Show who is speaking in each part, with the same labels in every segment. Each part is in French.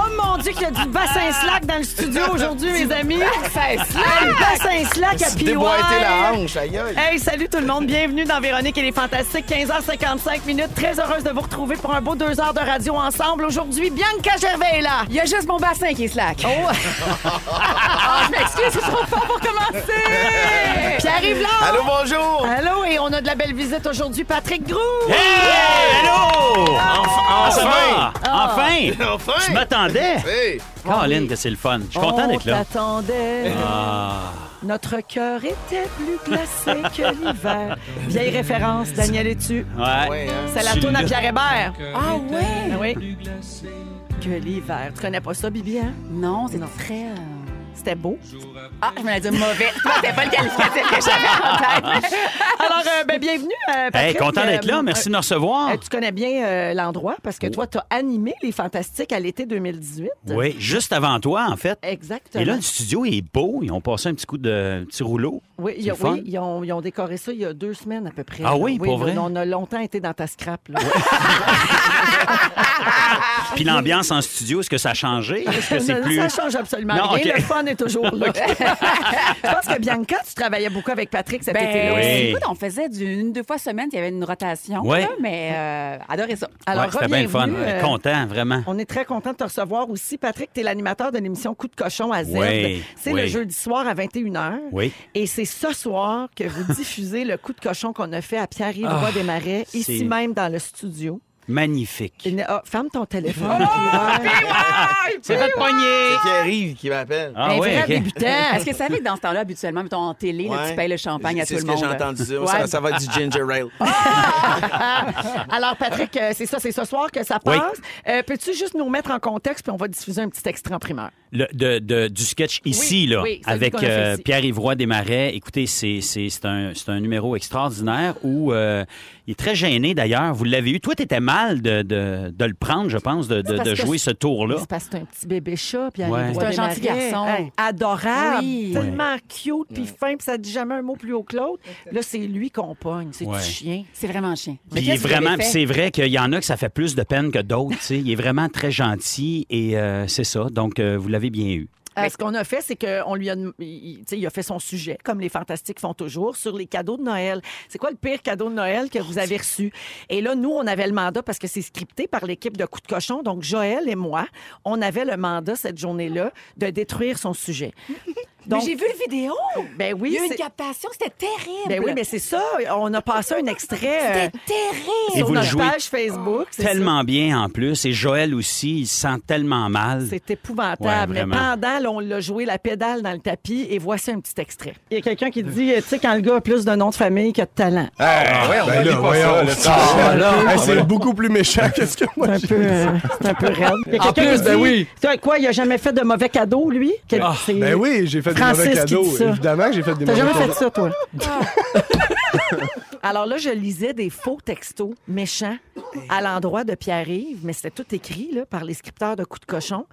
Speaker 1: Oh mon Dieu, qu'il y a du bassin
Speaker 2: Ah.
Speaker 1: slack dans le studio aujourd'hui, mes amis.
Speaker 2: Ça
Speaker 1: Le bassin slack à
Speaker 3: Tu déboîtais la
Speaker 1: PY.
Speaker 3: hanche, aïe aïe.
Speaker 1: Hey, salut tout le monde, bienvenue dans Véronique et les Fantastiques, 15h55 minutes. Très heureuse de vous retrouver pour un beau deux heures de radio ensemble. Aujourd'hui, Bianca Gervais est là.
Speaker 2: Il y a juste mon bassin qui est slack. Oh!
Speaker 1: Ah,
Speaker 2: je m'excuse, c'est trop fort pour commencer!
Speaker 1: Pierre-Yves Lard.
Speaker 3: Allô, bonjour!
Speaker 1: Allô, et on a de la belle visite aujourd'hui, Patrick Groux.
Speaker 4: Hey! Allô! Enfin!
Speaker 3: Enfin!
Speaker 4: Enfin!
Speaker 2: Ah.
Speaker 3: Enfin!
Speaker 4: Je m'attendais!
Speaker 3: Hey!
Speaker 4: Caroline, que c'est le fun. Je suis content
Speaker 1: On
Speaker 4: d'être là. Ah.
Speaker 1: t'attendait. Notre cœur était plus glacé que l'hiver. Vieille référence, Daniel Etu.
Speaker 4: Ouais.
Speaker 3: Ouais, hein.
Speaker 1: C'est la
Speaker 4: Je suis
Speaker 1: tourne à
Speaker 4: là.
Speaker 1: Pierre Hébert.
Speaker 2: Ah ouais?
Speaker 1: Ah oui. Que l'hiver. Tu connais pas ça, Bibi, hein?
Speaker 2: Non, c'est très... euh,
Speaker 1: C'était beau.
Speaker 2: Ah, je me l'ai dit mauvais. C'était pas le qualificatif que j'avais en tête.
Speaker 1: Alors, euh, ben, bienvenue, euh,
Speaker 4: Hey,
Speaker 1: Patrick.
Speaker 4: content d'être
Speaker 1: Euh,
Speaker 4: là. Merci Oh. de me recevoir.
Speaker 1: euh, tu connais bien euh, l'endroit parce que toi, tu as animé les Fantastiques à l'été 2018.
Speaker 4: Oui, juste avant toi, en fait.
Speaker 1: Exactement.
Speaker 4: Et là, le studio est beau. Ils ont passé un petit coup de un petit rouleau.
Speaker 1: oui, il y a-
Speaker 4: c'est le fun.
Speaker 1: oui, ils, ont, ils ont décoré ça il y a deux semaines à peu près.
Speaker 4: Ah
Speaker 1: là.
Speaker 4: oui, pour
Speaker 1: là,
Speaker 4: vrai?
Speaker 1: On a longtemps été dans ta scrap. là.
Speaker 4: Puis l'ambiance en studio, est-ce que ça a changé? Est-ce que c'est
Speaker 1: Non,
Speaker 4: plus.
Speaker 1: Ça change absolument
Speaker 4: Non,
Speaker 1: rien.
Speaker 4: ok.
Speaker 1: Le fun est toujours là. Je pense que Bianca, tu travaillais beaucoup avec Patrick cet été-là.
Speaker 4: oui.
Speaker 1: aussi.
Speaker 2: Ben, écoute, on faisait du- une, deux fois semaine, il y avait une rotation.
Speaker 4: Ouais.
Speaker 2: là, mais euh, adoré ça.
Speaker 1: Alors,
Speaker 4: Ouais, c'était bien le fun.
Speaker 1: bienvenue, euh,
Speaker 4: Content, vraiment.
Speaker 1: On est très content de te recevoir aussi. Patrick, tu es l'animateur de l'émission Coup de cochon à Z.
Speaker 4: Oui,
Speaker 1: c'est
Speaker 4: oui.
Speaker 1: le jeudi soir à 21h.
Speaker 4: Oui.
Speaker 1: Et c'est ce soir que vous diffusez le coup de cochon qu'on a fait à Pierre-Yves
Speaker 4: Ah,
Speaker 1: Roy des Marais, ici
Speaker 4: c'est-
Speaker 1: même dans le studio.
Speaker 4: Magnifique.
Speaker 1: Il n'a- ah, ferme ton téléphone.
Speaker 4: Oh,
Speaker 1: Pierre.
Speaker 4: C'est fait poignet.
Speaker 3: C'est qui arrive qui m'appelle.
Speaker 4: Ah
Speaker 1: Un
Speaker 4: oui,
Speaker 1: ben, vrai
Speaker 4: ok.
Speaker 1: débutant.
Speaker 2: Est-ce que ça savez que dans ce temps-là, habituellement, mettons en télé, là,
Speaker 3: Ouais.
Speaker 2: tu payes le champagne à tout
Speaker 3: C'est
Speaker 2: le
Speaker 3: ce
Speaker 2: monde?
Speaker 3: que j'ai entendu dire.
Speaker 2: Ouais. Ah!
Speaker 3: Ça, ça va être du ginger ale.
Speaker 1: Alors, Patrick, euh, c'est ça, c'est ce soir que ça
Speaker 4: Oui.
Speaker 1: passe. Euh, Peux-tu juste nous remettre en contexte, puis on va diffuser un petit extrait en primeur.
Speaker 4: Le- de- de- du sketch ici,
Speaker 2: Oui,
Speaker 4: là,
Speaker 2: oui, celui
Speaker 4: avec
Speaker 2: qu'on a fait
Speaker 4: euh,
Speaker 2: ici.
Speaker 4: Pierre-Yves Roy Desmarais. Écoutez, c'est c'est- c'est un, c'est un numéro extraordinaire où euh, il est très gêné, d'ailleurs. Vous l'avez eu. Toi, t'étais mal de, de- de le prendre, je pense, de, de-
Speaker 1: parce
Speaker 4: de
Speaker 1: que
Speaker 4: jouer ce tour-là.
Speaker 1: C'est parce que c'est un petit bébé chat, puis
Speaker 4: Ouais.
Speaker 1: arrive
Speaker 4: C'est
Speaker 2: un gentil garçon.
Speaker 1: adorable,
Speaker 2: Oui.
Speaker 1: tellement cute, puis fin, puis ça dit jamais un mot plus haut que l'autre. Là, c'est lui qu'on pogne, c'est
Speaker 4: Ouais.
Speaker 1: du chien.
Speaker 2: C'est vraiment chien. Mais
Speaker 4: Puis
Speaker 2: qu'est-ce que vous
Speaker 4: vraiment,
Speaker 2: avez
Speaker 4: puis
Speaker 2: fait?
Speaker 4: c'est vrai qu'il y en a que ça fait plus de peine que d'autres. tu sais. Il est vraiment très gentil et euh, c'est ça. Donc, euh, vous l'avez bien eu.
Speaker 1: Ben, ce qu'on a fait, c'est qu'on lui a, dem- il, il- tu sais, il a fait son sujet, comme les fantastiques font toujours, sur les cadeaux de Noël. C'est quoi le pire cadeau de Noël que vous avez reçu Et là, nous, on avait le mandat parce que c'est scripté par l'équipe de Coup de cochon. Donc Joël et moi, on avait le mandat cette journée-là de détruire son sujet.
Speaker 2: Mais
Speaker 1: Donc,
Speaker 2: j'ai vu le vidéo!
Speaker 1: ben
Speaker 2: Il
Speaker 1: oui,
Speaker 2: y a eu une
Speaker 1: c'est-
Speaker 2: captation, c'était terrible!
Speaker 1: ben oui, mais c'est ça. On a passé un extrait. euh,
Speaker 2: C'était terrible!
Speaker 4: Et
Speaker 1: sur
Speaker 4: vous le
Speaker 1: notre
Speaker 4: jouez
Speaker 1: page Facebook. c'est ça.
Speaker 4: Tellement bien en plus. Et Joël aussi, il se sent tellement mal.
Speaker 1: C'est
Speaker 4: Ouais,
Speaker 1: épouvantable. mais
Speaker 4: vraiment.
Speaker 1: pendant, là, on l'a joué la pédale dans le tapis et voici un petit extrait. Il y a quelqu'un qui dit, tu sais, quand le gars a plus de nom de famille que de talent.
Speaker 3: ouais, on
Speaker 5: Ben là, voyons. Hey, c'est beaucoup plus méchant que ce que moi.
Speaker 1: C'est un, peu, euh, c'est un peu raide. Il y a
Speaker 5: En
Speaker 1: quelqu'un
Speaker 5: plus,
Speaker 1: qui
Speaker 5: ben
Speaker 1: dit,
Speaker 5: oui.
Speaker 1: Tu sais quoi, il a jamais fait de mauvais cadeau, lui? Quel- c'est-
Speaker 5: Ben oui, j'ai fait
Speaker 1: Francis
Speaker 5: des mauvais
Speaker 1: qui dit
Speaker 5: cadeaux.
Speaker 1: ça.
Speaker 5: Évidemment que j'ai fait des
Speaker 1: T'as
Speaker 5: mauvais
Speaker 1: jamais fait
Speaker 5: cadeaux.
Speaker 1: ça, toi? Ah. Alors là, je lisais des faux textos méchants à l'endroit de Pierre-Yves, mais c'était tout écrit là, par les scripteurs de coups de cochon.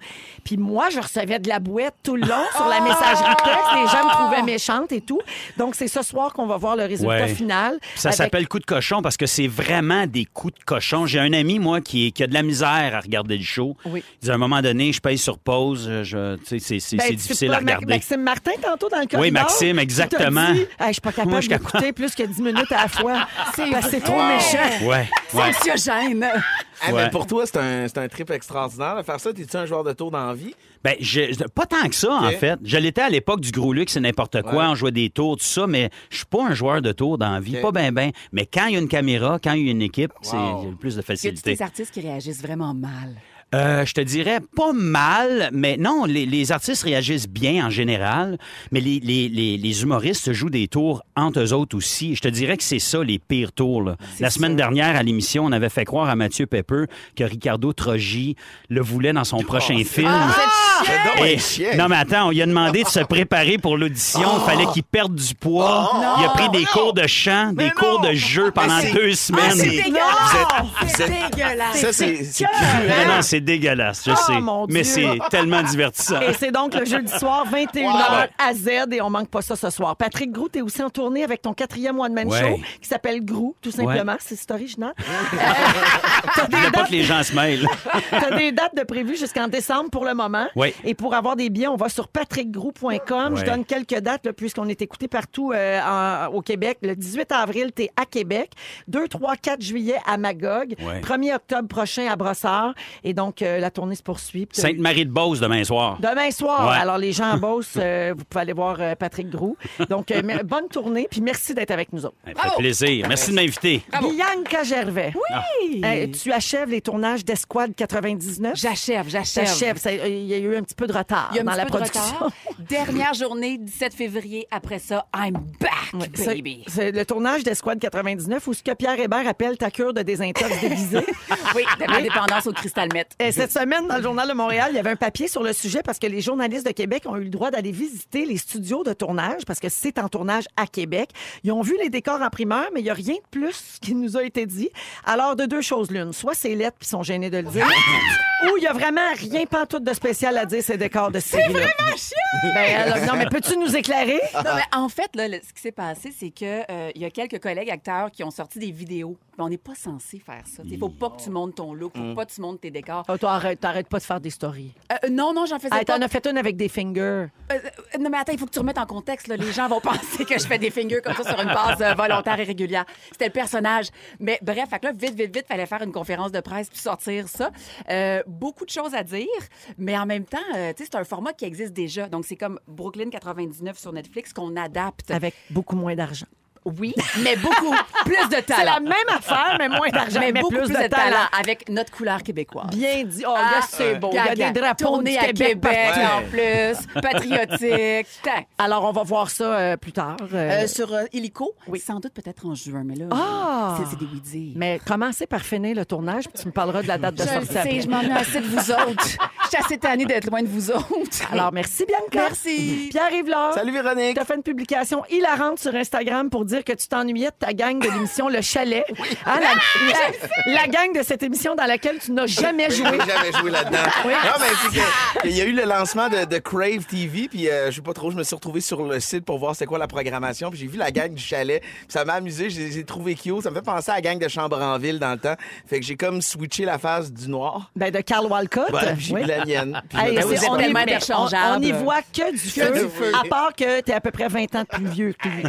Speaker 1: Puis moi, je recevais de la bouette tout le long sur la messagerie texte. Les gens me trouvaient méchante et tout. Donc, c'est ce soir qu'on va voir le résultat
Speaker 4: Ouais.
Speaker 1: final.
Speaker 4: Ça
Speaker 1: avec-
Speaker 4: s'appelle coup de cochon parce que c'est vraiment des coups de cochon. J'ai un ami, moi, qui, qui a de la misère à regarder le show.
Speaker 1: Oui.
Speaker 4: Il dit à un moment donné, je paye sur pause. euh, Je, tu sais, c'est c'est-
Speaker 1: Ben,
Speaker 4: c'est
Speaker 1: tu sais
Speaker 4: difficile
Speaker 1: pas,
Speaker 4: à
Speaker 1: Ma-
Speaker 4: regarder.
Speaker 1: Maxime Martin, tantôt dans le corridor.
Speaker 4: Maxime,
Speaker 1: qui t'a
Speaker 4: exactement.
Speaker 1: dit, Hey, je suis pas
Speaker 4: Moi,
Speaker 1: capable
Speaker 4: je suis
Speaker 1: d'écouter plus que 10 minutes à la fois.
Speaker 2: C'est
Speaker 1: parce que c'est trop
Speaker 2: vrai.
Speaker 1: méchant.
Speaker 4: Ouais, ouais.
Speaker 2: Monsieur
Speaker 6: gêne.
Speaker 3: Ah, mais
Speaker 4: Ouais.
Speaker 3: pour toi, c'est un, c'est un trip extraordinaire de faire ça. T'es-tu un joueur de tour d'envie?
Speaker 4: Ben, je- je- pas tant que ça, en fait. Je l'étais à l'époque du Gros Luxe, c'est n'importe quoi.
Speaker 3: Ouais.
Speaker 4: On jouait des tours, tout ça, mais je suis pas un joueur de tours dans la vie.
Speaker 3: OK.
Speaker 4: Pas ben ben. Mais quand il y a une caméra, quand il y a une équipe, c'est
Speaker 3: Wow.
Speaker 4: j'ai le plus de
Speaker 6: Y a-tu
Speaker 4: facilité.
Speaker 6: des artistes qui réagissent vraiment mal?
Speaker 4: Euh, je te dirais pas mal, mais non, les, les artistes réagissent bien en général, mais les, les- les- les humoristes se jouent des tours entre eux autres aussi. Je te dirais que c'est ça les pires tours. là. La semaine dernière, à l'émission, on avait fait croire à Mathieu Pepper que Ricardo Trogi le voulait dans son
Speaker 3: Oh.
Speaker 4: prochain film.
Speaker 3: C'est donc un
Speaker 4: Et-
Speaker 3: Ah, chien. Oh!
Speaker 4: non, mais attends, on lui a demandé de se préparer pour l'audition. Il fallait qu'il perde du poids. il a pris des cours de chant, des cours de jeu pendant
Speaker 3: c'est-
Speaker 4: deux semaines.
Speaker 3: c'est dégueulasse! Vous êtes-
Speaker 6: dégueulasse!
Speaker 3: Ça, c'est c'est cruel.
Speaker 4: Non, non, c'est dégueulasse, je
Speaker 3: Oh,
Speaker 1: Ah,
Speaker 4: sais.
Speaker 1: mon
Speaker 4: mais
Speaker 1: Dieu.
Speaker 4: c'est tellement divertissant.
Speaker 1: Et c'est donc le jeudi soir, 21h à Z, et on manque pas ça ce soir. Patrick Grou, t'es aussi en tournée avec ton quatrième One Man
Speaker 4: Ouais.
Speaker 1: Show, qui s'appelle Grou, tout simplement. C'est c'est original. Euh, T'as
Speaker 4: Je
Speaker 1: des,
Speaker 4: veux pas
Speaker 1: dates-
Speaker 4: que les gens se mêlent.
Speaker 1: t'as des dates de prévues jusqu'en décembre pour le moment.
Speaker 4: Oui.
Speaker 1: Et pour avoir des billets, on va sur patrickgrou.com. Je
Speaker 4: Ouais.
Speaker 1: donne quelques dates, là, puisqu'on est écouté partout euh, en- au Québec. Le 18 avril, t'es à Québec. 2, 3, 4 juillet à Magog.
Speaker 4: Ouais.
Speaker 1: 1er octobre prochain à Brossard. Et donc, euh, la tournée se poursuit. Puis t'as-
Speaker 4: Sainte-Marie-de-Beauce demain soir.
Speaker 1: Demain soir,
Speaker 4: Ouais.
Speaker 1: alors les gens en Beauce, euh, vous pouvez aller voir euh, Patrick Grou. Donc, euh, mais- bonne tournée, puis merci d'être avec nous autres.
Speaker 4: Ça fait
Speaker 6: Bravo.
Speaker 4: plaisir. Merci de m'inviter.
Speaker 6: Bravo.
Speaker 1: Bianca Gervais,
Speaker 6: Oui!
Speaker 1: euh, tu achèves les tournages d'Esquad 99?
Speaker 6: J'achève, j'achève.
Speaker 1: T'achèves. Ça- euh, Il y a eu un petit peu de retard
Speaker 6: Il y a un
Speaker 1: dans
Speaker 6: petit
Speaker 1: la
Speaker 6: peu de
Speaker 1: production.
Speaker 6: retard. Dernière journée, 17 février. Après ça, I'm back,
Speaker 1: Ouais, c'est-
Speaker 6: baby.
Speaker 1: C'est le tournage d'Esquad 99 où ce que Pierre Hébert appelle ta cure de désintox déguisée.
Speaker 6: Oui, de ma dépendance au cristal Met.
Speaker 1: Et cette semaine, dans le Journal de Montréal, il y avait un papier sur le sujet parce que les journalistes de Québec ont eu le droit d'aller visiter les studios de tournage parce que c'est en tournage à Québec. Ils ont vu les décors en primeur, mais il n'y a rien de plus qui nous a été dit. Alors, de deux choses l'une. Soit c'est lettres puis sont gênés de le dire, ou il n'y a vraiment rien pantoute de spécial à dire ces décors de série C'est vraiment chiant! Ben, alors, non, mais peux-tu nous éclairer?
Speaker 6: Non, mais en fait, là, le- ce qui s'est passé, c'est que euh, il y a quelques collègues acteurs qui ont sorti des vidéos. Mais on n'est pas censé faire ça. Il faut pas que tu montes ton look, faut
Speaker 3: Mm.
Speaker 6: pas que tu montes tes décors.
Speaker 1: Oh, toi, arrête, t'arrêtes pas de faire des stories.
Speaker 6: Euh, non, non, j'en faisais
Speaker 1: Hey,
Speaker 6: pas.
Speaker 1: T'en as fait une avec des fingers.
Speaker 6: Euh, euh, non, mais attends, il faut que tu remettes en contexte. là. Les gens vont penser que je fais des fingers comme ça sur une base euh, volontaire et régulière. C'était le personnage. Mais bref, fait que là, vite, vite, vite, fallait faire une conférence de presse puis sortir ça. Euh, beaucoup de choses à dire, mais en même temps, euh, tu sais, c'est un format qui existe déjà. Donc, c'est comme Brooklyn 99 sur Netflix qu'on adapte.
Speaker 1: Avec beaucoup moins d'argent.
Speaker 6: Oui, mais beaucoup plus de
Speaker 1: C'est la
Speaker 6: talent.
Speaker 1: même affaire, mais moins d'argent, mais,
Speaker 6: Mais beaucoup
Speaker 1: plus, de, talent.
Speaker 6: avec notre couleur québécoise.
Speaker 1: Bien dit. Oh,
Speaker 6: Ah,
Speaker 1: là, c'est beau. Il y a
Speaker 6: gaga.
Speaker 1: des drapeaux du
Speaker 6: Tournée à
Speaker 1: Québec.
Speaker 6: Québec,
Speaker 1: partout. Ah,
Speaker 6: en plus, patriotique. Tac.
Speaker 1: Alors, on va voir ça euh, plus tard. euh,
Speaker 6: Euh, sur euh, Illico?
Speaker 1: Oui.
Speaker 6: Sans doute peut-être en juin, mais là,
Speaker 1: Ah!
Speaker 6: c'est c'est des oui
Speaker 1: mais commencez par finir le tournage, puis tu me parleras de la date de
Speaker 6: Je le
Speaker 1: sortie. après.
Speaker 6: sais, je m'en ai assez de vous autres. Je suis assez tannée d'être loin de vous autres.
Speaker 1: Alors, merci, Bianca.
Speaker 6: merci.
Speaker 1: Pierre Yves-Laure.
Speaker 3: Salut Véronique.
Speaker 1: Tu as fait une publication hilarante sur Instagram pour dire que tu t'ennuyais de ta gang de l'émission Le Chalet. Hein, la,
Speaker 3: Ah,
Speaker 1: la- la gang de cette émission dans laquelle tu n'as jamais joué.
Speaker 3: J'ai jamais joué là-dedans. Non, mais c'est que- qu'il y a eu le lancement de, de Crave TV, puis euh, je sais pas trop, je me suis retrouvé sur le site pour voir c'est quoi la programmation, puis j'ai vu la gang du chalet, puis ça m'a amusé, j'ai j'ai trouvé cute, ça me fait penser à la gang de Chambranville dans le temps, fait que j'ai comme switché la face du noir,
Speaker 1: Ben, de Carl Walcott.
Speaker 3: Ouais, puis Bah, j'ai
Speaker 1: Oui.
Speaker 3: mis la mienne. puis
Speaker 1: Hey,
Speaker 3: je me
Speaker 1: c'est-
Speaker 3: suis
Speaker 6: c'est
Speaker 1: on,
Speaker 3: séparé.
Speaker 1: y,
Speaker 6: tellement
Speaker 1: mais on,
Speaker 6: interchangeable.
Speaker 1: on y voit que du feu,
Speaker 3: du feu.
Speaker 1: à part que tu es à peu près 20 ans de plus vieux que lui.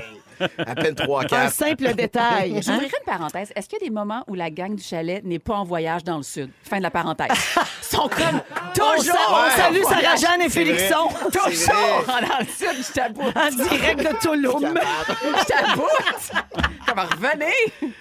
Speaker 3: à peine trois
Speaker 1: Un
Speaker 3: quarts.
Speaker 1: simple détail. hein?
Speaker 6: J'ouvrirai une parenthèse. Est-ce qu'il y a des moments où la gang du chalet n'est pas en voyage dans le sud? Fin de la parenthèse. Ils sont comme
Speaker 1: On,
Speaker 6: toujours
Speaker 1: sa- on
Speaker 3: Ouais,
Speaker 1: salue
Speaker 3: ouais.
Speaker 1: Sarah-Jeanne et
Speaker 3: C'est
Speaker 1: Félixon.
Speaker 3: vrai. C'est vrai.
Speaker 6: dans le sud, je t'aboute.
Speaker 1: En direct de Toulouse.
Speaker 6: Je t'aboute. Comment revenez?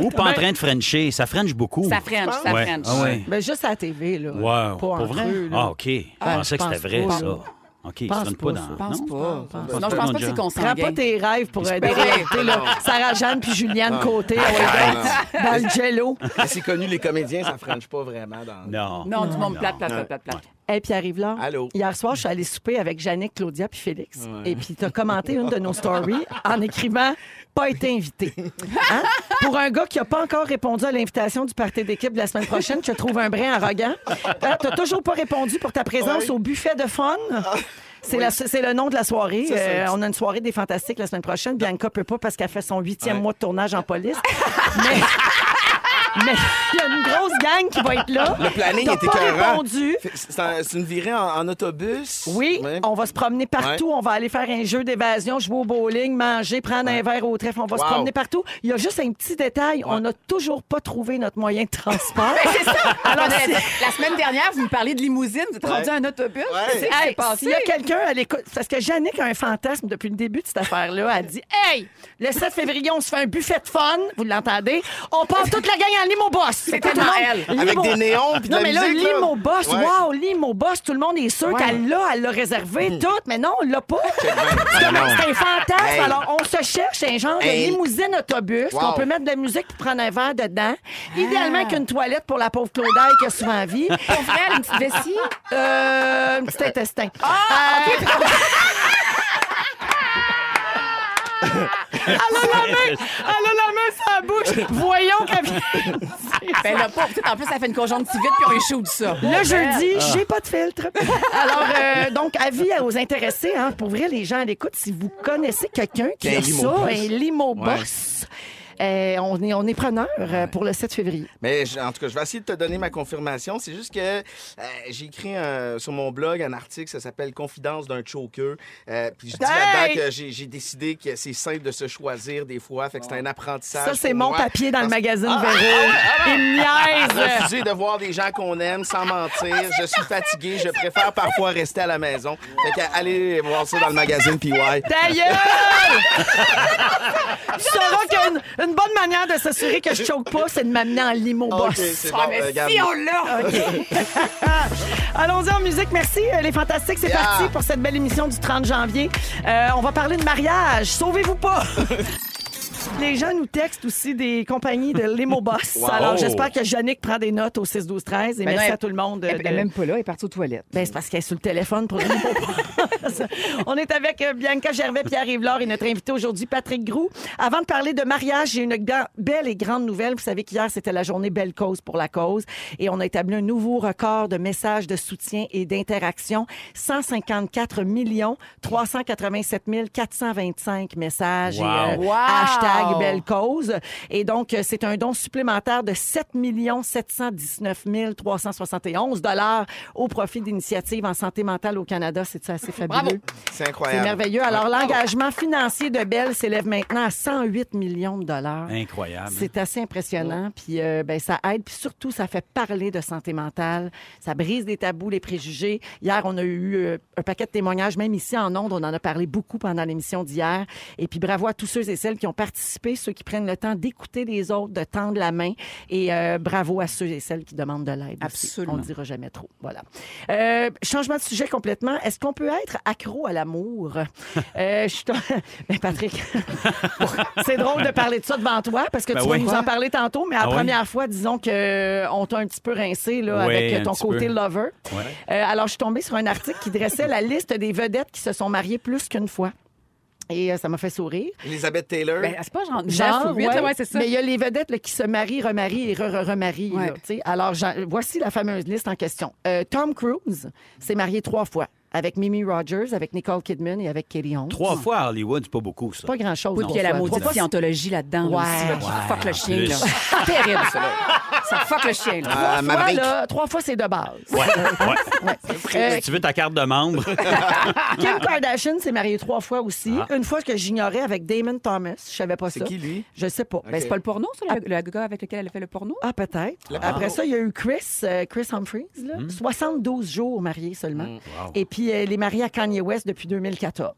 Speaker 4: Ou pas en train de Frencher. Ça French beaucoup.
Speaker 6: Ça French, ça
Speaker 4: Ouais.
Speaker 6: French.
Speaker 4: Ah ouais.
Speaker 1: Ben, juste à la TV, là.
Speaker 4: Wow.
Speaker 1: Pas en
Speaker 4: Pour vrai?
Speaker 1: creux, là.
Speaker 4: ah, OK. Je
Speaker 1: Ah,
Speaker 4: pensais que
Speaker 1: je
Speaker 4: c'était
Speaker 1: pense
Speaker 4: vrai,
Speaker 1: pas.
Speaker 4: ça. OK, ils se
Speaker 1: Pense
Speaker 4: rendent
Speaker 1: pas,
Speaker 4: pas dans.
Speaker 1: ça.
Speaker 6: Je pense
Speaker 4: non?
Speaker 6: pas.
Speaker 4: pense pas.
Speaker 6: Oh, Non, je pense pas que c'est
Speaker 4: Prends
Speaker 1: Prends pas
Speaker 6: consanguin.
Speaker 1: tes rêves pour euh, des
Speaker 6: Ben oui.
Speaker 1: réalités,
Speaker 3: Ah
Speaker 1: là. Sarah-Jeanne puis Juliane Côté, on est
Speaker 3: non.
Speaker 1: dans- dans le jello.
Speaker 3: Mais C'est connu, les comédiens, ça franche pas vraiment dans...
Speaker 4: Non.
Speaker 6: Non, tout le monde plate, plate, plate, plate, plate.
Speaker 1: Hey, puis arrive là.
Speaker 3: Allô.
Speaker 1: Hier soir, je suis allée souper avec Yannick, Claudia puis Félix. Et puis, tu as commenté une de nos stories en écrivant Pas été invité. Hein? Pour un gars qui n'a pas encore répondu à l'invitation du party d'équipe de la semaine prochaine, je te trouve un brin arrogant. Hein, T'as toujours pas répondu pour ta présence au buffet de fun. C'est la- c'est le nom de la soirée. Euh, on a une soirée des Fantastiques la semaine prochaine. Bianca peut pas parce qu'elle fait son huitième mois de tournage en police. Mais mais il y a une grosse gang qui va être là.
Speaker 3: Le planning
Speaker 1: T'as
Speaker 3: est
Speaker 1: pas
Speaker 3: écœurant.
Speaker 1: répondu.
Speaker 3: Fait- C'est un- c'est une virée en, en autobus.
Speaker 1: Oui,
Speaker 3: Ouais.
Speaker 1: on va se promener partout. On va aller faire un jeu d'évasion, jouer au bowling, manger, prendre un verre au trèfle. On va se
Speaker 3: Wow.
Speaker 1: promener partout. Il y a juste un petit détail. On n'a toujours pas trouvé notre moyen de transport.
Speaker 6: C'est ça. Alors, la semaine dernière, vous me parliez de limousine. Vous êtes rendu à un autobus.
Speaker 3: Ouais.
Speaker 6: C'est ce qui s'est
Speaker 1: Hey,
Speaker 6: passé.
Speaker 1: S'il y a quelqu'un à l'écoute, parce que Yannick a un fantasme depuis le début de cette affaire-là. Elle dit Hey, le 7 février, on se fait un buffet de fun. Vous l'entendez On part toute la gang en limo boss. C'est
Speaker 6: tellement elle.
Speaker 3: Avec des néons puis de
Speaker 1: Non,
Speaker 3: la
Speaker 1: mais là,
Speaker 3: musique, là.
Speaker 1: limo boss,
Speaker 3: Ouais.
Speaker 1: wow, limo boss, tout le monde est sûr qu'elle l'a, elle l'a réservé,
Speaker 3: Hmm.
Speaker 1: tout. Mais non, on l'a pas. C'est
Speaker 3: ben non.
Speaker 1: un fantasme.
Speaker 3: Hey.
Speaker 1: Alors, on se cherche un genre
Speaker 3: Hey.
Speaker 1: de limousine autobus
Speaker 3: Wow.
Speaker 1: qu'on peut mettre de la musique pour prendre un verre dedans.
Speaker 6: Ah.
Speaker 1: Idéalement, avec une toilette pour la pauvre Claudel qui a souvent envie.
Speaker 6: Pour vrai, une petite vessie. Ah!
Speaker 1: Euh, un petit intestin. Euh, Elle a la main, elle a la main sur la bouche. Voyons qu'elle vient.
Speaker 6: Ben, là, pas. Peut-être, En plus, ça fait une conjonctivite puis on échoue de ça.
Speaker 1: Le jeudi,
Speaker 6: Ah.
Speaker 1: j'ai pas de filtre. Alors, euh, donc, avis aux intéressés, hein, pour vrai, les gens à l'écoute, si vous connaissez quelqu'un qui
Speaker 3: Qu'un
Speaker 1: a
Speaker 3: limo
Speaker 1: ça,
Speaker 3: boss.
Speaker 1: un limo boss, euh, on est, on est preneur euh, pour le 7 février.
Speaker 3: Mais je- en tout cas, je vais essayer de te donner ma confirmation. C'est juste que euh, j'ai écrit un- sur mon blog un article, ça s'appelle Confidence d'un choker. Euh, puis je dis
Speaker 1: Hey!
Speaker 3: là-dedans que j'ai j'ai décidé que c'est simple de se choisir des fois. Fait que c'est un apprentissage.
Speaker 1: Ça, c'est
Speaker 3: pour
Speaker 1: mon
Speaker 3: moi.
Speaker 1: papier dans le
Speaker 3: Parce-
Speaker 1: magazine
Speaker 3: Ah,
Speaker 1: Véro. Il me niaise.
Speaker 3: Refuser de voir des gens qu'on aime sans mentir. Je suis fatigué. Je préfère parfois rester à la maison. Fait que allez voir ça dans le magazine PY.
Speaker 1: Ta gueule! tu sauras qu'une une bonne manière de s'assurer que je choque pas, c'est de m'amener en limo
Speaker 3: Ok,
Speaker 1: boss.
Speaker 3: c'est bon.
Speaker 6: Ah,
Speaker 3: Euh,
Speaker 6: mais
Speaker 3: regarde.
Speaker 6: si on l'a!
Speaker 1: Allons-y en musique. Merci, euh, les fantastiques. C'est
Speaker 3: Yeah.
Speaker 1: parti pour cette belle émission du 30 janvier. Euh, on va parler de mariage. Sauvez-vous pas! Les gens nous textent aussi des compagnies de limo boss. Alors, j'espère que Yannick prend des notes au 6 12 13 et
Speaker 6: Ben
Speaker 1: merci
Speaker 6: non,
Speaker 1: à tout le monde.
Speaker 6: Elle
Speaker 1: euh,
Speaker 6: est
Speaker 1: de-
Speaker 6: même pas là, elle est partie aux toilettes.
Speaker 1: Ben, c'est parce qu'elle est sur le téléphone pour le limo boss. On est avec euh, Bianca Gervais, Pierre Yvelore et notre invité aujourd'hui, Patrick Groux. Avant de parler de mariage, j'ai une gran- belle et grande nouvelle. Vous savez qu'hier, c'était la journée Belle Cause pour la cause. Et on a établi un nouveau record de messages de soutien et d'interaction. 154 millions 387 425 messages et euh,
Speaker 6: Wow.
Speaker 1: hashtag Belle Cause. Et donc, euh, c'est un don supplémentaire de 7 719 371 dollars au profit d'initiatives en santé mentale au Canada. C'est ça, assez fabuleux.
Speaker 6: Bravo.
Speaker 3: C'est
Speaker 1: C'est
Speaker 3: incroyable.
Speaker 1: merveilleux. Alors, l'engagement financier de Bell s'élève maintenant à 108 millions de dollars.
Speaker 4: Incroyable.
Speaker 1: C'est assez impressionnant, puis euh, ben, ça aide, puis surtout, ça fait parler de santé mentale, ça brise les tabous, les préjugés. Hier, on a eu euh, un paquet de témoignages, même ici en Onde, on en a parlé beaucoup pendant l'émission d'hier. Et puis bravo à tous ceux et celles qui ont participé, ceux qui prennent le temps d'écouter les autres, de tendre la main, et euh, bravo à ceux et celles qui demandent de l'aide. aussi.
Speaker 6: Absolument.
Speaker 1: On ne dira jamais trop, voilà. Euh, changement de sujet complètement, est-ce qu'on peut être accro à l'amour? Euh, je suis- Mais Patrick, c'est drôle de parler de ça devant toi, parce que
Speaker 4: Ben
Speaker 1: tu vas
Speaker 4: oui.
Speaker 1: nous en parler tantôt, mais à la
Speaker 4: Ah oui?
Speaker 1: première fois, disons que euh, on t'a un petit peu rincé là,
Speaker 4: Oui,
Speaker 1: avec
Speaker 4: un
Speaker 1: euh, ton
Speaker 4: petit
Speaker 1: côté
Speaker 4: peu.
Speaker 1: lover.
Speaker 4: Ouais.
Speaker 1: Euh, alors, je suis tombée sur un article qui dressait la liste des vedettes qui se sont mariées plus qu'une fois. Et euh, ça m'a fait sourire.
Speaker 3: Elizabeth Taylor. euh,
Speaker 6: Ben, c'est pas genre 9
Speaker 1: Genre,
Speaker 6: ou 8,
Speaker 1: ouais.
Speaker 6: ouais, c'est ça.
Speaker 1: Mais il y a les vedettes là, qui se marient, remarient et re-remarient.
Speaker 6: Ouais.
Speaker 1: Alors, j'en- voici la fameuse liste en question. Euh, Tom Cruise s'est marié trois fois avec Mimi Rogers, avec Nicole Kidman et avec Katie Holmes.
Speaker 4: Trois fois à Hollywood, c'est pas beaucoup, ça.
Speaker 1: Pas grand-chose.
Speaker 6: Oui, puis il y a la
Speaker 1: trois fois.
Speaker 6: maudite
Speaker 1: Trois fois,
Speaker 6: scientologie là-dedans. là,
Speaker 1: Ouais.
Speaker 6: aussi, là, qui
Speaker 4: Ouais,
Speaker 6: fuck le
Speaker 4: en
Speaker 6: chien,
Speaker 4: plus.
Speaker 6: là. C'est Terrible, ça, là. Ça fuck le chien, là.
Speaker 3: Ah,
Speaker 1: Trois fois,
Speaker 3: Maverick.
Speaker 1: là, trois fois, c'est de base.
Speaker 4: Ouais, ouais.
Speaker 1: Euh,
Speaker 4: Si tu veux ta carte de membre,
Speaker 3: Euh,
Speaker 1: Kim Kardashian s'est mariée trois fois aussi. Une fois que j'ignorais avec Damon Thomas. Je savais pas ça.
Speaker 3: Ah. C'est qui, lui?
Speaker 1: Je sais pas.
Speaker 6: Ben, c'est pas le porno, ça, le, le gars avec lequel elle a fait le porno?
Speaker 1: Ah, peut-être.
Speaker 3: La
Speaker 1: Après
Speaker 3: porno.
Speaker 1: ça, il y a eu Chris, euh, Chris Humphries, là.
Speaker 3: Hmm.
Speaker 1: 72 jours mariés seulement. Et puis, euh, elle est mariée à Kanye West depuis 2014.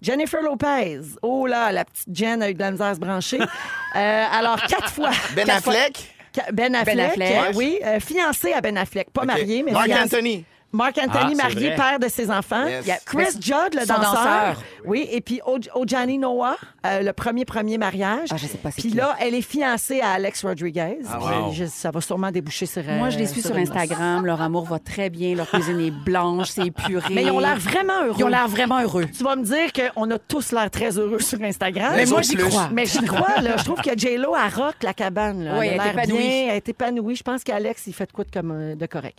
Speaker 1: Jennifer Lopez. Oh là, la petite Jen a eu de la misère à se brancher. Euh, alors, quatre fois.
Speaker 3: Ben
Speaker 1: quatre fois-
Speaker 3: Affleck.
Speaker 1: Ca- Ben Affleck,
Speaker 6: Affleck.
Speaker 1: euh, oui, euh, fiancé à Ben Affleck, pas
Speaker 3: Ok.
Speaker 1: marié, mais
Speaker 3: Mark
Speaker 1: fiancé.
Speaker 3: Anthony.
Speaker 1: Mark Anthony,
Speaker 4: Ah, c'est
Speaker 1: marié,
Speaker 4: vrai.
Speaker 1: père de ses enfants.
Speaker 3: Yes.
Speaker 1: Il y a Chris Judd, le
Speaker 6: Son
Speaker 1: danseur.
Speaker 6: danseur.
Speaker 1: Oui, et puis O- Ojani Noah, euh, le premier premier mariage.
Speaker 6: Ah, je sais pas c'est
Speaker 1: Puis
Speaker 6: qui.
Speaker 1: là, elle est fiancée à Alex Rodriguez.
Speaker 4: Ah, wow.
Speaker 1: Je- je- ça va sûrement déboucher sur
Speaker 6: Moi,
Speaker 1: euh,
Speaker 6: je les suis sur
Speaker 1: une-
Speaker 6: Instagram. Leur amour va très bien. Leur cuisine est blanche, c'est épuré.
Speaker 1: Mais ils ont l'air vraiment heureux.
Speaker 6: Ils ont l'air vraiment heureux.
Speaker 1: Tu vas me dire qu'on a tous l'air très heureux sur Instagram.
Speaker 3: Mais Les moi, autres j'y plus. crois.
Speaker 1: Mais j'y crois, là. Je trouve que J-Lo, elle rock la cabane. là.
Speaker 6: Oui,
Speaker 1: elle a
Speaker 6: elle est
Speaker 1: l'air
Speaker 6: épanouie.
Speaker 1: bien, elle est épanouie. Je pense qu'Alex, il fait de quoi de, comme, euh, de correct.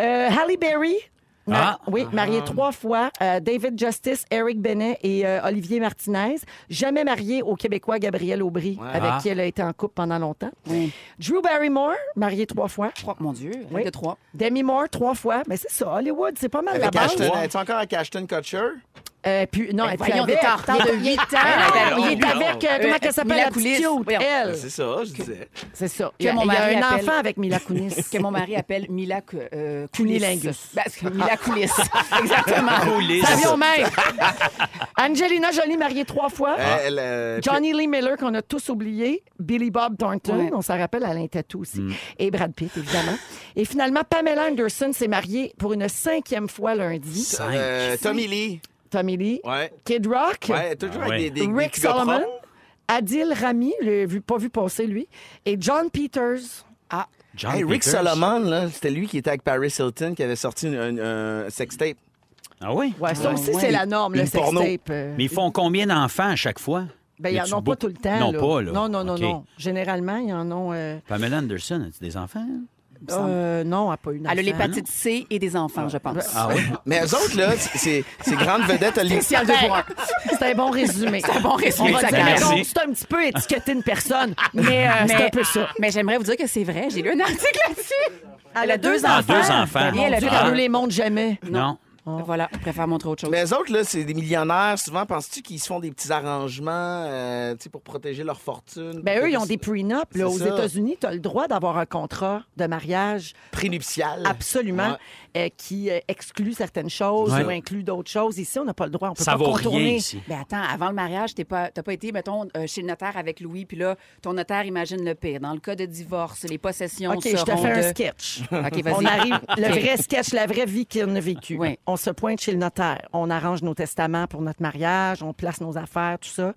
Speaker 1: Euh, Halle Berry,
Speaker 3: Ah.
Speaker 1: Ma- Oui, marié trois fois. euh, David Justice, Eric Benet et euh, Olivier Martinez. Jamais marié au Québécois Gabriel Aubry, avec
Speaker 3: Ah.
Speaker 1: qui elle a été en couple pendant longtemps. Drew Barrymore, marié trois fois.
Speaker 6: Trois, mon Dieu, règle
Speaker 1: Oui.
Speaker 6: de trois.
Speaker 1: Demi Moore, trois fois. Mais c'est ça, Hollywood, c'est pas mal la
Speaker 3: Avec
Speaker 1: base.
Speaker 3: Ashton, es-tu encore avec Ashton Kutcher?
Speaker 1: Euh, puis, non, elle était
Speaker 6: Ben, voyons,
Speaker 1: avec-
Speaker 6: t'es en retard de
Speaker 1: il est-
Speaker 6: huit ans.
Speaker 1: Ah non,
Speaker 6: Ben
Speaker 1: Il est
Speaker 6: non.
Speaker 1: avec, euh, comment
Speaker 6: Euh,
Speaker 1: qu'elle s'appelle, la
Speaker 6: Mila Kunis.
Speaker 1: petite cute,
Speaker 6: Voyons.
Speaker 1: elle.
Speaker 3: C'est ça, je disais.
Speaker 1: C'est ça. Il y a,
Speaker 6: Que mon
Speaker 1: il y a
Speaker 6: mari
Speaker 1: un
Speaker 6: appelle-
Speaker 1: enfant avec Mila Kunis.
Speaker 6: que mon mari appelle Mila Cou- euh, Kunis.
Speaker 1: Cunilingus.
Speaker 6: Ben, c'est Mila Kunis. Exactement.
Speaker 4: Coulisses.
Speaker 1: Savions même. Angelina Jolie, mariée trois fois.
Speaker 3: Euh, elle, euh,
Speaker 1: Johnny Lee Miller, qu'on a tous oublié. Billy Bob Thornton,
Speaker 6: Ouais. Mm.
Speaker 1: on s'en rappelle, Alain Tatou aussi. Et Brad Pitt, évidemment. Et finalement, Pamela Anderson s'est mariée pour une cinquième fois lundi.
Speaker 3: puis, euh, Tommy Lee.
Speaker 1: Tommy Lee.
Speaker 3: Ouais.
Speaker 1: Kid Rock.
Speaker 3: Ouais, toujours
Speaker 4: Ah ouais.
Speaker 3: avec des, des, des
Speaker 1: Rick
Speaker 3: petits gars
Speaker 1: Solomon.
Speaker 3: propres.
Speaker 1: Adil Rami, je l'ai vu, pas vu passer, lui. Et John Peters. Ah,
Speaker 4: John
Speaker 3: Hey, Rick
Speaker 4: Peters.
Speaker 3: Solomon, là, c'était lui qui était avec Paris Hilton qui avait sorti une- une- un sextape.
Speaker 4: Ah oui?
Speaker 1: Ouais, ça
Speaker 6: Ah,
Speaker 1: aussi,
Speaker 6: ouais.
Speaker 1: c'est la norme, le
Speaker 3: Une porno.
Speaker 1: sextape. euh.
Speaker 4: Mais ils font combien d'enfants à chaque fois?
Speaker 1: Ben, ils
Speaker 4: Y a-tu
Speaker 1: en ont pas
Speaker 4: beaucoup?
Speaker 1: tout le temps.
Speaker 4: Non,
Speaker 1: là.
Speaker 4: pas, là.
Speaker 1: Non, non, non,
Speaker 4: OK.
Speaker 1: non. Généralement, ils en ont. euh,
Speaker 4: Pamela Anderson, as-tu des enfants?
Speaker 1: euh, non, elle a pas une.
Speaker 6: Elle a
Speaker 1: enfant.
Speaker 6: l'hépatite C et des enfants, je pense.
Speaker 4: Ah oui?
Speaker 3: Mais eux autres, là, c'est- c'est ces grandes vedettes
Speaker 6: Spécial de voir.
Speaker 1: C'est un bon résumé.
Speaker 6: C'est un bon
Speaker 1: On
Speaker 6: résumé de
Speaker 1: va
Speaker 6: sa
Speaker 1: dire,
Speaker 6: carrière.
Speaker 1: donc, c'est un petit peu étiqueter une personne, mais, euh, c'est un peu ça.
Speaker 6: Mais j'aimerais vous dire que c'est vrai. J'ai lu un article là-dessus. Elle a deux
Speaker 4: Ah,
Speaker 6: enfants.
Speaker 4: deux enfants.
Speaker 6: Et elle a
Speaker 1: Dieu,
Speaker 6: deux
Speaker 1: qu'on
Speaker 4: Ah.
Speaker 1: nous les montre jamais.
Speaker 4: Non.
Speaker 1: Ah.
Speaker 6: Voilà, je préfère montrer autre chose.
Speaker 3: Mais eux autres, là, c'est des millionnaires. Souvent, penses-tu qu'ils se font des petits arrangements euh, tu sais, pour protéger leur fortune?
Speaker 1: Ben eux, ils ont des prenups.
Speaker 3: C'est
Speaker 1: là. Aux
Speaker 3: ça.
Speaker 1: États-Unis, tu as le droit d'avoir un contrat de mariage
Speaker 3: prénuptiales.
Speaker 1: absolument euh, qui euh, exclut certaines choses
Speaker 4: Ouais.
Speaker 1: ou inclut d'autres choses. Ici, on n'a pas le droit. On peut
Speaker 4: Ça
Speaker 1: pas
Speaker 4: vaut
Speaker 1: contourner.
Speaker 4: rien ici.
Speaker 6: Mais attends, avant le mariage, t'es pas- t'as pas, été, mettons, euh, chez le notaire avec Louis, puis là, ton notaire imagine le pire. Dans le cas de divorce, les possessions
Speaker 1: OK, je te
Speaker 6: seront
Speaker 1: fais un
Speaker 6: de-
Speaker 1: sketch.
Speaker 6: OK, vas-y.
Speaker 1: On arrive, le
Speaker 6: OK.
Speaker 1: vrai sketch, la vraie vie qu'on a vécue.
Speaker 6: Oui.
Speaker 1: On se pointe chez le notaire. On arrange nos testaments pour notre mariage, on place nos affaires, tout ça.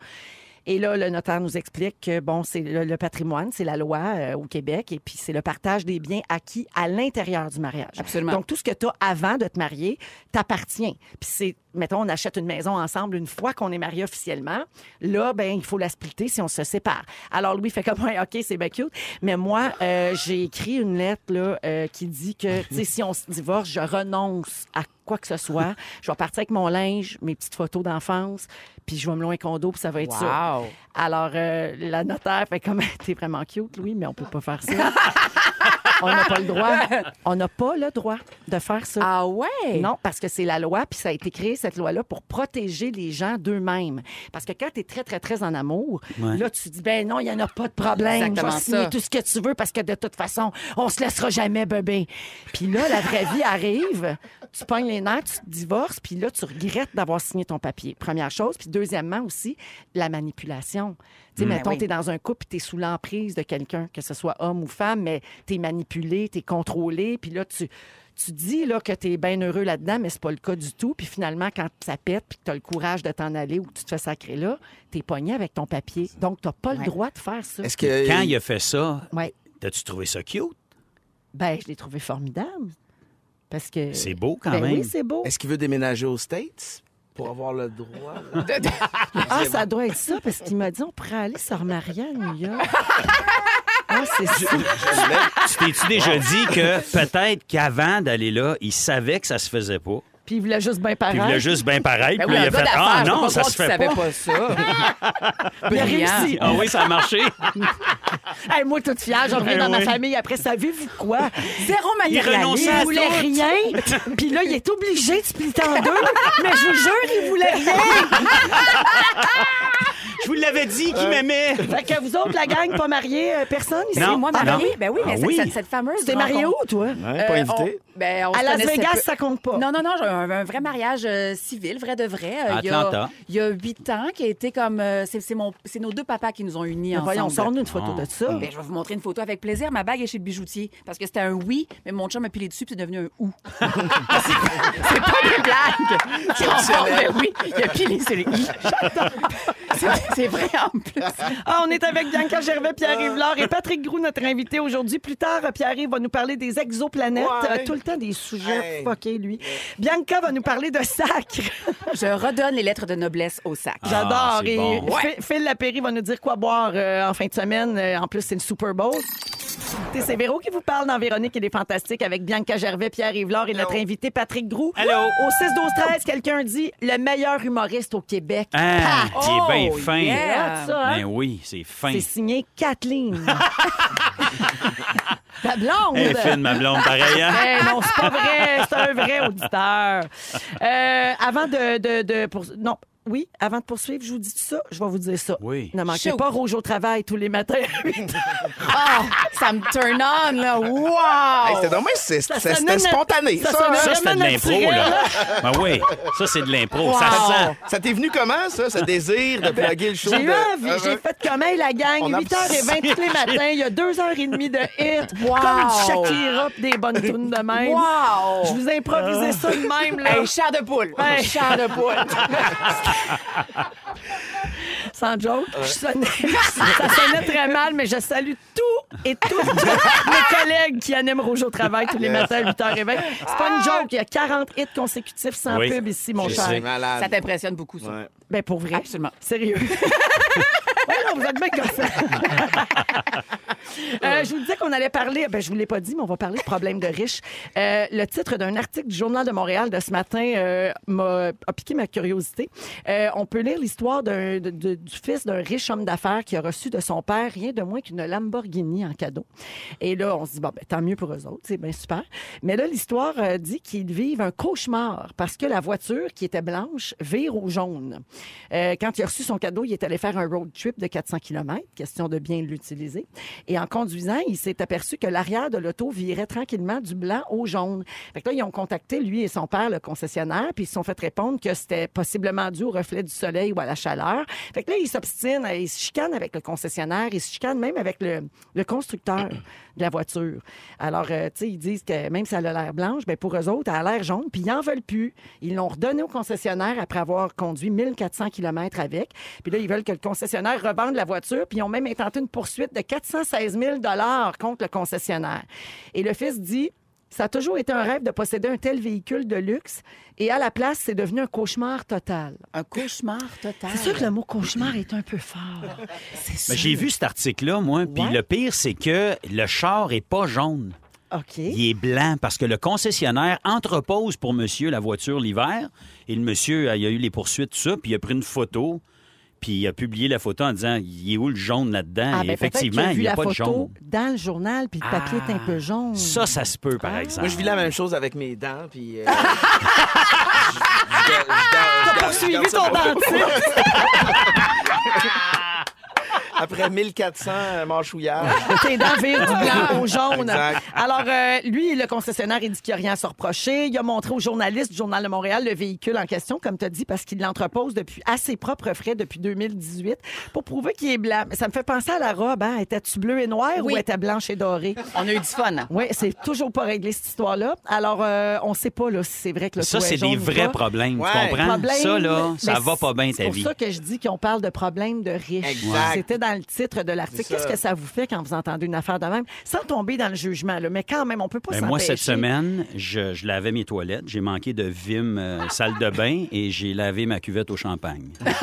Speaker 1: Et là, le notaire nous explique que, bon, c'est le, le patrimoine, c'est la loi euh, au Québec, et puis c'est le partage des biens acquis à l'intérieur du mariage.
Speaker 6: Absolument.
Speaker 1: Donc, tout ce que tu as avant de te marier t'appartient. Puis c'est, mettons, on achète une maison ensemble une fois qu'on est marié officiellement. Là, ben il faut la splitter si on se sépare. Alors, Louis fait comme, Ouais, OK, c'est bien cute. Mais moi, euh, j'ai écrit une lettre là, euh, qui dit que, tu sais, si on se divorce, je renonce à quoi que ce soit. Je vais partir avec mon linge, mes petites photos d'enfance, puis je vais me louer un condo, puis ça va être ça.
Speaker 6: Wow.
Speaker 1: Alors, euh, la notaire fait comme, t'es vraiment cute, Louis, mais on peut pas faire ça. On n'a pas le droit. On n'a pas le droit de faire ça.
Speaker 6: Ah ouais?
Speaker 1: Non, parce que c'est la loi, puis ça a été créé, cette loi-là, pour protéger les gens d'eux-mêmes. Parce que quand tu es très, très, très en amour,
Speaker 4: Ouais.
Speaker 1: là, tu dis, ben non, il n'y en a pas de problème.
Speaker 6: Exactement
Speaker 1: Je vais signer
Speaker 6: ça.
Speaker 1: tout ce que tu veux parce que de toute façon, on se laissera jamais bébé. Puis là, la vraie vie arrive, tu pognes les nerfs, tu te divorces, puis là, tu regrettes d'avoir signé ton papier. Première chose. Puis deuxièmement aussi, la manipulation. Tu sais, mettons,
Speaker 6: Ben oui.
Speaker 1: t'es dans un couple, tu es sous l'emprise de quelqu'un, que ce soit homme ou femme, mais tu es manipulé, tu es contrôlé, puis là, tu, tu dis là, que tu es bien heureux là-dedans, mais c'est pas le cas du tout. Puis finalement, quand ça pète, puis que tu as le courage de t'en aller ou que tu te fais sacrer là, tu es pogné avec ton papier. Donc, tu pas le droit de faire ça.
Speaker 3: Est-ce que.
Speaker 4: Quand il a fait ça,
Speaker 1: Ouais.
Speaker 4: t'as-tu trouvé ça cute?
Speaker 1: Ben, je l'ai trouvé formidable. Parce que.
Speaker 4: C'est beau quand
Speaker 1: Ben
Speaker 4: même.
Speaker 1: Oui, c'est beau.
Speaker 3: Est-ce qu'il veut déménager aux States pour avoir le droit?
Speaker 1: Ah, ça doit être ça, parce qu'il m'a dit on pourrait aller se remarier à New York. ah, c'est ça.
Speaker 4: Tu t'es-tu déjà dit que peut-être qu'avant d'aller là, il savait que ça se faisait pas?
Speaker 1: Puis il voulait juste bien
Speaker 4: Puis
Speaker 1: pareil.
Speaker 4: il voulait juste bien pareil.
Speaker 6: Ben
Speaker 4: puis là,
Speaker 6: oui, un
Speaker 4: il a
Speaker 6: gars
Speaker 4: fait
Speaker 6: d'affaires,
Speaker 4: Ah
Speaker 6: je peux
Speaker 4: non,
Speaker 6: pas
Speaker 4: ça
Speaker 6: croire
Speaker 4: se
Speaker 6: qu'il
Speaker 4: fait
Speaker 6: savait
Speaker 4: pas.
Speaker 6: pas ça.
Speaker 1: Ben, Il a
Speaker 6: Brillant.
Speaker 1: réussi.
Speaker 4: Ah oui, ça a marché.
Speaker 1: Hey, moi, toute fière, je reviens
Speaker 4: Eh
Speaker 1: dans ma
Speaker 4: oui.
Speaker 1: famille après. Savez-vous quoi?
Speaker 6: Zéro
Speaker 4: renonçait à
Speaker 1: Il
Speaker 6: matérialiste.
Speaker 1: voulait rien. Puis là, il est obligé de splitter en deux. Mais je vous jure, il voulait rien.
Speaker 4: Je vous l'avais dit
Speaker 1: Euh,
Speaker 4: qu'il m'aimait.
Speaker 1: Fait que vous autres, la gang, pas mariés, euh, personne ici?
Speaker 4: Non.
Speaker 6: Et moi,
Speaker 4: Ah, non.
Speaker 6: mariée, ben oui, mais
Speaker 4: Ah
Speaker 6: c'est-
Speaker 4: oui.
Speaker 6: Cette, cette fameuse.
Speaker 1: Tu t'es marié où,
Speaker 6: rencontre-
Speaker 1: toi?
Speaker 3: Ouais, pas
Speaker 6: Euh,
Speaker 3: invité.
Speaker 6: on- ben, on
Speaker 1: À
Speaker 6: se
Speaker 1: Las
Speaker 6: connaissait
Speaker 1: Vegas,
Speaker 6: peu.
Speaker 1: ça compte pas.
Speaker 6: Non, non, non, j'ai un, un vrai mariage euh, civil, vrai de vrai.
Speaker 4: Ah,
Speaker 6: euh, il y a-
Speaker 4: Atlanta.
Speaker 6: Il y a huit ans, qui a été comme. euh, c'est c'est mon- c'est nos deux papas qui nous ont unis
Speaker 1: Ben,
Speaker 6: ensemble.
Speaker 1: Voyons, sort une photo de ça.
Speaker 6: Ben, je vais vous montrer une photo avec plaisir. Ma bague est chez le bijoutier. Parce que c'était un oui, mais mon chum a pilé dessus puis c'est devenu un ou. c'est c'est pas des blagues. C'est en forme de oui. Il a pilé sur le i. C'est- C'est vrai en plus.
Speaker 1: Ah, on est avec Bianca Gervais, Pierre-Yves Laure et Patrick Groux, notre invité aujourd'hui. Plus tard, Pierre-Yves va nous parler des exoplanètes.
Speaker 3: Ouais.
Speaker 1: Euh, tout le temps des sujets
Speaker 3: Hey.
Speaker 1: fuckés, lui. Bianca va nous parler de sacre.
Speaker 6: Je redonne les lettres de noblesse au sac.
Speaker 1: J'adore.
Speaker 4: Ah, c'est
Speaker 1: et
Speaker 4: bon.
Speaker 1: Phil- Phil Lapéry va nous dire quoi boire euh, en fin de semaine. Euh, en plus, c'est le Super Bowl. C'est Véro qui vous parle dans Véronique et les Fantastiques avec Bianca Gervais, Pierre Yvelore et notre invité Patrick Groux.
Speaker 4: Allô.
Speaker 1: Au 6-12-13, quelqu'un dit le meilleur humoriste au Québec.
Speaker 4: Ah, il est bien
Speaker 6: Oh,
Speaker 4: fin.
Speaker 6: yeah.
Speaker 1: Regarde ça, hein?
Speaker 4: Ben oui, c'est fin.
Speaker 1: C'est signé Kathleen. Ta blonde!
Speaker 4: Elle est fine, ma blonde, pareil. hein?
Speaker 1: Hey, Eh non, c'est pas vrai, c'est un vrai auditeur. Euh, avant de, de- de pour- non, oui, avant de poursuivre, je vous dis ça, je vais vous dire ça.
Speaker 4: Oui.
Speaker 1: Ne manquez
Speaker 6: Shoot.
Speaker 1: pas Rouge au travail tous les matins à 8 heures.
Speaker 6: Ah, ça me turn on, là. Wow!
Speaker 3: Hey, c'était dommage, c'est-
Speaker 1: Ça
Speaker 3: c'est-
Speaker 1: sonnait
Speaker 3: c'était spontané.
Speaker 1: na- ça
Speaker 3: Ça,
Speaker 1: sonnait-
Speaker 3: là.
Speaker 4: Ça, c'était de
Speaker 1: Vraiment
Speaker 4: l'impro, là.
Speaker 1: naturel.
Speaker 4: Ben oui, ça, c'est de l'impro. Ça sent.
Speaker 3: ça t'est venu comment, ça, ce désir de plugger le show?
Speaker 1: J'ai eu
Speaker 3: de-
Speaker 1: envie,
Speaker 3: Ah,
Speaker 1: j'ai
Speaker 3: ouais.
Speaker 1: fait comme elle, la gang,
Speaker 3: On a-
Speaker 1: 8h20 tous les matins, il y a 2h30 de hits,
Speaker 6: Wow.
Speaker 1: comme du Shakira pis des bonnes tunes de même.
Speaker 6: Wow!
Speaker 1: Je vous improvisais ça de même, là.
Speaker 6: Hey, chair de poule.
Speaker 1: Ouais.
Speaker 6: Chair de poule.
Speaker 1: Sans joke, je sonnais, ça sonnait très mal, mais je salue tout et toutes mes collègues qui animent Rouge au travail tous les matins à 8h20. C'est pas une joke, il y a 40 hits consécutifs sans
Speaker 4: Oui.
Speaker 1: pub ici, mon
Speaker 4: Je
Speaker 1: cher.
Speaker 3: C'est
Speaker 4: sais.
Speaker 6: Ça
Speaker 3: malade.
Speaker 6: t'impressionne beaucoup, ça.
Speaker 3: Ouais.
Speaker 1: Ben pour vrai.
Speaker 6: Absolument.
Speaker 1: Sérieux. Ouais, non, vous êtes bien comme ça. Euh, je vous disais qu'on allait parler, ben, je vous l'ai pas dit, mais on va parler de problème de riches. Euh, le titre d'un article du Journal de Montréal de ce matin euh, m'a a piqué ma curiosité. Euh, on peut lire l'histoire d'un- de- de- du fils d'un riche homme d'affaires qui a reçu de son père rien de moins qu'une Lamborghini en cadeau. Et là, on se dit, bon, ben, tant mieux pour eux autres, c'est bien super. Mais là, l'histoire euh, dit qu'ils vivent un cauchemar parce que la voiture qui était blanche vire au jaune. Euh, quand il a reçu son cadeau, il est allé faire un road trip de 400 km, question de bien l'utiliser. Et en conduisant, il s'est aperçu que l'arrière de l'auto virait tranquillement du blanc au jaune. Fait que là, ils ont contacté lui et son père, le concessionnaire, puis ils se sont fait répondre que c'était possiblement dû au reflet du soleil ou à la chaleur. Fait que là, ils s'obstinent, ils se chicanent avec le concessionnaire, ils se chicanent même avec le, le constructeur de la voiture. Alors, euh, tu sais, ils disent que même si elle a l'air blanche, ben pour eux autres, elle a l'air jaune, puis ils n'en veulent plus. Ils l'ont redonné au concessionnaire après avoir conduit 1400 km avec. Puis là, ils veulent que le concessionnaire revende la voiture, puis ils ont même intenté une poursuite de 416 000 contre le concessionnaire. Et le fils dit... Ça a toujours été un rêve de posséder un tel véhicule de luxe et à la place, c'est devenu un cauchemar total.
Speaker 6: Un cauchemar total.
Speaker 1: C'est sûr que le mot cauchemar est un peu fort.
Speaker 4: Ben, J'ai vu cet article-là, moi. Puis
Speaker 1: Ouais.
Speaker 4: le pire, c'est que le char est pas jaune.
Speaker 1: OK.
Speaker 4: Il est blanc parce que le concessionnaire entrepose pour monsieur la voiture l'hiver. Et le monsieur, euh, il a eu les poursuites, tout ça, puis il a pris une photo, puis il a publié la photo en disant il est où le jaune là-dedans
Speaker 1: Ah,
Speaker 4: Et
Speaker 1: ben, peut-être
Speaker 4: effectivement,
Speaker 1: qu'il a vu
Speaker 4: il n'y a
Speaker 1: la
Speaker 4: pas de
Speaker 1: photo
Speaker 4: jaune. Ah.
Speaker 1: dans le journal, puis le papier est un peu jaune. Ah.
Speaker 4: Ça, ça se peut, par exemple.
Speaker 3: Moi, je vis la même chose avec mes dents, puis... euh, je- je garde- je garde- je garde- je garde
Speaker 1: poursuivi
Speaker 3: ça
Speaker 1: ton
Speaker 3: pour-
Speaker 1: dentiste.
Speaker 3: Après 1400 mâchouillages.
Speaker 1: Tes dents virent du blanc au jaune.
Speaker 3: Exact.
Speaker 1: Alors, euh, lui, le concessionnaire, il dit qu'il n'y a rien à se reprocher. Il a montré aux journalistes du Journal de Montréal le véhicule en question, comme tu as dit, parce qu'il l'entrepose depuis, à ses propres frais depuis 2018 pour prouver qu'il est blanc. Mais ça me fait penser à la robe. Hein? Était-tu bleu et noir
Speaker 6: Oui.
Speaker 1: ou était blanche et dorée?
Speaker 6: On a eu du fun.
Speaker 1: Oui, c'est toujours pas réglé, cette histoire-là. Alors, euh, on ne sait pas là, si c'est vrai que le
Speaker 4: Ça,
Speaker 1: toit est
Speaker 4: c'est
Speaker 1: jaune
Speaker 4: des
Speaker 1: ou
Speaker 4: vrais
Speaker 1: pas.
Speaker 4: problèmes.
Speaker 3: Ouais.
Speaker 4: Tu comprends?
Speaker 1: Problème,
Speaker 4: Ça, là, ça
Speaker 1: mais
Speaker 4: va pas bien ta
Speaker 1: C'est pour
Speaker 4: vie.
Speaker 1: ça que je dis qu'on parle de problème de riches.
Speaker 3: Exact.
Speaker 1: C'était dans le titre de l'article.
Speaker 3: C'est ça.
Speaker 1: Qu'est-ce que ça vous fait quand vous entendez une affaire de même? Sans tomber dans le jugement, là, mais quand même, on peut pas
Speaker 4: Ben,
Speaker 1: s'empêcher.
Speaker 4: moi, cette semaine, je, je lavais mes toilettes. J'ai manqué de vim euh, salle de bain et j'ai lavé ma cuvette au champagne. Tu
Speaker 3: Arrête,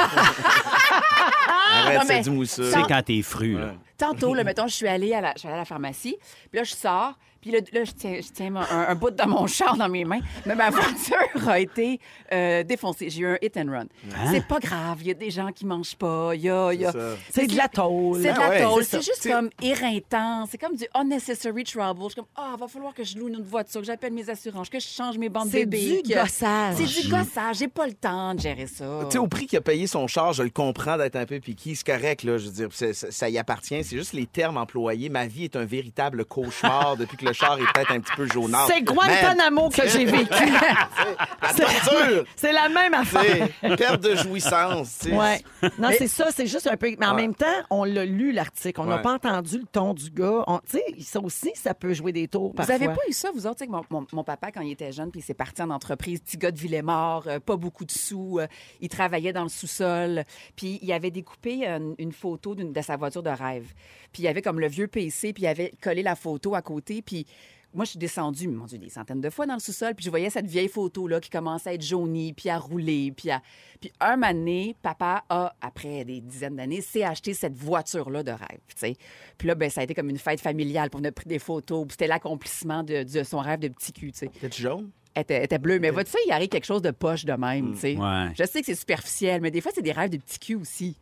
Speaker 6: Non, mais-
Speaker 3: c'est du mousseux.
Speaker 4: sais, quand t'es fru, là.
Speaker 6: Tantôt, là, mettons, je suis allée à la, je suis allée à la pharmacie, puis là, je sors, puis là, là, je tiens, je tiens un, un bout de mon char dans mes mains, mais ma voiture a été euh, défoncée. J'ai eu un hit and run.
Speaker 4: Hein?
Speaker 6: C'est pas grave, il y a des gens qui mangent pas, il y a... il y a-
Speaker 3: C'est ça.
Speaker 1: C'est de la tôle.
Speaker 6: C'est de
Speaker 3: Ah
Speaker 6: la
Speaker 3: ouais,
Speaker 6: tôle.
Speaker 3: c'est ça.
Speaker 6: C'est juste
Speaker 3: C'est-
Speaker 6: comme éreintant. C'est comme du unnecessary trouble. Je suis comme, ah, va falloir que je loue une autre voiture, que j'appelle mes assurances, que je change mes bandes
Speaker 1: C'est
Speaker 6: bébés.
Speaker 1: du
Speaker 6: que-
Speaker 1: gossage.
Speaker 6: C'est du gossage. J'ai pas le temps de gérer ça.
Speaker 3: Tu sais, au prix qu'il a payé son char, je le comprends d'être un peu piqué. C'est correct, là. Je veux dire, c'est- ça, ça y appartient. C'est juste les termes employés. Ma vie est un véritable cauchemar depuis que le char est peut-être un petit peu jaunard.
Speaker 1: C'est Guantanamo que j'ai vécu.
Speaker 3: La torture!
Speaker 1: C'est la même
Speaker 3: tu
Speaker 1: affaire.
Speaker 3: sais, perte de jouissance, tu sais.
Speaker 1: Ouais. Non, c'est ça, c'est juste un peu. Mais en même temps, on l'a lu, l'article. On n'a
Speaker 3: Ouais.
Speaker 1: pas entendu le ton du gars. On- Tu sais, ça aussi, ça peut jouer des tours parfois.
Speaker 6: Vous avez pas eu ça, vous autres? Tu sais que mon, mon- mon papa, quand il était jeune, puis il s'est parti en entreprise, petit gars de Villemort, euh, pas beaucoup de sous, euh, il travaillait dans le sous-sol, puis il avait découpé euh, une, une photo d'une- de sa voiture de rêve. Puis il y avait comme le vieux PC, puis il avait collé la photo à côté, puis Moi, je suis descendue, mon Dieu, des centaines de fois dans le sous-sol, puis je voyais cette vieille photo-là qui commençait à être jaunie, puis à rouler, puis à... Puis un moment donné, papa a, après des dizaines d'années, s'est acheté cette voiture-là de rêve, tu sais. Puis là, ben, ça a été comme une fête familiale, pour on a pris des photos, puis c'était l'accomplissement de, de son rêve de petit cul, tu sais.
Speaker 3: T'es-tu jaune?
Speaker 6: Elle était, elle était bleue, mais vois-tu ça, il arrive quelque chose de poche de même, tu sais.
Speaker 4: ouais.
Speaker 6: Je sais que c'est superficiel, mais des fois, c'est des rêves de petit cul aussi.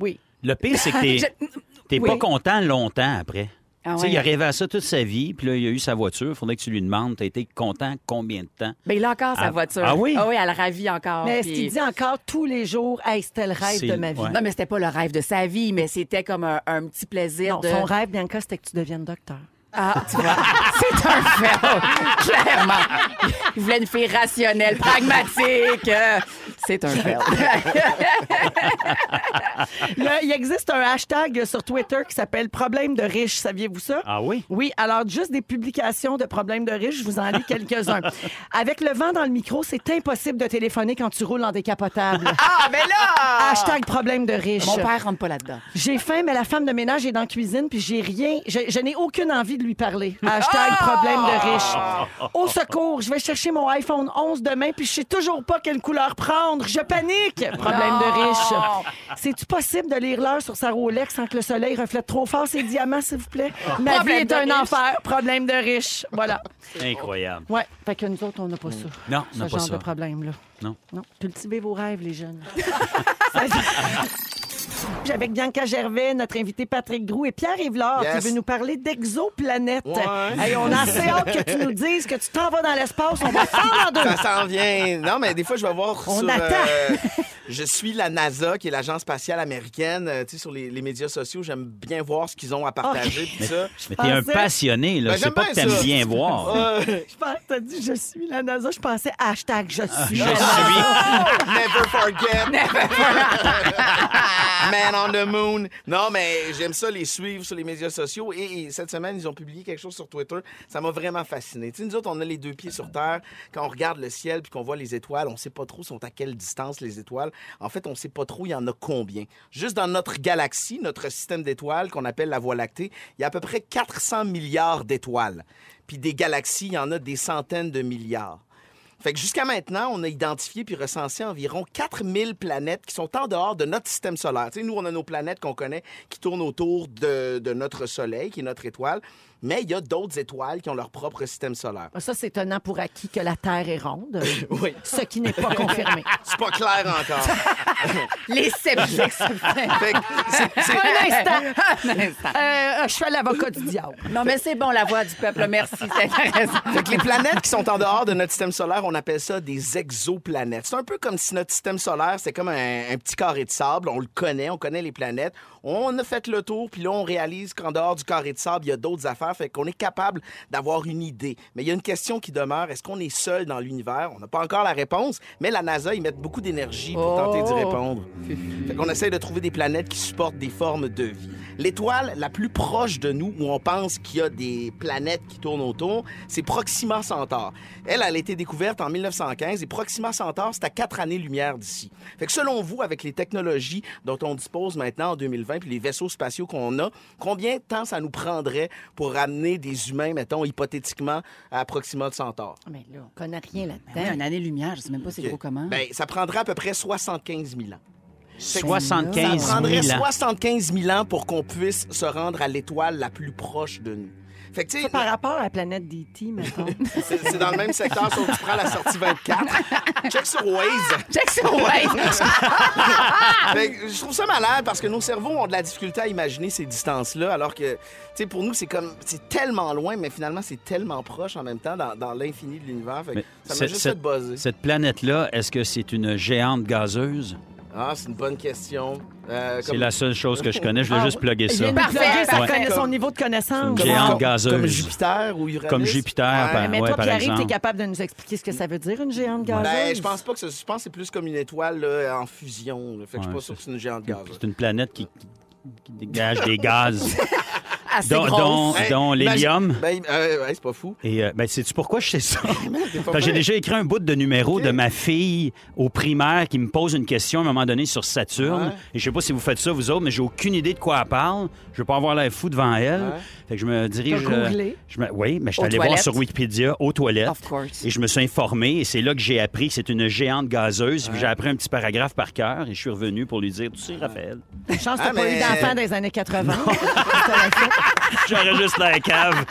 Speaker 6: Oui.
Speaker 4: Le pire, c'est que t'es,
Speaker 6: Je-
Speaker 4: t'es
Speaker 6: Oui.
Speaker 4: pas content longtemps après.
Speaker 6: Ah
Speaker 4: Tu sais,
Speaker 6: ouais.
Speaker 4: Il a rêvé à ça toute sa vie, puis là, il a eu sa voiture. Faudrait que tu lui demandes, t'as été content combien de temps?
Speaker 6: Ben, il a encore sa
Speaker 4: Ah-
Speaker 6: voiture.
Speaker 4: ah oui?
Speaker 6: Ah oui, elle ravit encore.
Speaker 1: Mais est-ce
Speaker 6: puis-
Speaker 1: qu'il dit encore tous les jours, hey, c'était le rêve
Speaker 4: C'est-
Speaker 1: de ma vie?
Speaker 4: ouais.
Speaker 6: Non, mais c'était pas le rêve de sa vie, mais c'était comme un, un petit plaisir
Speaker 1: Non,
Speaker 6: de...
Speaker 1: son rêve, Bianca, c'était que tu deviennes docteur.
Speaker 6: Ah, tu vois, c'est un fail, clairement. Il voulait une fille rationnelle, pragmatique. euh, C'est un fail.
Speaker 1: Là, Euh, il existe un hashtag sur Twitter qui s'appelle Problème de riche. Saviez-vous ça?
Speaker 4: Ah oui?
Speaker 1: Oui, alors juste des publications de problèmes de riches, je vous en lis quelques-uns. Avec le vent dans le micro, c'est impossible de téléphoner quand tu roules en décapotable.
Speaker 6: Ah, mais là!
Speaker 1: Hashtag problème de riche.
Speaker 6: Mon père rentre pas là-dedans.
Speaker 1: J'ai faim, mais la femme de ménage est dans la cuisine, puis j'ai rien. Je, je n'ai aucune envie de lui parler.
Speaker 6: Ah!
Speaker 1: Hashtag problème de riche. Au secours, je vais chercher mon iPhone 11 demain, puis je sais toujours pas quelle couleur prendre. Je panique. Problème de riche. C'est-tu possible de lire l'heure sur sa Rolex sans que le soleil reflète trop fort ses diamants, s'il vous plaît? Ma
Speaker 6: Problème
Speaker 1: vie est
Speaker 6: de
Speaker 1: un
Speaker 6: riche.
Speaker 1: enfer. Problème de riche. Voilà.
Speaker 4: Incroyable.
Speaker 1: Ouais. Fait que nous autres, on n'a pas ça.
Speaker 4: Non, on
Speaker 1: ce
Speaker 4: n'a pas
Speaker 1: genre
Speaker 4: ça.
Speaker 1: de problème-là.
Speaker 4: Non.
Speaker 1: Non. Cultivez vos rêves, les jeunes. J'ai Avec Bianca Gervais, notre invité Patrick Groux et Pierre Évlard
Speaker 3: Yes.
Speaker 1: qui veut nous parler d'exoplanètes.
Speaker 3: Ouais.
Speaker 1: Hey, on a assez hâte que tu nous dises que tu t'en vas dans l'espace, on va faire en deux.
Speaker 3: Ça s'en vient. Non, mais des fois, je vais voir
Speaker 1: On
Speaker 3: sur... euh,
Speaker 1: attend.
Speaker 3: je suis la NASA, qui est l'agence spatiale américaine. Euh, tu sais, sur les, les médias sociaux, j'aime bien voir ce qu'ils ont à partager, puis ça.
Speaker 4: Mais t'es un
Speaker 1: pensais-
Speaker 4: passionné, là.
Speaker 3: Ben,
Speaker 4: c'est
Speaker 3: j'aime
Speaker 4: pas
Speaker 3: bien
Speaker 4: que t'aimes
Speaker 3: ça.
Speaker 4: bien voir.
Speaker 3: Euh,
Speaker 1: Je pense que t'as dit je suis la NASA, je pensais hashtag je suis.
Speaker 4: Ah, Je
Speaker 1: la NASA.
Speaker 4: suis.
Speaker 3: Never forget. Man on the moon. Non, mais j'aime ça les suivre sur les médias sociaux. Et, et cette semaine, ils ont publié quelque chose sur Twitter. Ça m'a vraiment fasciné. Tu sais, nous autres, on a les deux pieds sur Terre. Quand on regarde le ciel puis qu'on voit les étoiles, on sait pas trop sont à quelle distance les étoiles. En fait, on sait pas trop il y en a combien. Juste dans notre galaxie, notre système d'étoiles qu'on appelle la Voie lactée, il y a à peu près 400 milliards d'étoiles. Puis des galaxies, il y en a des centaines de milliards. Fait que jusqu'à maintenant, on a identifié puis recensé environ 4000 planètes qui sont en dehors de notre système solaire. Tu sais, nous, on a nos planètes qu'on connaît qui tournent autour de, de notre Soleil, qui est notre étoile, mais il y a d'autres étoiles qui ont leur propre système solaire.
Speaker 1: Ça, c'est tenant pour acquis que la Terre est ronde,
Speaker 3: Oui.
Speaker 1: ce qui n'est pas confirmé.
Speaker 3: C'est pas clair encore.
Speaker 6: Les sceptiques.
Speaker 3: Fait que c'est- c'est-
Speaker 1: Un instant.
Speaker 6: Un instant.
Speaker 1: Euh, je suis l'avocat du diable.
Speaker 6: Non, mais c'est bon, la voix du peuple. Merci, c'est intéressant.
Speaker 3: Fait que les planètes qui sont en dehors de notre système solaire, on appelle ça des exoplanètes. C'est un peu comme si notre système solaire, c'est comme un, un petit carré de sable. On le connaît, on connaît les planètes. On a fait le tour, puis là, on réalise qu'en dehors du carré de sable, il y a d'autres affaires. Fait qu'on est capable d'avoir une idée. Mais il y a une question qui demeure. Est-ce qu'on est seul dans l'univers? On n'a pas encore la réponse, mais la NASA, ils mettent beaucoup d'énergie pour tenter d'y
Speaker 6: Oh.
Speaker 3: répondre. Fait qu'on essaie de trouver des planètes qui supportent des formes de vie. L'étoile la plus proche de nous, où on pense qu'il y a des planètes qui tournent autour, c'est Proxima Centaure. Elle, elle a été découverte en 1915 et Proxima Centaure, c'est à quatre années-lumière d'ici. Fait que selon vous, avec les technologies dont on dispose maintenant en 2020 puis les vaisseaux spatiaux qu'on a, combien de temps ça nous prendrait pour ramener des humains, mettons, hypothétiquement, à Proxima Centaure?
Speaker 6: Ah.
Speaker 1: Mais là, on connaît rien là-dedans.
Speaker 6: Une année-lumière, je sais même pas c'est gros comment.
Speaker 3: Ben, ça prendrait à peu près 75 000 ans. Ça
Speaker 4: 75
Speaker 3: prendrait
Speaker 4: 000 ans.
Speaker 3: 75 000 ans pour qu'on puisse se rendre à l'étoile la plus proche de nous. Fait que, tu sais,
Speaker 1: Par rapport à la planète d'E.T., mettons.
Speaker 3: c'est c'est dans le même secteur, sauf que tu prends la sortie 24. Check sur Waze.
Speaker 6: Check sur Waze.
Speaker 3: Fait que je trouve ça malade parce que nos cerveaux ont de la difficulté à imaginer ces distances-là, alors que, tu sais, pour nous, c'est comme, c'est tellement loin, mais finalement, c'est tellement proche en même temps dans, dans l'infini de l'univers. Fait que
Speaker 4: Mais
Speaker 3: ça m'a
Speaker 4: cette-
Speaker 3: juste fait
Speaker 4: cette-
Speaker 3: buzzer.
Speaker 4: Cette planète-là, est-ce que c'est une géante gazeuse?
Speaker 3: Ah, c'est une bonne question. Euh,
Speaker 4: C'est
Speaker 3: comme-
Speaker 4: la seule chose que je connais. Je l'ai
Speaker 1: Ah,
Speaker 4: juste plugué
Speaker 1: Il vient
Speaker 4: ça.
Speaker 1: de
Speaker 6: Parfait,
Speaker 1: plugger sa
Speaker 4: parfait.
Speaker 1: conna- son niveau de connaissance.
Speaker 4: C'est une géante.
Speaker 3: comme-
Speaker 4: gazeuse.
Speaker 3: Comme Jupiter ou Uranus.
Speaker 4: Comme Jupiter, par-
Speaker 3: Ouais.
Speaker 1: Mais
Speaker 4: Ouais,
Speaker 1: toi,
Speaker 4: par
Speaker 1: Pierre, t'es
Speaker 4: exemple.
Speaker 1: capable de nous expliquer ce que ça veut dire, une géante gazeuse?
Speaker 3: Ben, je pense pas que ce- je pense que c'est plus comme une étoile là, en fusion. là. Fait que je suis
Speaker 4: Ouais,
Speaker 3: pas sûr que c'est une géante gazeuse.
Speaker 4: C'est une planète qui, qui dégage des gaz.
Speaker 1: Ah,
Speaker 6: assez
Speaker 4: dont,
Speaker 6: grosse.
Speaker 4: dont- dont l'hélium.
Speaker 3: Ben, euh, ouais, c'est pas fou.
Speaker 4: Et euh, ben, sais-tu pourquoi je sais ça?
Speaker 3: t'es pas
Speaker 4: Parce que J'ai
Speaker 3: prêt.
Speaker 4: déjà écrit un bout de numéro de ma fille au primaire qui me pose une question à un moment donné sur Saturne.
Speaker 3: Ouais.
Speaker 4: Et je sais pas si vous faites ça, vous autres, mais j'ai aucune idée de quoi elle parle. Je veux pas avoir l'air fou devant elle.
Speaker 3: Ouais.
Speaker 4: Fait que je me dirige... euh,
Speaker 2: T'as googlé?
Speaker 4: je me- oui, mais je suis
Speaker 6: Aux
Speaker 4: allé voir
Speaker 6: toilettes?
Speaker 4: sur Wikipédia, aux toilettes.
Speaker 6: Of course.
Speaker 4: Et je me suis informé. Et c'est là que j'ai appris que c'est une géante gazeuse. Puis j'ai appris un petit paragraphe par cœur. Et je suis revenu pour lui dire, tu sais, Raphaël,
Speaker 2: Chance,
Speaker 3: Ah,
Speaker 2: t'as pas
Speaker 3: mais-
Speaker 2: eu d'enfant dans les années 80.
Speaker 4: j'aurais juste la cave.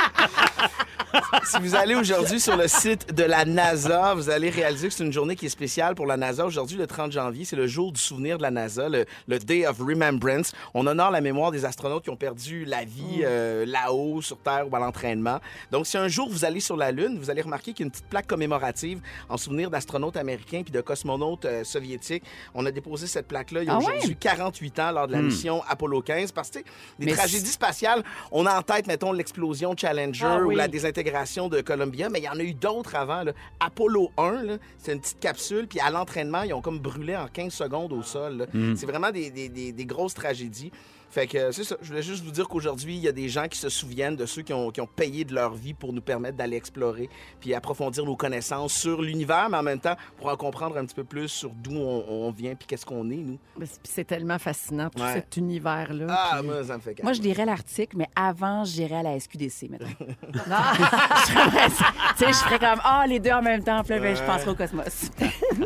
Speaker 3: Si vous allez aujourd'hui sur le site de la NASA, vous allez réaliser que c'est une journée qui est spéciale pour la NASA. Aujourd'hui, le 30 janvier, c'est le jour du souvenir de la NASA, le, le Day of Remembrance. On honore la mémoire des astronautes qui ont perdu la vie
Speaker 6: Mm.
Speaker 3: euh, là-haut, sur Terre ou à l'entraînement. Donc, si un jour vous allez sur la Lune, vous allez remarquer qu'il y a une petite plaque commémorative en souvenir d'astronautes américains puis de cosmonautes euh, soviétiques. On a déposé cette plaque-là il y a
Speaker 6: Ah ouais? Mm.
Speaker 3: aujourd'hui 48 ans lors de la mission Apollo 15 parce que, tu sais, des
Speaker 6: Mais
Speaker 3: tragédies spatiales, on a en tête, mettons, l'explosion Challenger
Speaker 6: Ah
Speaker 3: ou
Speaker 6: oui.
Speaker 3: la désintégration de Columbia, mais il y en a eu d'autres avant. là. Apollo 1, là, c'est une petite capsule, puis à l'entraînement, ils ont comme brûlé en 15 secondes au sol. là. C'est vraiment des, des- des- des grosses tragédies. Fait que euh, c'est ça. Je voulais juste vous dire qu'aujourd'hui, il y a des gens qui se souviennent de ceux qui ont, qui ont payé de leur vie pour nous permettre d'aller explorer puis approfondir nos connaissances sur l'univers, mais en même temps, pour en comprendre un petit peu plus sur d'où on, on vient puis qu'est-ce qu'on est, nous.
Speaker 2: Mais c'est- c'est tellement fascinant, tout
Speaker 3: Ouais.
Speaker 2: cet univers-là.
Speaker 3: Ah,
Speaker 2: puis-
Speaker 3: moi, ça me fait
Speaker 6: Moi, je dirais l'Arctique, mais avant, j'irais à la SQDC, maintenant. Je ferais ça. tu sais, je ferais comme, ah, les deux en même temps, puis là, ben, je penserais au cosmos.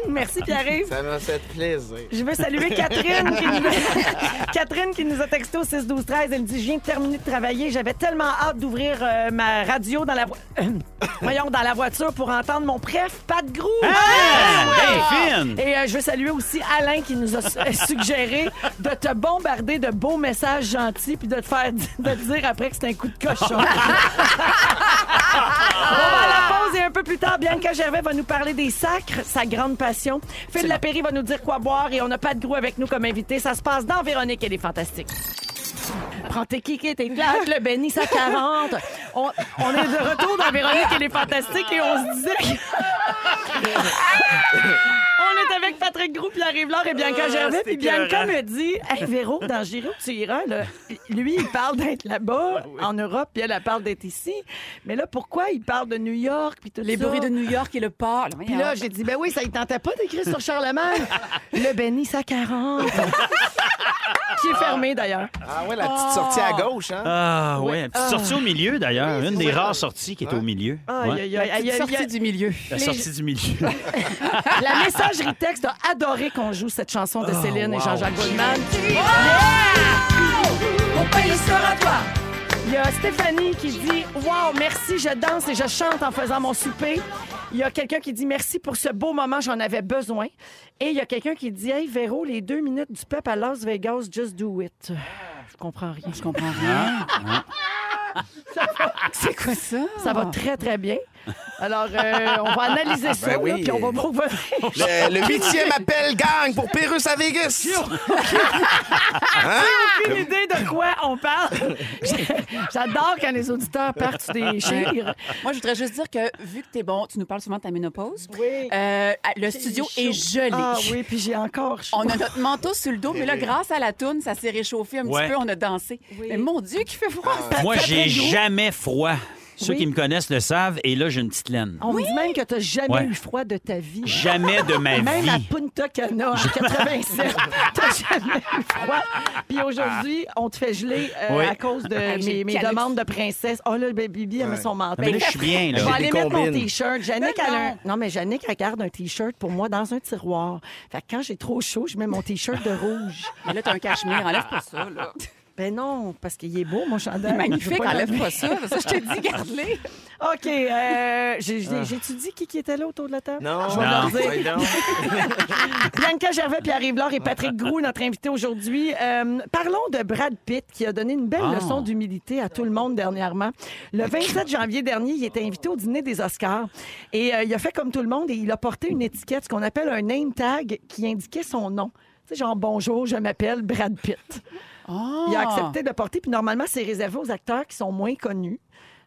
Speaker 2: Merci, Pierre-Yves.
Speaker 3: Ça m'a fait plaisir.
Speaker 2: Je veux saluer Catherine qui nous, Catherine qui nous a texté au 6 12 13 Elle me dit je viens de terminer de travailler, j'avais tellement hâte d'ouvrir euh, ma radio dans la vo- voyons dans la voiture pour entendre mon préf Pat Grou.
Speaker 4: Hey, ben fine!
Speaker 2: Ah! Et euh, je veux saluer aussi Alain qui nous a su- suggéré de te bombarder de beaux messages gentils puis de te faire di- de te dire après que c'est un coup de cochon. On va à la pause et un peu plus tard, Bianca Gervais va nous parler des sacres, sa grande passion. Phil Lapéry va nous dire quoi boire et on a pas de gros avec nous comme invité. Ça se passe dans Véronique et les Fantastiques. Prends tes kikis, tes plages, le béni, ça 40. On, on est de retour dans Véronique et les Fantastiques et on se disait que- on est avec Patrick Groupe, Pierre Rivlard et Bianca Gervais. Puis Bianca me dit Hey Véro, dans Giro, tu iras. Là. Lui, il parle d'être
Speaker 6: Ah
Speaker 2: là-bas, en Europe, puis elle, elle parle d'être ici. Mais là, pourquoi il parle de New York, puis tout
Speaker 6: Les
Speaker 2: ça?
Speaker 6: bruits de New York et le port. là,
Speaker 2: Puis là, j'ai dit, ben oui, ça ne tentait pas d'écrire sur Charlemagne. le béni, ça 40. qui est fermé, d'ailleurs.
Speaker 3: Ah ouais, la petite sortie à gauche, hein?
Speaker 4: Ah ouais, une petite sortie au milieu d'ailleurs, une des rares sorties qui est au milieu.
Speaker 2: Aïe,
Speaker 6: Ah,
Speaker 4: Ouais.
Speaker 2: aïe, aïe, aïe,
Speaker 6: Aïe,
Speaker 2: aïe, aïe.
Speaker 6: sortie du milieu.
Speaker 4: La
Speaker 2: les-
Speaker 4: sortie du milieu.
Speaker 2: La messagerie texte a adoré qu'on joue cette chanson
Speaker 3: Oh,
Speaker 2: de Céline et Jean-Jacques Goldman.
Speaker 6: Mon pays sera toi.
Speaker 2: Il y a Stéphanie qui dit Wow, merci, je danse et je chante en faisant mon souper. Il y a quelqu'un qui dit Merci pour ce beau moment, j'en avais besoin. Et il y a quelqu'un qui dit Hey, Véro, les deux minutes du peuple à Las Vegas, just do it. Je comprends rien. Ah,
Speaker 6: Je comprends rien. Ah. C'est quoi ça?
Speaker 2: Ça va très, très bien. Alors, euh, on va analyser ça,
Speaker 3: Ben oui. Ah!
Speaker 2: là, puis on va vous revenir.
Speaker 3: Le le huitième appel gang pour Pérus à Vegas.
Speaker 2: aucune idée de quoi on parle. J'adore quand les auditeurs partent sur des chires.
Speaker 6: Moi, je voudrais juste dire que, vu que t'es bon, tu nous parles souvent de ta ménopause.
Speaker 2: Oui.
Speaker 6: Euh, le studio est gelé.
Speaker 2: Ah oui, puis j'ai encore chaud.
Speaker 6: On a notre manteau sur le dos, mais là, grâce à la toune, ça s'est réchauffé un
Speaker 4: Ouais.
Speaker 6: petit peu, on a dansé. Mais mon Dieu, qui fait froid!
Speaker 4: Moi, j'ai
Speaker 2: Patrick Roux.
Speaker 4: jamais froid. Ceux
Speaker 2: Oui.
Speaker 4: qui me connaissent le savent. Et là, j'ai une petite laine.
Speaker 1: Oh.
Speaker 2: On me dit même que t'as jamais
Speaker 4: Ouais.
Speaker 2: eu froid de ta vie.
Speaker 4: Jamais de ma
Speaker 2: Même à
Speaker 4: vie.
Speaker 2: Punta Cana en 87, t'as jamais eu froid. Puis aujourd'hui, on te fait geler euh,
Speaker 4: Oui.
Speaker 2: à cause de
Speaker 6: Ah,
Speaker 2: mes,
Speaker 6: j'ai
Speaker 2: mes
Speaker 6: canuc.
Speaker 2: demandes de princesse. Oh là, le baby, elle met son manteau.
Speaker 4: Mais là, je suis bien,
Speaker 2: Je vais
Speaker 4: là.
Speaker 3: des
Speaker 2: aller mettre mon
Speaker 3: combines.
Speaker 2: T-shirt. Jannick,
Speaker 6: Mais
Speaker 2: elle a
Speaker 6: non.
Speaker 2: un- Non, mais Jannick, elle garde un T-shirt pour moi dans un tiroir. Fait que quand j'ai trop chaud, je mets mon T-shirt de rouge.
Speaker 6: Mais là, t'as un cachemire, enlève pas ça, là.
Speaker 2: Ben non, parce qu'il est beau, mon chandail. Je veux
Speaker 6: Magnifique,
Speaker 2: pas
Speaker 6: enlève
Speaker 2: l'enlever.
Speaker 6: pas ça. Ça, je te dis, garde-les.
Speaker 2: OK. Euh, j'ai-
Speaker 4: Ah.
Speaker 2: j'ai- J'ai-tu dit qui, qui était là autour de la table?
Speaker 3: Non,
Speaker 2: Je vais leur dire.
Speaker 3: Ouais, non.
Speaker 2: Bianca Gervais, Pierre-Yves Laure et Patrick Groux, notre invité aujourd'hui. Euh, parlons de Brad Pitt, qui a donné une belle
Speaker 4: Ah.
Speaker 2: leçon d'humilité à tout le monde dernièrement. Le 27 janvier dernier, il était invité au dîner des Oscars. Et euh, il a fait comme tout le monde et il a porté une étiquette, ce qu'on appelle un name tag, qui indiquait son nom. Tu sais, genre, bonjour, je m'appelle Brad Ah. Pitt. Il a accepté de porter, puis normalement, c'est réservé aux acteurs qui sont moins connus.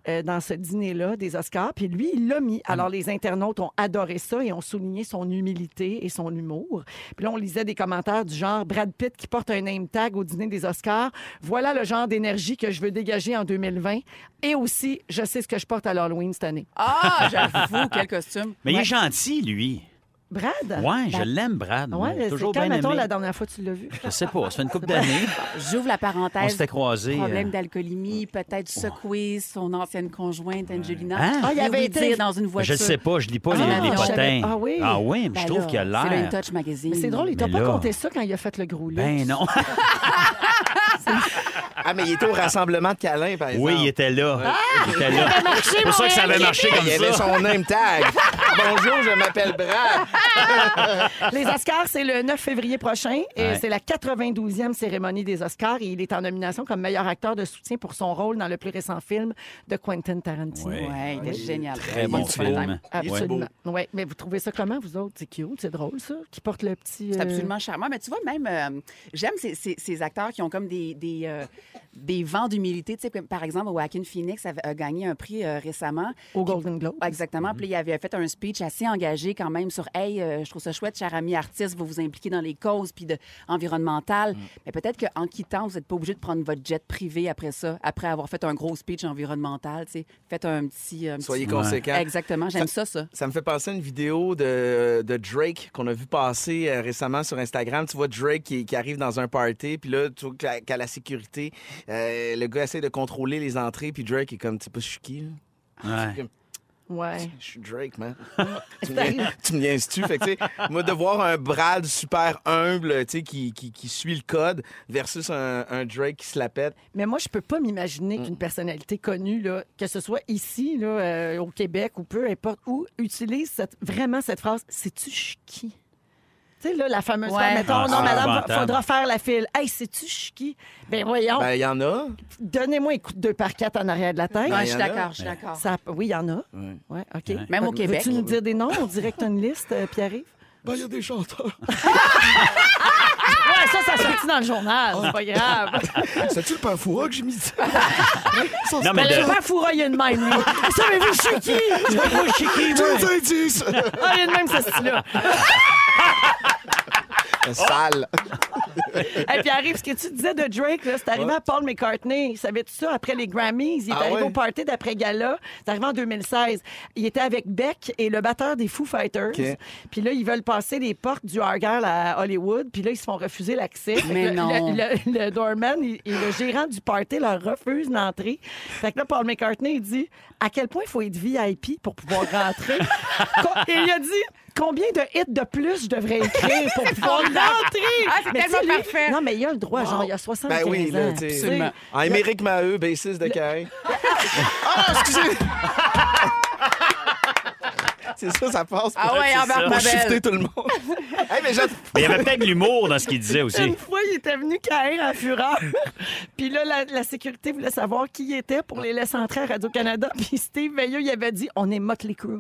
Speaker 1: euh, dans ce dîner-là des Oscars. Puis lui, il l'a mis. Alors, les internautes ont adoré ça et ont souligné son humilité et son humour. Puis là, on lisait des commentaires du genre Brad Pitt qui porte un name tag au dîner des Oscars. Voilà le genre d'énergie que je veux dégager en 2020. Et aussi, je sais ce que je porte à l'Halloween cette année.
Speaker 6: Ah, j'avoue, quel costume.
Speaker 4: Mais il est gentil, lui.
Speaker 1: Brad?
Speaker 4: Ouais, je l'aime, Brad.
Speaker 1: Ah
Speaker 4: moi.
Speaker 1: Euh, Ouais, c'est
Speaker 4: Toujours
Speaker 1: quand,
Speaker 4: bien
Speaker 1: mettons,
Speaker 4: aimé.
Speaker 1: la dernière fois que tu l'as vu?
Speaker 4: Je sais pas, ça fait une couple d'années.
Speaker 6: J'ouvre la
Speaker 4: On
Speaker 6: parenthèse.
Speaker 4: s'était croisés.
Speaker 6: Problème
Speaker 4: euh,
Speaker 6: d'alcoolimie, peut-être secouer son ancienne conjointe Angelina.
Speaker 4: Hein?
Speaker 1: Ah, il
Speaker 6: Mais
Speaker 1: avait
Speaker 6: oui,
Speaker 1: été-
Speaker 6: dire dans une voiture.
Speaker 4: Je sais pas, je lis pas
Speaker 6: Ah,
Speaker 4: les, les
Speaker 6: non.
Speaker 4: potins.
Speaker 1: Ah oui.
Speaker 4: Ah oui, mais je
Speaker 6: Ben
Speaker 4: trouve
Speaker 6: là,
Speaker 4: qu'il a
Speaker 6: C'est le In
Speaker 4: l'air.
Speaker 6: Touch magazine.
Speaker 1: Mais c'est drôle, il t'a
Speaker 4: Mais
Speaker 1: pas
Speaker 4: là-
Speaker 1: compté ça quand il a fait le gros luxe.
Speaker 4: Ben non.
Speaker 3: Ah, mais il était au rassemblement de câlin, par exemple.
Speaker 4: Oui, il était là.
Speaker 1: Ah!
Speaker 4: Il était là. C'est pour ça que ça avait marché comme
Speaker 3: Il avait
Speaker 4: ça.
Speaker 3: son name tag. Bonjour, je m'appelle Brad.
Speaker 1: Les Oscars, c'est le 9 février prochain. et
Speaker 4: Ouais.
Speaker 1: C'est la 92e cérémonie des Oscars et il est en nomination comme meilleur acteur de soutien pour son rôle dans le plus récent film de Quentin Tarantino.
Speaker 4: Ouais.
Speaker 6: Ouais, il était génial.
Speaker 4: Très bon
Speaker 6: Once upon a time.
Speaker 4: film.
Speaker 1: Absolument. Ouais. Mais vous trouvez ça comment, vous autres? C'est cute, c'est drôle, ça, qui porte le petit...
Speaker 6: C'est
Speaker 1: euh,
Speaker 6: absolument charmant. Mais tu vois, même, euh, j'aime ces, ces- ces acteurs qui ont comme des, des, euh, des vents d'humilité. Tu sais, comme, par exemple, Joaquin Phoenix avait- a gagné un prix euh, récemment.
Speaker 1: Au Golden Globe.
Speaker 6: Ouais, Exactement. Puis il avait fait un speech assez engagé quand même sur Hey, euh, je trouve ça chouette, cher ami artiste, vous vous impliquez dans les causes puis de, environnementales. Mais peut-être qu'en quittant, vous n'êtes pas obligé de prendre votre jet privé après ça, après avoir fait un gros speech environnemental. tu sais. Faites un petit. un petit-
Speaker 3: Soyez conséquents.
Speaker 6: Exactement. J'aime ça, ça.
Speaker 3: Ça me fait penser à une vidéo de, de Drake qu'on a vu passer euh, récemment sur Instagram. Tu vois Drake qui, qui arrive dans un party, puis là, tu vois qu'à qu'à la sécurité, euh, le gars essaie de contrôler les entrées, puis Drake est comme, tu sais pas, je suis qui, là?
Speaker 4: Ouais.
Speaker 1: Ouais.
Speaker 3: Je suis Drake, man. tu me niaises- tu me niaises-tu? Fait que, tu sais, moi, de voir un Brad super humble, tu sais, qui, qui, qui suit le code, versus un, un Drake qui se la pète.
Speaker 1: Mais moi, je peux pas m'imaginer qu'une personnalité connue, là, que ce soit ici, là, euh, au Québec ou peu importe où, utilise cette- vraiment cette phrase « Sais-tu je suis qui? » Tu sais, là, la fameuse
Speaker 6: Ouais.
Speaker 1: phrase, mettons,
Speaker 4: Ah,
Speaker 1: non,
Speaker 4: c'est
Speaker 1: madame,
Speaker 4: épouvantable.
Speaker 1: faudra faire la file. Hey, sais-tu je suis qui? Ben
Speaker 6: Oh.
Speaker 1: voyons,
Speaker 3: Ben, il y en a. Ben,
Speaker 1: donnez-moi un coup de deux par quatre en arrière de la tête.
Speaker 6: Ouais, je
Speaker 3: y
Speaker 6: suis
Speaker 3: en a.
Speaker 6: d'accord, je suis d'accord.
Speaker 1: Ça, oui, il y en a. Ouais, OK.
Speaker 6: Même au Québec.
Speaker 1: Veux-tu nous dire des noms? On dirait que t'as une liste, euh, Pierre-Yves.
Speaker 3: Ben, il y a des chanteurs.
Speaker 1: Ouais, ça, ça sortit dans le journal. C'est pas grave.
Speaker 3: C'est-tu Ah, le hein, panfoura que j'ai mis ça?
Speaker 4: Non, mais
Speaker 1: Mais
Speaker 4: de-
Speaker 1: le père Foura, il y a une même, lui. Savez-vous, je suis qui?
Speaker 3: Tous indices!
Speaker 1: Ah, il y a une même, ce style-là.
Speaker 6: Oh.
Speaker 3: Sale.
Speaker 1: Et puis arrive ce que tu disais de Drake, là, c'est arrivé à Paul McCartney. Savais-tu ça? Après les Grammys, il est
Speaker 3: Ah
Speaker 1: arrivé
Speaker 3: ouais?
Speaker 1: au party d'après-gala. C'est arrivé en 2016. Il était avec Beck et le batteur des Foo Fighters.
Speaker 3: OK.
Speaker 1: Puis là, ils veulent passer les portes du Argyle à Hollywood. Puis là, ils se font refuser l'accès. Fait que
Speaker 6: Mais
Speaker 1: le-
Speaker 6: non.
Speaker 1: Le, le- le doorman et et le gérant du party leur refusent l'entrée. Fait que là, Paul McCartney, il dit à quel point il faut être VIP pour pouvoir rentrer. Co- et il a dit combien de hits de plus je devrais écrire pour pouvoir rentrer.
Speaker 6: Ah, c'est
Speaker 1: Mais tu sais,
Speaker 6: tellement
Speaker 1: lui-
Speaker 6: parfait.
Speaker 1: Non, mais il a le droit, genre, il a 75
Speaker 3: Ben oui, là,
Speaker 1: ans.
Speaker 3: tu sais.
Speaker 6: Absolument.
Speaker 3: En Émeric Maheu, bassiste de Caen. Ah, excusez! C'est ça, ça passe.
Speaker 6: Ah ouais, embarque ma
Speaker 3: Pour
Speaker 6: belle.
Speaker 3: shifter tout le monde. hey, mais j'att-
Speaker 4: Mais il y avait peut-être de l'humour dans ce qu'il disait aussi.
Speaker 1: Une fois, il était venu caer en fureur. Puis là, la, la sécurité voulait savoir qui il était pour les laisser entrer à Radio-Canada. Puis Steve Veilleux, il avait dit On est Motley Crue.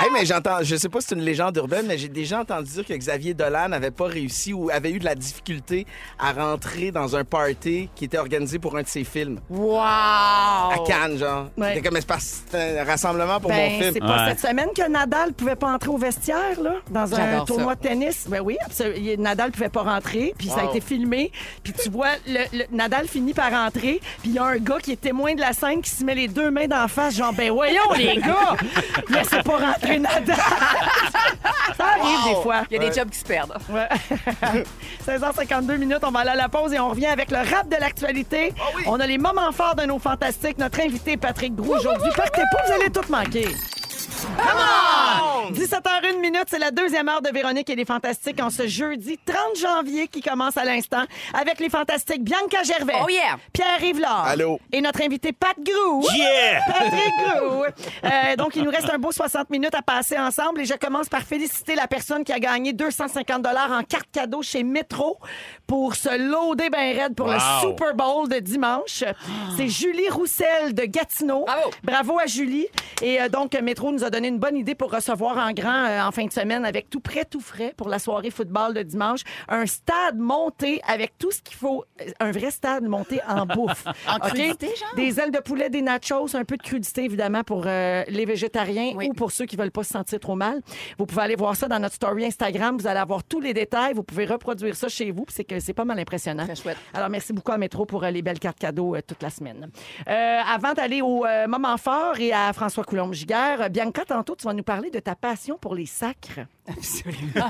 Speaker 3: Hey, mais j'entends, je sais pas si c'est une légende urbaine, mais j'ai déjà entendu dire que Xavier Dolan n'avait pas réussi ou avait eu de la difficulté à rentrer dans un party qui était organisé pour un de ses films.
Speaker 6: Wow!
Speaker 3: À Cannes, genre.
Speaker 1: Ouais.
Speaker 3: C'était comme, mais c'est parce que c'était un rassemblement pour
Speaker 1: Ben,
Speaker 3: mon film.
Speaker 1: c'est pas
Speaker 4: Ouais.
Speaker 1: cette semaine que Nadal pouvait pas entrer au vestiaire, là, dans un
Speaker 6: J'adore
Speaker 1: tournoi
Speaker 6: ça.
Speaker 1: de tennis. Ben oui, absolu- il- Nadal pouvait pas rentrer, puis ça a
Speaker 3: Wow.
Speaker 1: été filmé. Puis tu vois, le, le- Nadal finit par rentrer, puis il y a un gars qui est témoin de la scène qui se met les deux mains d'en face, genre, ben voyons, les gars! Laissez pas rentrer Nadal! ça arrive des fois.
Speaker 6: Il y a des jobs qui se perdent.
Speaker 1: Ouais. 16h52 minutes, on va aller à la pause et on revient avec le rap de l'actualité.
Speaker 6: Ah
Speaker 1: On a les moments forts de nos fantastiques. Notre invité Patrick Groux aujourd'hui. Partez pas, vous allez tout manquer. 17h01 minute, c'est la deuxième heure de Véronique et les Fantastiques en ce jeudi 30 janvier qui commence à l'instant avec les Fantastiques Bianca Gervais,
Speaker 6: Oh yeah!
Speaker 1: Pierre-Yves Laure
Speaker 3: Allô.
Speaker 1: et notre invité Pat Groux.
Speaker 4: Yeah!
Speaker 1: Patrick Groux. Euh, donc, il nous reste un beau 60 minutes à passer ensemble et je commence par féliciter la personne qui a gagné 250 dollars en carte cadeau chez Metro pour se loader ben raide pour le
Speaker 4: Wow.
Speaker 1: Super Bowl de dimanche. C'est Julie Roussel de Gatineau.
Speaker 6: Bravo.
Speaker 1: à Julie. Et euh, donc, Metro nous a a donné une bonne idée pour recevoir en grand euh, en fin de semaine avec tout prêt, tout frais pour la soirée football de dimanche. Un stade monté avec tout ce qu'il faut. Euh, Un vrai stade monté en bouffe.
Speaker 6: En
Speaker 1: OK?
Speaker 6: crudité, genre?
Speaker 1: Des ailes de poulet, des nachos, un peu de crudité, évidemment, pour euh, les végétariens
Speaker 6: Oui.
Speaker 1: ou pour ceux qui veulent pas se sentir trop mal. Vous pouvez aller voir ça dans notre story Instagram. Vous allez avoir tous les détails. Vous pouvez reproduire ça chez vous. puis C'est que c'est pas mal impressionnant.
Speaker 6: Très chouette.
Speaker 1: Alors, merci beaucoup à Métro pour euh, les belles cartes cadeaux euh, toute la semaine. Euh, avant d'aller au euh, moment fort et à François Coulombe-Giguère, euh, Bianca, tantôt, tu vas nous parler de ta passion pour les sacres.
Speaker 6: Absolument.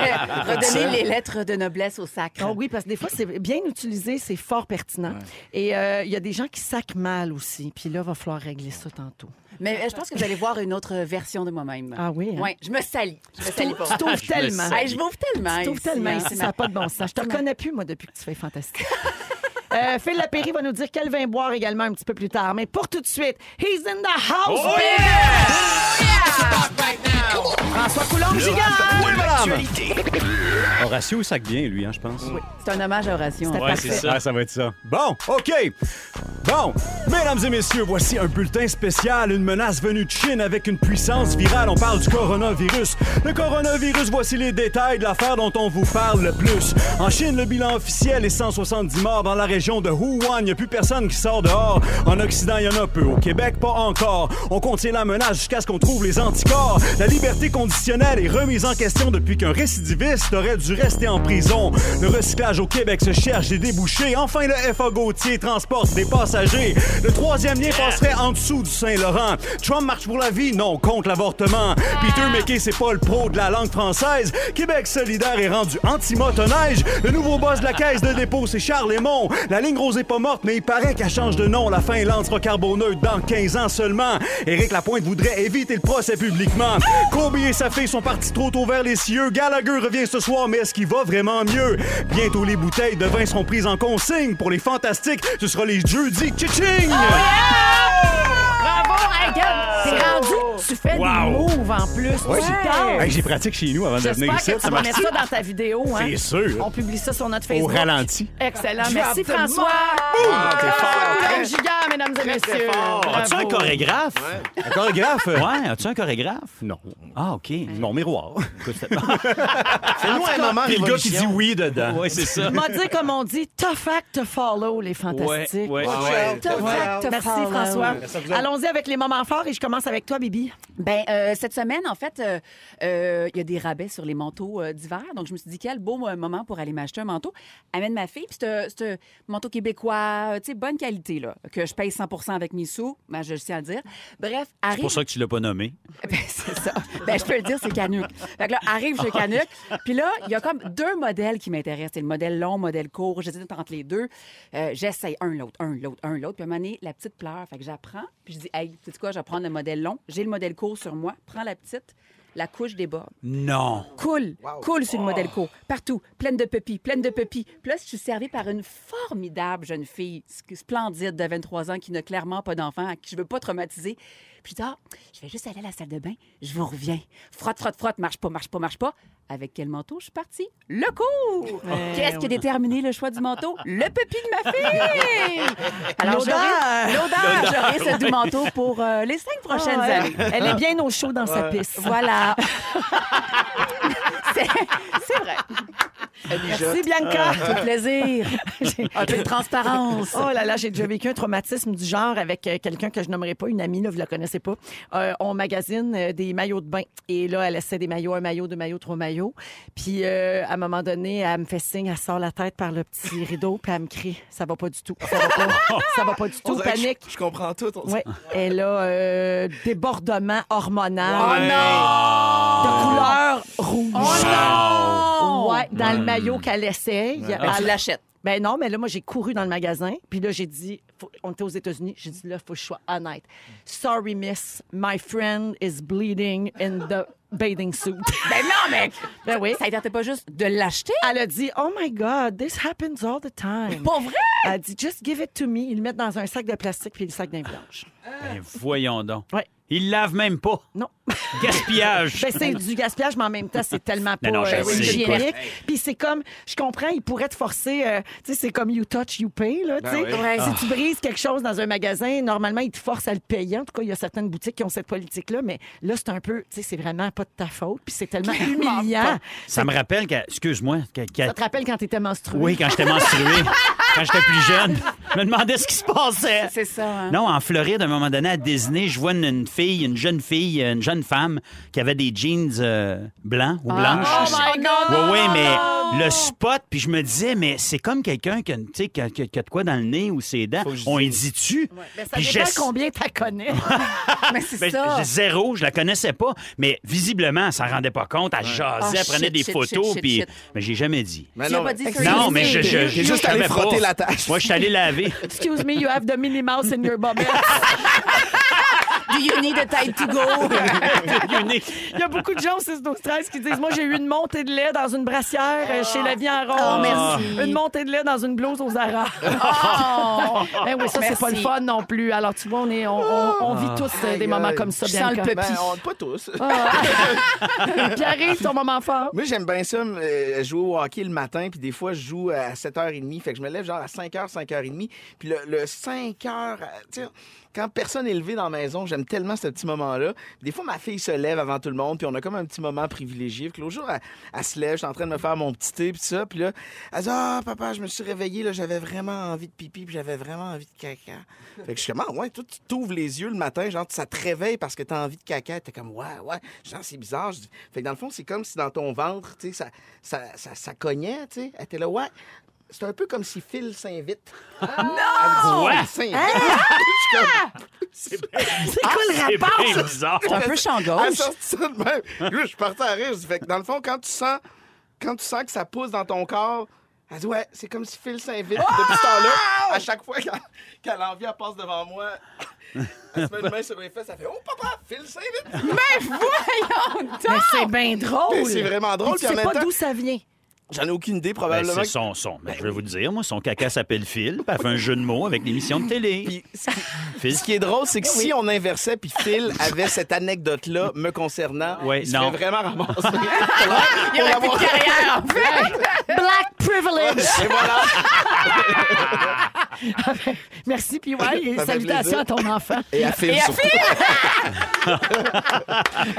Speaker 6: Je vais redonner les lettres de noblesse au sacre.
Speaker 1: Oh oui, parce que des fois, c'est bien utilisé, c'est fort pertinent. Et euh, il y a des gens qui sacrent mal aussi. Puis là, va falloir régler ça tantôt.
Speaker 6: Mais euh, je pense que vous allez voir une autre version de moi-même.
Speaker 1: Ah oui, hein?
Speaker 6: Ouais, je me salis. Je me salis pas.
Speaker 1: Tu t'ouvres
Speaker 4: Je me
Speaker 1: tellement.
Speaker 4: sens-
Speaker 6: Hey, je m'ouvre tellement.
Speaker 1: Tu t'ouvres
Speaker 6: ici,
Speaker 1: tellement
Speaker 6: hein.
Speaker 1: ici, ça n'a pas de bon sens. Je te reconnais plus, moi, depuis que tu fais fantastique. Euh, Phil Lapéry va nous dire quel vin boire également un petit peu plus tard. Mais pour tout de suite, he's in the house,
Speaker 6: Oh!
Speaker 1: baby! François Coulombe-Gigard!
Speaker 4: Horatio sac bien, lui, hein, je pense.
Speaker 6: C'est un hommage à Horatio.
Speaker 1: C'était
Speaker 6: hein.
Speaker 1: parfait.
Speaker 4: Ah, ça va être ça.
Speaker 7: Bon, OK. Bon, mesdames et messieurs, voici un bulletin spécial, une menace venue de Chine avec une puissance virale. On parle du coronavirus. Le coronavirus, voici les détails de l'affaire dont on vous parle le plus. En Chine, le bilan officiel est 170 morts dans la région de Wuhan. Il n'y a plus personne qui sort dehors. En Occident, il y en a peu. Au Québec, pas encore. On contient la menace jusqu'à ce qu'on trouve les anticorps. La liberté conditionnelle est remise en question depuis qu'un récidiviste aurait dû rester en prison. Le recyclage au Québec se cherche des débouchés. Enfin, le FA Gautier transporte des passagers. Le troisième lien passerait en dessous du Saint-Laurent. Trump marche pour la vie, non, contre l'avortement. Peter McKay, c'est pas le pro de la langue française. Québec solidaire est rendu anti-motoneige. Le nouveau boss de la caisse de dépôt, c'est Charles Lemont. La ligne rose est pas morte, mais il paraît qu'elle change de nom. La Finlande sera carboneutre dans 15 ans seulement. Éric Lapointe voudrait éviter le procès publiquement. Kobe et sa fille sont partis trop tôt vers les cieux. Gallagher revient ce soir, mais est-ce qu'il va vraiment mieux? Bientôt, les bouteilles de vin seront prises en consigne. Pour les fantastiques, ce sera les jeudis. Tchitching!
Speaker 4: Ah!
Speaker 1: Bravo, hey, regarde, t'es rendu, tu fais
Speaker 7: Wow.
Speaker 1: des moves en plus. Super.
Speaker 7: Hey, J'ai pratique chez nous avant de venir
Speaker 1: J'espère
Speaker 7: ici.
Speaker 1: que tu
Speaker 7: ça
Speaker 1: vas
Speaker 7: marche.
Speaker 1: mettre ça dans ta vidéo. Hein?
Speaker 7: C'est sûr.
Speaker 1: On publie ça sur notre Facebook.
Speaker 7: ralenti.
Speaker 1: Excellent.
Speaker 6: Drop
Speaker 1: Merci,
Speaker 6: the
Speaker 1: François.
Speaker 3: Ah, t'es fort.
Speaker 1: Coulombe Gigard, mesdames et messieurs.
Speaker 4: As-tu un
Speaker 1: Bravo.
Speaker 4: chorégraphe?
Speaker 7: Un chorégraphe? euh,
Speaker 4: Ouais, as-tu un chorégraphe?
Speaker 7: Non.
Speaker 4: Ah, OK.
Speaker 7: Mon miroir.
Speaker 3: Fais-nous un moment
Speaker 7: Puis le gars qui
Speaker 3: révolution.
Speaker 7: dit oui dedans.
Speaker 4: Ouais, c'est ça.
Speaker 1: M'a dit, comme on dit, tough act to follow, les fantastiques.
Speaker 4: Ouais, ouais.
Speaker 3: Ah ouais.
Speaker 6: Tough act
Speaker 1: Merci,
Speaker 6: follow.
Speaker 1: François. Allons-y avec les moments forts et je commence avec toi, Bibi.
Speaker 6: Ben, euh, cette semaine, en fait, euh, euh, il y a des rabais sur les manteaux euh, d'hiver. Donc, je me suis dit, quel beau euh, moment pour aller m'acheter un manteau. Amène ma fille, puis c'est un- c'est un manteau québécois, euh, tu sais, bonne qualité, là, que je paye 100 avec mes sous. Ben, je le sais à le dire. Bref,
Speaker 4: C'est
Speaker 6: arrive.
Speaker 4: pour ça que tu l'as pas nommé.
Speaker 6: Ben, c'est ça. Ben, je peux le dire, c'est Canuc. Fait que là, arrive chez Canuc. Puis là, il y a comme deux modèles qui m'intéressent. C'est le modèle long, modèle court. J'hésite entre les deux. Euh, J'essaye un, l'autre, un, l'autre, un, l'autre. Puis à un moment donné, la petite pleure. Fait que j'apprends. Puis je dis, hey, tu sais quoi, je vais prendre le modèle long. J'ai le modèle court sur moi. Prends la petite. La couche déborde.
Speaker 4: Non.
Speaker 6: Cool, cool sur le modèle court. Partout, pleine de pupilles, pleine de pupilles. Puis là, je suis servie par une formidable jeune fille, sc- splendide, de 23 ans, qui n'a clairement pas d'enfant, à qui je veux pas traumatiser. Puis je dis, ah, je vais juste aller à la salle de bain, je vous reviens. Frotte, frotte, frotte, marche pas, marche pas, marche pas. Avec quel manteau je suis partie? Le court! Qu'est-ce qui a déterminé le choix du manteau? Le pupille de ma fille! Alors, j'aurai- l'odeur! J'aurai ce doux manteau pour euh, les cinq prochaines
Speaker 1: Ah,
Speaker 6: années.
Speaker 1: elle, elle est bien au chaud dans sa piste.
Speaker 6: Voilà. c'est c'est vrai.
Speaker 1: Merci, Bianca.
Speaker 6: Tout plaisir. Un peu de transparence.
Speaker 1: Oh là là, j'ai déjà vécu un traumatisme du genre avec euh, quelqu'un que je nommerai pas, une amie, là, vous la connaissez pas. Euh, on magasine euh, des maillots de bain. Et là, elle essaie des maillots, un maillot, deux maillots, trois maillots. Puis euh, à un moment donné, elle me fait signe, elle sort la tête par le petit rideau, puis elle me crie Ça va pas du tout. Ça va pas, ça va pas du
Speaker 3: On
Speaker 1: tout.
Speaker 3: dirait que je-
Speaker 1: Panique.
Speaker 3: Je comprends tout. on
Speaker 1: Ouais, elle a euh, débordement
Speaker 6: Oh
Speaker 1: hormonal
Speaker 6: non!
Speaker 7: Ah!
Speaker 1: de
Speaker 6: Ah.
Speaker 1: couleur rouge.
Speaker 6: non!
Speaker 1: Ouais, dans le maillot qu'elle essaye.
Speaker 6: Ben, tu
Speaker 1: Elle-
Speaker 6: l'achètes.
Speaker 1: ben non, mais là, moi, j'ai couru dans le magasin. Puis là, j'ai dit, faut- on était aux États-Unis, j'ai dit, là, faut que je sois honnête. Sorry, miss, my friend is bleeding in the bathing suit.
Speaker 6: Ben non, mais
Speaker 1: Ben oui.
Speaker 6: ça ne tentait pas juste de l'acheter.
Speaker 1: Elle a dit, oh my God, this happens all the time.
Speaker 6: Pas vrai?
Speaker 1: Elle a dit, just give it to me. Ils le mettent dans un sac de plastique puis le sac d'un blanche.
Speaker 4: Ben, voyons donc.
Speaker 1: Ouais.
Speaker 4: Il lave même pas.
Speaker 1: Non.
Speaker 4: Gaspillage.
Speaker 1: Ben, c'est du gaspillage, mais en même temps, c'est tellement pas
Speaker 4: Non, non, je
Speaker 1: euh,
Speaker 4: sais,
Speaker 6: c'est
Speaker 1: hygiénique.
Speaker 4: quoi.
Speaker 1: Puis c'est comme, je comprends, ils pourraient te forcer, euh, tu sais, c'est comme you touch, you pay, là, tu
Speaker 4: Ben
Speaker 1: sais.
Speaker 3: oui.
Speaker 6: Ouais.
Speaker 4: Ah.
Speaker 1: Si tu brises quelque chose dans un magasin, normalement, ils te forcent à le payer. En tout cas, il y a certaines boutiques qui ont cette politique-là, mais là, c'est un peu, tu sais, c'est vraiment pas de ta faute, puis c'est tellement humiliant.
Speaker 4: Ça me rappelle qu'à- excuse-moi, qu'à- qu'à-
Speaker 1: Ça te rappelle quand t'étais menstruée?
Speaker 4: oui, quand j'étais menstrué, quand j'étais plus jeune, je me demandais ce qui se passait.
Speaker 6: C'est ça. hein.
Speaker 4: Non, en Floride, à un moment donné, à Disney, je vois une, une fille, une jeune fille, une jeune femme qui avait des jeans euh, blancs ou blanches.
Speaker 6: Oh my God!
Speaker 4: Oui, oui, mais le spot, puis je me disais, mais c'est comme quelqu'un qui, a une- tu sais, qui, a- qui a- qui a de quoi dans le nez ou ses dents. On y dit-tu?
Speaker 1: Ben, ça
Speaker 4: Puis
Speaker 1: dépend
Speaker 4: j'essa-
Speaker 1: combien t'as connais.
Speaker 6: Mais c'est
Speaker 4: ben,
Speaker 6: ça.
Speaker 4: j'ai zéro, je la connaissais pas, mais visiblement, elle s'en rendait pas compte, elle jasait,
Speaker 6: Ah,
Speaker 4: elle prenait
Speaker 6: shit,
Speaker 4: des
Speaker 6: shit,
Speaker 4: photos,
Speaker 6: shit,
Speaker 4: puis.
Speaker 6: shit.
Speaker 4: Mais j'ai jamais dit.
Speaker 3: Mais
Speaker 6: Tu l'as pas dit
Speaker 3: mais-
Speaker 6: sur
Speaker 4: Non,
Speaker 6: Excuse
Speaker 4: mais je.
Speaker 6: me.
Speaker 4: je,
Speaker 3: J'ai
Speaker 4: je
Speaker 3: juste allé
Speaker 4: savais pas.
Speaker 3: frotter la tâche.
Speaker 4: Moi, je suis allé laver.
Speaker 1: Excuse me, you have the Minnie Mouse in your bubble.
Speaker 6: Do you need a time to go?
Speaker 4: Unique.
Speaker 1: Il y a beaucoup de gens au 6 12 13 qui disent Moi, j'ai eu une montée de lait dans une brassière euh, chez La Vie en Rose.
Speaker 6: Oh, merci.
Speaker 1: Une montée de lait dans une blouse aux Zara.
Speaker 6: Oh!
Speaker 1: Ben oui, ça, c'est pas le
Speaker 6: Merci.
Speaker 1: fun non plus. Alors, tu vois, on, est, on, on- on vit tous euh, des
Speaker 3: Aïe,
Speaker 1: moments
Speaker 3: aïe.
Speaker 1: comme ça,
Speaker 6: Je
Speaker 1: bien
Speaker 6: sens le Ah,
Speaker 3: Ben, on- pas tous.
Speaker 1: Pierre, ton moment fort.
Speaker 3: Moi, j'aime bien ça, euh, jouer au hockey le matin, puis des fois, je joue à 7h30, fait que je me lève genre à 5h, 5h30, puis le, le 5h, euh, tu sais, quand personne est levé dans la maison, j'aime tellement ce petit moment-là. Des fois, ma fille se lève avant tout le monde, puis on a comme un petit moment privilégié. Puis l'autre jour, elle, elle se lève, je suis en train de me faire mon petit thé, puis tout ça, puis là, elle dit « Ah, papa, je me suis réveillée, là, j'avais vraiment envie de pipi, puis j'avais vraiment envie de caca. » Fait que je suis comme « Ah ouais, toi, tu t'ouvres les yeux le matin, genre, ça te réveille parce que t'as envie de caca. » T'es comme « Ouais, ouais, genre, c'est bizarre. » Je dis- Fait que dans le fond, c'est comme si dans ton ventre, tu sais, ça, ça, ça, ça cognait, tu sais. Elle était là « Ouais. » C'est un peu comme si Phil s'invite. non!
Speaker 4: Ouais.
Speaker 1: C'est quoi le
Speaker 4: C'est bien bizarre.
Speaker 6: Ah, un peu champ gauche.
Speaker 3: Elle
Speaker 1: Ah,
Speaker 3: sortit ça de même. Là, je partais à rire. Je dis, fait que dans le fond, quand tu sens, quand tu sens que ça pousse dans ton corps, elle dit ouais, c'est comme si Phil s'invite. Puis Depuis ce temps-là, à chaque fois qu'elle qu'elle a envie, elle passe devant moi. Elle se met une main sur mes fesses, elle fait oh papa, Phil s'invite.
Speaker 1: Mais c'est bien drôle.
Speaker 3: Mais c'est vraiment drôle,
Speaker 1: ah! Mais Tu
Speaker 3: puis en
Speaker 1: sais
Speaker 3: même
Speaker 1: pas
Speaker 3: temps-
Speaker 1: d'où ça vient.
Speaker 3: J'en ai aucune idée
Speaker 4: Ben,
Speaker 3: probablement.
Speaker 4: c'est son, son. Ben, je vais vous le dire, moi, son caca s'appelle Phil, puis elle fait un jeu de mots avec l'émission de télé.
Speaker 3: Puis ce qui,
Speaker 4: Phil.
Speaker 3: ce qui est drôle, c'est que si on inversait, puis Phil avait cette anecdote-là me concernant,
Speaker 4: Ouais,
Speaker 3: il serait
Speaker 4: non.
Speaker 3: vraiment ramassé.
Speaker 6: Il y aurait plus de carrière, en fait.
Speaker 1: Black privilege.
Speaker 3: Et voilà.
Speaker 1: Merci, puis ouais, et
Speaker 3: Ça fait
Speaker 1: salutations
Speaker 3: plaisir.
Speaker 1: à ton enfant.
Speaker 3: Et à Phil,
Speaker 6: Et à
Speaker 3: surtout.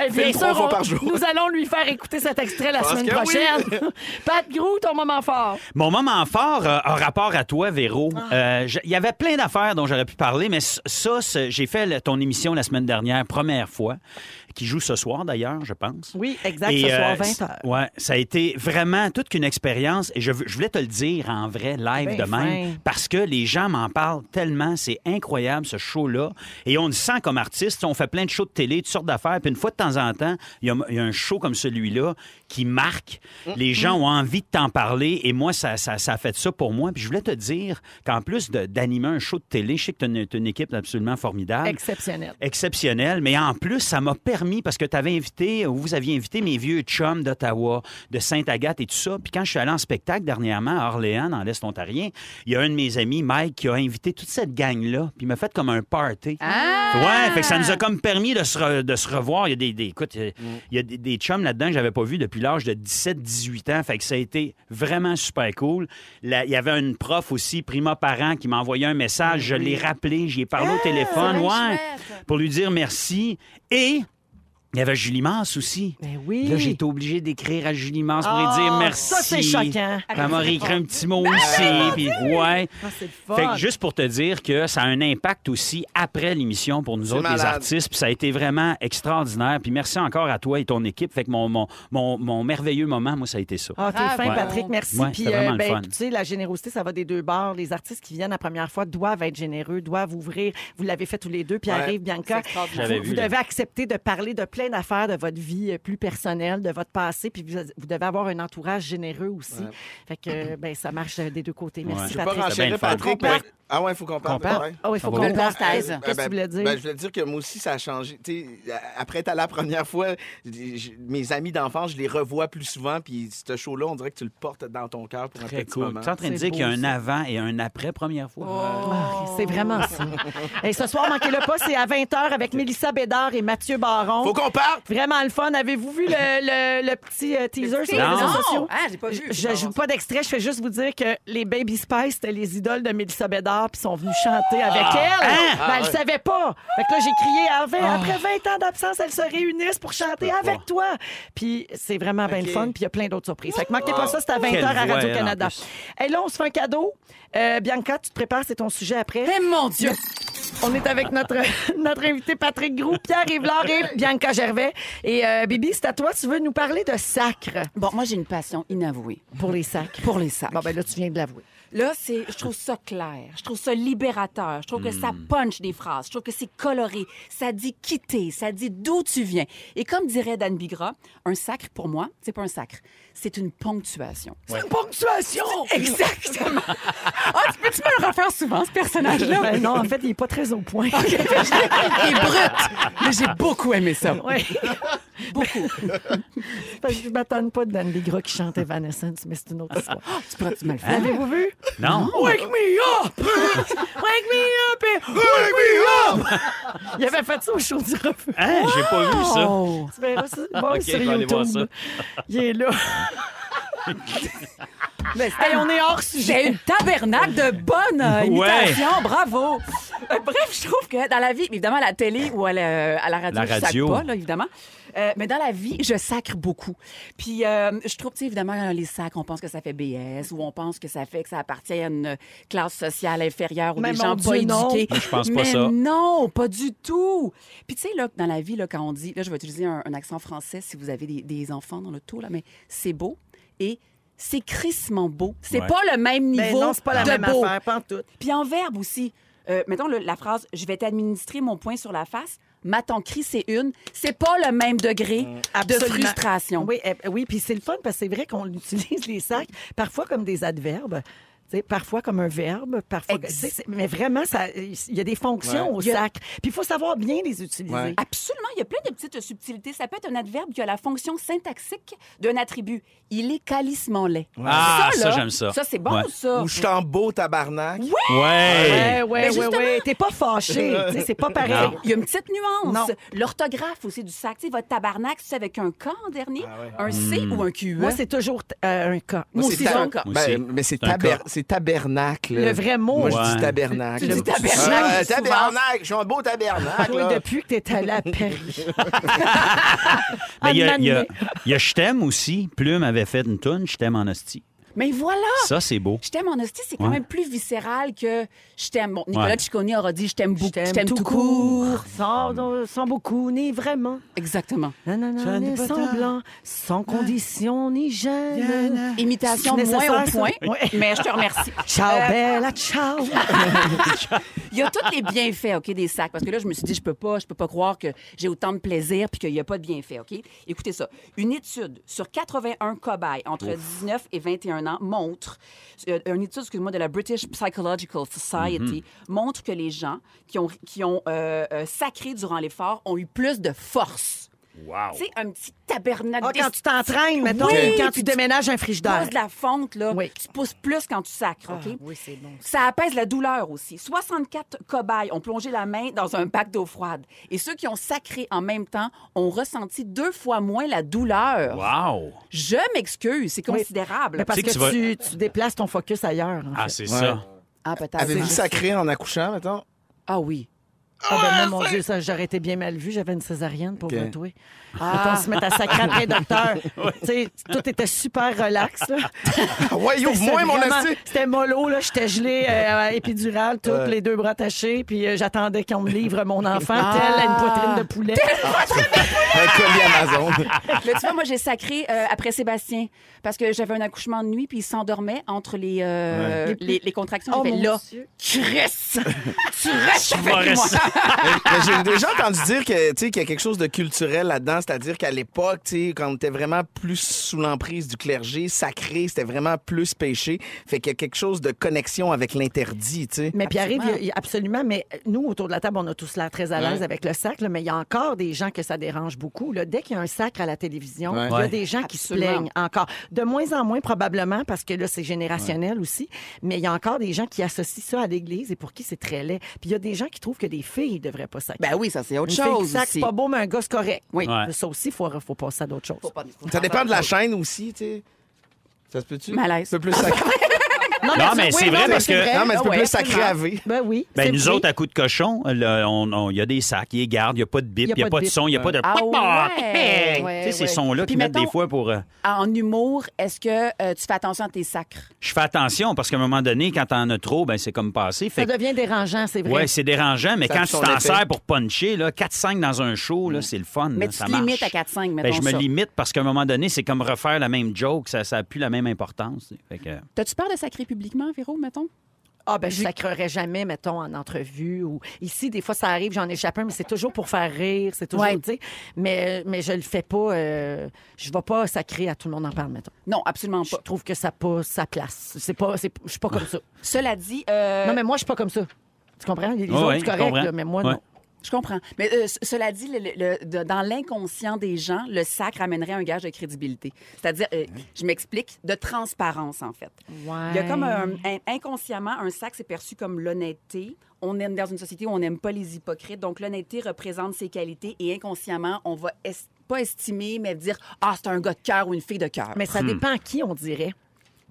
Speaker 1: Eh bien
Speaker 3: Fais-le trois fois
Speaker 1: on-
Speaker 3: par jour.
Speaker 1: nous allons lui faire écouter cet extrait la
Speaker 3: Parce
Speaker 1: semaine
Speaker 3: que oui.
Speaker 1: prochaine. Pat Grou, ton moment fort.
Speaker 4: Mon moment fort euh, a rapport à toi, Véro. Euh, je- Il y avait plein d'affaires dont j'aurais pu parler, mais c- ça, c'est- j'ai fait le- ton émission la semaine dernière, première fois, qui joue ce soir d'ailleurs, je pense.
Speaker 1: Oui, exact,
Speaker 4: Et,
Speaker 1: ce soir,
Speaker 4: euh,
Speaker 1: 20 heures.
Speaker 4: Ouais, ça a été vraiment toute qu'une expérience et je, veux- je voulais te le dire en vrai, live
Speaker 1: Ben
Speaker 4: de même,
Speaker 1: fin.
Speaker 4: parce que les gens m'en parlent tellement, c'est incroyable ce show-là. Et on le sent comme artiste, on fait plein de shows de télé, toutes sortes d'affaires, puis une fois de temps en temps, il y a, il y a un show comme celui-là qui marque. Les gens ont envie de t'en parler et moi, ça, ça, ça a fait ça pour moi. Puis je voulais te dire qu'en plus de- d'animer un show de télé, je sais que tu as une, t'as une équipe absolument formidable
Speaker 1: Exceptionnel.
Speaker 4: exceptionnel, mais en plus, ça m'a permis, parce que tu avais invité, ou vous aviez invité mes vieux chums d'Ottawa, de Sainte-Agathe et tout ça. Puis quand je suis allé en spectacle dernièrement à Orléans, dans l'Est ontarien, il y a un de mes amis, Mike, qui a invité toute cette gang-là, puis il m'a fait comme un party. Ouais, fait que ça nous a comme permis de se, re- de se revoir. Il y a des, des- écoute, euh, il y a des, des chums là-dedans que j'avais pas vu depuis l'âge de 17-18 ans. Fait que ça a été vraiment super cool. Là, il y avait une prof aussi, prima parent, qui m'a envoyé un message. Je l'ai rappelé, j'y ai parlé au téléphone. Ouais pour lui dire merci. Et il y avait Julie Mars aussi.
Speaker 1: Ben oui.
Speaker 4: Là, j'ai été obligé d'écrire à Julie Mars pour
Speaker 1: Ah,
Speaker 4: lui dire merci.
Speaker 1: ça, c'est choquant.
Speaker 4: Elle m'a réécrit un petit mot aussi. puis ouais.
Speaker 1: Ah, c'est le Ah, fun.
Speaker 4: Fait que juste pour te dire que ça a un impact aussi après l'émission pour nous autres, les
Speaker 3: malade.
Speaker 4: artistes. Puis ça a été vraiment extraordinaire. Puis merci encore à toi et ton équipe. Fait que mon, mon, mon, mon merveilleux moment, moi, ça a été ça.
Speaker 1: Ah, t'es fin,
Speaker 4: Ouais.
Speaker 1: Patrick, merci.
Speaker 4: Ouais,
Speaker 1: Puis,
Speaker 4: c'était vraiment
Speaker 1: euh,
Speaker 4: le
Speaker 1: ben,
Speaker 4: fun.
Speaker 1: tu sais, la générosité, ça va des deux bords. Les artistes qui viennent la première fois doivent être généreux, doivent ouvrir. Vous l'avez fait tous les deux, puis
Speaker 3: Ouais.
Speaker 1: arrive Bianca.
Speaker 4: J'avais
Speaker 1: Vous,
Speaker 4: vu,
Speaker 1: vous
Speaker 4: là.
Speaker 1: devez accepter de parler de plein d'affaires de votre vie euh, plus personnelle, de votre passé, puis vous, vous devez avoir un entourage généreux aussi. Fait que, euh, ben, ça marche euh, des deux côtés.
Speaker 4: Ouais. Je
Speaker 1: Merci,
Speaker 3: Je vais
Speaker 1: Patrick.
Speaker 3: pas
Speaker 4: C'est bien le
Speaker 3: renchérir
Speaker 4: fun.
Speaker 3: Patrick,
Speaker 1: Qu'on
Speaker 3: mais...
Speaker 1: parte.
Speaker 3: Ah ouais, il faut qu'on parle.
Speaker 4: Qu'on parte.
Speaker 3: ouais.
Speaker 1: Ah oui, il faut
Speaker 4: On va
Speaker 1: qu'on
Speaker 4: voir.
Speaker 1: parte.
Speaker 6: Parenthèse.
Speaker 1: Qu'est-ce que
Speaker 3: Ben,
Speaker 1: tu voulais dire?
Speaker 3: ben, je voulais dire que moi aussi, ça a changé. Tu sais, après être allé la première fois, je- je- mes amis d'enfance, je les revois plus souvent. Puis ce show-là, on dirait que tu le portes dans ton cœur pour un
Speaker 4: Très
Speaker 3: petit
Speaker 4: cool.
Speaker 3: moment.
Speaker 4: Tu es en train de dire
Speaker 1: C'est
Speaker 4: qu'il y a
Speaker 1: beau,
Speaker 4: un
Speaker 1: ça.
Speaker 4: avant et un après première fois?
Speaker 1: Ah, C'est vraiment ça. Et ce soir, manquez-le pas, c'est à 20h avec Mélissa Bédard et Mathieu Baron.
Speaker 3: Faut qu'on parte?
Speaker 1: Vraiment le fun. Avez-vous vu le, le- le petit euh, teaser sur les
Speaker 4: Non.
Speaker 1: réseaux sociaux?
Speaker 6: Ah, j'ai pas vu.
Speaker 1: Je ne
Speaker 6: Bon,
Speaker 1: joue
Speaker 6: bon,
Speaker 1: pas d'extrait, je fais juste vous dire que les Baby Spice, c'était les idoles de Mélissa Bédard, puis sont venus chanter avec
Speaker 4: Ah.
Speaker 1: elle. Ben, elle ne savait pas. Fait que là, j'ai crié, Après- après 20 ans d'absence, elles se réunissent pour chanter avec toi. Puis c'est vraiment bien le fun, puis il y a plein d'autres surprises. Fait que manquez pas ça, c'est à 20h
Speaker 4: Oh. Quelle
Speaker 1: à
Speaker 4: voix,
Speaker 1: Radio-Canada. Et là, on se fait un cadeau. Euh, Bianca, tu te prépares, c'est ton sujet après.
Speaker 6: Eh mon Dieu!
Speaker 1: On est avec notre, notre invité Patrick Groux, Pierre Yvelard et Bianca Gervais. Et euh, Bibi, c'est à toi, tu veux nous parler de sacre
Speaker 6: Bon, moi, j'ai une passion inavouée
Speaker 1: pour les sacres.
Speaker 6: pour les sacs.
Speaker 1: Bon, ben là, tu viens de l'avouer.
Speaker 6: Là, c'est, je trouve ça clair, je trouve ça libérateur, je trouve que ça punch des phrases, je trouve que c'est coloré, ça dit quitter, ça dit d'où tu viens. Et comme dirait Dan Bigra, un sacre pour moi, c'est pas un sacre, c'est une ponctuation.
Speaker 1: Une ponctuation!
Speaker 6: Exactement. Ah, tu peux-tu me le refaire souvent, ce personnage-là?
Speaker 1: Ben non, en fait, il n'est pas très au point.
Speaker 6: Il est brut, mais j'ai beaucoup aimé ça.
Speaker 1: Oui,
Speaker 6: Beaucoup.
Speaker 1: parce que je ne m'attends pas de Dan Bigra qui chante Evanescence, mais c'est une autre histoire.
Speaker 6: Tu pourrais tu me le faire?
Speaker 1: L'avez-vous vu?
Speaker 4: Non?
Speaker 1: Wake me up! Wake me up! and Wake me up! Il avait fait ça au show du refus.
Speaker 4: Hein, j'ai pas vu ça.
Speaker 6: Oh!
Speaker 1: Tu verras ça. Bon,
Speaker 4: Ok,
Speaker 1: sur
Speaker 4: je vais aller voir
Speaker 1: YouTube. Il est là.
Speaker 6: Mais c'était
Speaker 1: Hey, on est hors sujet.
Speaker 6: J'ai une tabernacle de bonne euh,
Speaker 4: Ouais.
Speaker 6: imitation, bravo. Euh, bref, je trouve que dans la vie, évidemment à la télé ou à la, à la radio,
Speaker 4: La
Speaker 6: je sacre
Speaker 4: radio.
Speaker 6: pas là, évidemment. Euh, mais dans la vie, je sacre beaucoup. Puis euh, je trouve, tu sais, évidemment, euh, les sacres, on pense que ça fait BS ou on pense que ça fait que ça appartient à une classe sociale inférieure ou
Speaker 1: Mais
Speaker 6: des
Speaker 1: mon
Speaker 6: gens pas
Speaker 1: Dieu, non.
Speaker 6: éduqués.
Speaker 4: Moi, je pense pas
Speaker 6: mais
Speaker 4: ça.
Speaker 6: non, pas du tout. Puis tu sais, là, dans la vie, là, quand on dit, là, je vais utiliser un, un accent français si vous avez des, des enfants dans le tour, là, mais c'est beau et c'est crissement beau. C'est
Speaker 4: Ouais.
Speaker 6: pas le même
Speaker 1: Ben
Speaker 6: niveau
Speaker 1: non, c'est pas la
Speaker 6: de
Speaker 1: même
Speaker 6: beau.
Speaker 1: affaire, pas en tout.
Speaker 6: Puis en verbe aussi. Euh, mettons le- la phrase « Je vais t'administrer mon point sur la face ». Ma tanquerie, c'est une. C'est pas le même degré de
Speaker 1: Mm. Absolument.
Speaker 6: frustration.
Speaker 1: Oui, eh, oui puis c'est le fun parce que c'est vrai qu'on utilise les sacs parfois comme des adverbes. tu sais, Parfois comme un verbe, parfois.
Speaker 6: Ex-
Speaker 1: c'est- c'est- mais vraiment, ça- il y a des fonctions au
Speaker 6: Il y a-
Speaker 1: sac. Puis il faut savoir bien les utiliser.
Speaker 3: Ouais.
Speaker 6: Absolument, il y a plein de petites subtilités. Ça peut être un adverbe qui a la fonction syntaxique d'un attribut. Il est calissement laid.
Speaker 4: Ah, ça,
Speaker 6: là,
Speaker 4: j'aime ça.
Speaker 6: Ça, c'est bon,
Speaker 4: Ouais.
Speaker 1: Oh.
Speaker 6: ça.
Speaker 3: Ou je suis en beau tabarnak.
Speaker 4: Ouais.
Speaker 1: Eh, Ouais, ouais, ouais,
Speaker 6: justement-
Speaker 1: ouais. T'es pas fâché. tu sais, c'est pas pareil.
Speaker 6: Il y a une petite nuance.
Speaker 1: Non.
Speaker 6: L'orthographe aussi du sac. Tu sais, votre tabarnak, c'est avec un K en dernier,
Speaker 3: Ah ouais.
Speaker 6: un C
Speaker 4: Hmm.
Speaker 6: ou un E. QE.
Speaker 1: Moi, c'est toujours euh, un cas.
Speaker 6: Moi aussi,
Speaker 3: ta-
Speaker 6: j'ai un cas.
Speaker 4: Moi
Speaker 3: Ben,
Speaker 4: aussi.
Speaker 3: mais c'est
Speaker 4: C'est un
Speaker 3: taber-
Speaker 4: cas.
Speaker 3: c'est tabernacle.
Speaker 1: Le vrai mot.
Speaker 3: Moi, je
Speaker 4: Ouais.
Speaker 3: dis tabernacle.
Speaker 6: Tu dis tabernacle,
Speaker 3: Ah,
Speaker 6: souvent.
Speaker 3: tabernacle. Je suis un beau tabernacle.
Speaker 1: Ah, Toi,
Speaker 3: là.
Speaker 1: depuis que t'es allé à Paris.
Speaker 4: Mais il y a,
Speaker 1: Anne-Marie.
Speaker 4: il y a- il y a Je t'aime aussi. Plume avait fait une toune, Je t'aime en hostie.
Speaker 6: Mais voilà!
Speaker 4: Ça, c'est beau.
Speaker 6: Je t'aime en hostie, c'est quand
Speaker 4: Ouais.
Speaker 6: même plus viscéral que je t'aime. Bon, Nicolas
Speaker 4: Ouais.
Speaker 6: Ciccone aura dit je t'aime beaucoup, je t'aime tout, court.
Speaker 1: court. Sans, sans beaucoup, ni vraiment.
Speaker 6: Exactement.
Speaker 1: Non, non, non, ni semblant, sans condition ni Ah. gêne.
Speaker 6: Imitation
Speaker 1: C'est
Speaker 6: moins
Speaker 1: nécessaire,
Speaker 6: au point,
Speaker 1: ça. Ouais.
Speaker 6: mais je te remercie.
Speaker 1: Ciao,
Speaker 6: Euh,
Speaker 1: Bella, ciao.
Speaker 6: Il y a tous les bienfaits, OK, des sacs. Parce que là, je me suis dit, je peux pas, je peux pas croire que j'ai autant de plaisir puis qu'il n'y a pas de bienfaits, OK? Écoutez ça. Une étude sur 81 cobayes entre 19 et 21 ans montre, euh, une étude, excuse-moi, de la British Psychological Society, montre que les gens qui ont, qui ont euh, euh, sacré durant l'effort ont eu plus de force. Wow. Tu sais, un petit tabernacle.
Speaker 1: Ah, quand tu t'entraînes, mettons,
Speaker 6: Oui,
Speaker 1: quand tu
Speaker 6: puis
Speaker 1: déménages un frigidaire.
Speaker 6: poses de la fonte, là,
Speaker 1: Oui. Ah,
Speaker 6: tu pousses plus quand tu sacres, OK?
Speaker 1: oui, c'est bon.
Speaker 6: Ça apaise la douleur aussi. 64 cobayes ont plongé la main dans un bac d'eau froide. Et ceux qui ont sacré en même temps ont ressenti deux fois moins la douleur.
Speaker 4: Wow.
Speaker 6: Je m'excuse, c'est
Speaker 1: Oui.
Speaker 6: considérable.
Speaker 1: Mais parce
Speaker 4: Tu
Speaker 1: que,
Speaker 4: sais que
Speaker 1: tu, tu déplaces ton focus ailleurs. en
Speaker 4: Ah,
Speaker 1: fait.
Speaker 4: c'est ça.
Speaker 6: Ah, peut-être.
Speaker 3: Avez-vous
Speaker 6: C'est-
Speaker 3: sacré en accouchant, mettons?
Speaker 6: Ah oui.
Speaker 1: Ah, ben, moi, mon Dieu, ça, j'aurais été bien mal vu. J'avais une césarienne pour
Speaker 3: Ok.
Speaker 1: me toi. Attends, se mettre à sacrer après docteur. Tu sais, tout était super relax. là.
Speaker 3: Ah ouais, il ouvre
Speaker 1: C'était
Speaker 3: moins mon
Speaker 1: vraiment-
Speaker 3: asti.
Speaker 1: C'était mollo, là. J'étais gelée euh, épidural, toutes les deux bras attachés. Puis euh, j'attendais qu'on me livre mon enfant,
Speaker 6: Ah.
Speaker 1: telle une poitrine de poulet.
Speaker 3: Un colis Amazon.
Speaker 6: Mais tu vois, moi, j'ai sacré euh, après Sébastien parce que j'avais un accouchement de nuit puis il s'endormait entre les, euh, les, les contractions.
Speaker 1: Oh,
Speaker 6: J'ai fait,
Speaker 1: mon
Speaker 6: là,
Speaker 1: Dieu.
Speaker 6: Chris, tu restes
Speaker 4: vas
Speaker 6: avec moi.
Speaker 4: rester.
Speaker 3: Mais J'ai déjà entendu dire que, tu sais, qu'il y a quelque chose de culturel là-dedans, c'est-à-dire qu'à l'époque, tu sais, quand on était vraiment plus sous l'emprise du clergé, sacré, c'était vraiment plus péché. Fait qu'il y a quelque chose de connexion avec l'interdit, tu sais.
Speaker 1: Mais puis arrive,
Speaker 6: Absolument.
Speaker 1: il y a- absolument, mais euh, nous, autour de la table, on a tous l'air très à l'aise avec le sac, là, mais il y a encore des gens que ça dérange beaucoup. là. Dès qu'il y a un sacre à la télévision, il
Speaker 3: Ouais.
Speaker 1: y a
Speaker 4: Ouais.
Speaker 1: des gens qui se
Speaker 6: Absolument.
Speaker 1: plaignent encore. De moins en moins, probablement, parce que là, c'est générationnel aussi, mais il y a encore des gens qui associent ça à l'Église et pour qui c'est très laid. Puis il y a des gens qui trouvent que les films fille devrait pas sacrer.
Speaker 6: Ben oui, ça, c'est autre
Speaker 1: Une fille qui
Speaker 6: chose.
Speaker 1: sacre,
Speaker 6: aussi.
Speaker 1: pas beau, mais un gars, c'est correct.
Speaker 6: Oui.
Speaker 4: Ouais.
Speaker 1: Ça aussi, il faut, faut passer à d'autres choses.
Speaker 6: Faut pas-
Speaker 3: Ça dépend de la chaîne aussi, tu sais. Ah, Ça se peut-tu?
Speaker 6: Malaise.
Speaker 3: Un peu plus
Speaker 1: Ah,
Speaker 3: sacré.
Speaker 4: Non, mais c'est vrai parce que-
Speaker 3: non, mais tu peux
Speaker 1: ouais,
Speaker 3: plus sacré
Speaker 1: absolument.
Speaker 3: à V.
Speaker 1: Ben oui.
Speaker 4: Ben,
Speaker 1: c'est
Speaker 4: nous
Speaker 1: vrai.
Speaker 4: autres, à coup de cochon, là, on- on- il y a des sacs, il y a des gardes, il n'y a pas de bip, il n'y a, pas de
Speaker 1: bip.
Speaker 4: son, il n'y a pas de...
Speaker 6: Ah ouais.
Speaker 4: Tu sais,
Speaker 6: Ouais,
Speaker 4: ces
Speaker 6: ouais.
Speaker 4: sons-là
Speaker 6: Puis
Speaker 4: qu'ils mettent des
Speaker 6: mettons-
Speaker 4: fois pour... euh,
Speaker 6: Ah, En humour, est-ce que euh, tu fais attention à tes sacres?
Speaker 4: je fais attention parce qu'à un moment donné, quand t'en as trop, ben c'est comme passé. Fait
Speaker 1: Ça
Speaker 4: que-
Speaker 1: devient dérangeant, c'est vrai.
Speaker 4: ouais, c'est dérangeant, mais
Speaker 3: Ça
Speaker 4: quand
Speaker 3: a
Speaker 4: tu
Speaker 3: son
Speaker 4: t'en
Speaker 3: effet.
Speaker 4: sers pour puncher, là, 4-5 dans un show, là, c'est le fun.
Speaker 6: Mais
Speaker 4: là,
Speaker 6: tu
Speaker 4: ça
Speaker 6: te
Speaker 4: marche.
Speaker 6: limites à 4-5,
Speaker 4: Ben,
Speaker 6: mettons
Speaker 4: je me
Speaker 6: ça.
Speaker 4: limite parce qu'à un moment donné, c'est comme refaire la même joke, ça n'a plus la même importance. tu sais. Fait que-
Speaker 6: T'as-tu peur de sacrer publiquement, Véro, mettons?
Speaker 1: Ah ben je sacrerai jamais, mettons, en entrevue ou ici, des fois ça arrive, j'en échappe un, mais c'est toujours pour faire rire, c'est toujours,
Speaker 6: Ouais.
Speaker 1: tu sais. Mais, mais je le fais pas, euh, je vais pas sacrer à tout le monde en parle, mettons.
Speaker 6: Non, absolument
Speaker 1: Je
Speaker 6: pas.
Speaker 1: trouve que ça n'a pas sa place. C'est pas, c'est- je suis pas comme ça.
Speaker 6: Cela dit, euh,
Speaker 1: Non, mais moi, je suis pas comme ça. Tu comprends? Les
Speaker 4: Ouais,
Speaker 1: autres,
Speaker 4: ouais,
Speaker 1: c'est
Speaker 4: je
Speaker 1: correct,
Speaker 4: comprends.
Speaker 1: là, mais moi,
Speaker 4: Ouais.
Speaker 1: non.
Speaker 6: je comprends. Mais euh, c- cela dit, le- le- le- de- dans l'inconscient des gens, le sacre amènerait un gage de crédibilité. C'est-à-dire, euh, je m'explique, de transparence, en fait. Il y a comme un- un- inconsciemment, un sac, c'est perçu comme l'honnêteté. On est dans une société où on n'aime pas les hypocrites. Donc, l'honnêteté représente ses qualités et inconsciemment, on va es- pas estimer, mais dire Ah, c'est un gars de cœur ou une fille de cœur.
Speaker 1: Mais ça dépend qui, on dirait.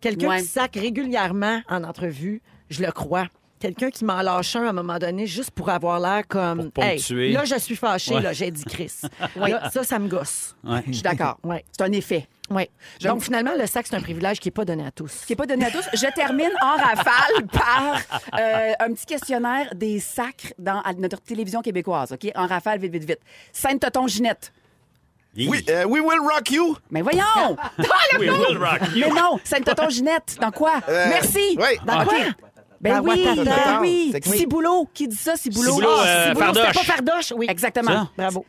Speaker 1: Quelqu'un
Speaker 6: Ouais.
Speaker 1: qui sacre régulièrement en entrevue, je le crois. Quelqu'un qui m'en lâche un à un moment donné juste pour avoir l'air comme
Speaker 4: Pour
Speaker 1: Hey,
Speaker 4: ponctuer.
Speaker 1: là je suis fâchée,
Speaker 4: Ouais.
Speaker 1: là j'ai dit Chris. Là, ça ça me gosse.
Speaker 4: Ouais.
Speaker 6: Je suis d'accord.
Speaker 1: Ouais.
Speaker 6: C'est un effet.
Speaker 1: Ouais. Donc finalement le sac c'est un privilège qui est pas donné à tous.
Speaker 6: qui n'est pas donné à tous. Je termine en rafale par euh, un petit questionnaire des sacres dans à notre télévision québécoise, OK? En rafale, vite, vite, vite. Sainte-Tonton Ginette.
Speaker 3: Oui, euh, We Will Rock You.
Speaker 6: Mais voyons! Dans le
Speaker 4: We will rock you.
Speaker 6: Mais non, Sainte-Tonton Ginette. Dans quoi?
Speaker 3: Euh,
Speaker 6: Merci!
Speaker 3: oui.
Speaker 6: Dans
Speaker 4: Ah,
Speaker 6: quoi?
Speaker 4: OK.
Speaker 6: Ben
Speaker 1: Dans
Speaker 6: oui,
Speaker 1: Ouattara.
Speaker 6: ben oui.
Speaker 3: C'est que-
Speaker 6: Ciboulot. Qui dit ça, Ciboulot?
Speaker 4: Ciboulot,
Speaker 6: Ah,
Speaker 4: euh,
Speaker 6: Ciboulot,
Speaker 4: Fardoche.
Speaker 6: c'était
Speaker 1: Pas fardoche, oui.
Speaker 6: pas- Exactement.
Speaker 1: Bravo.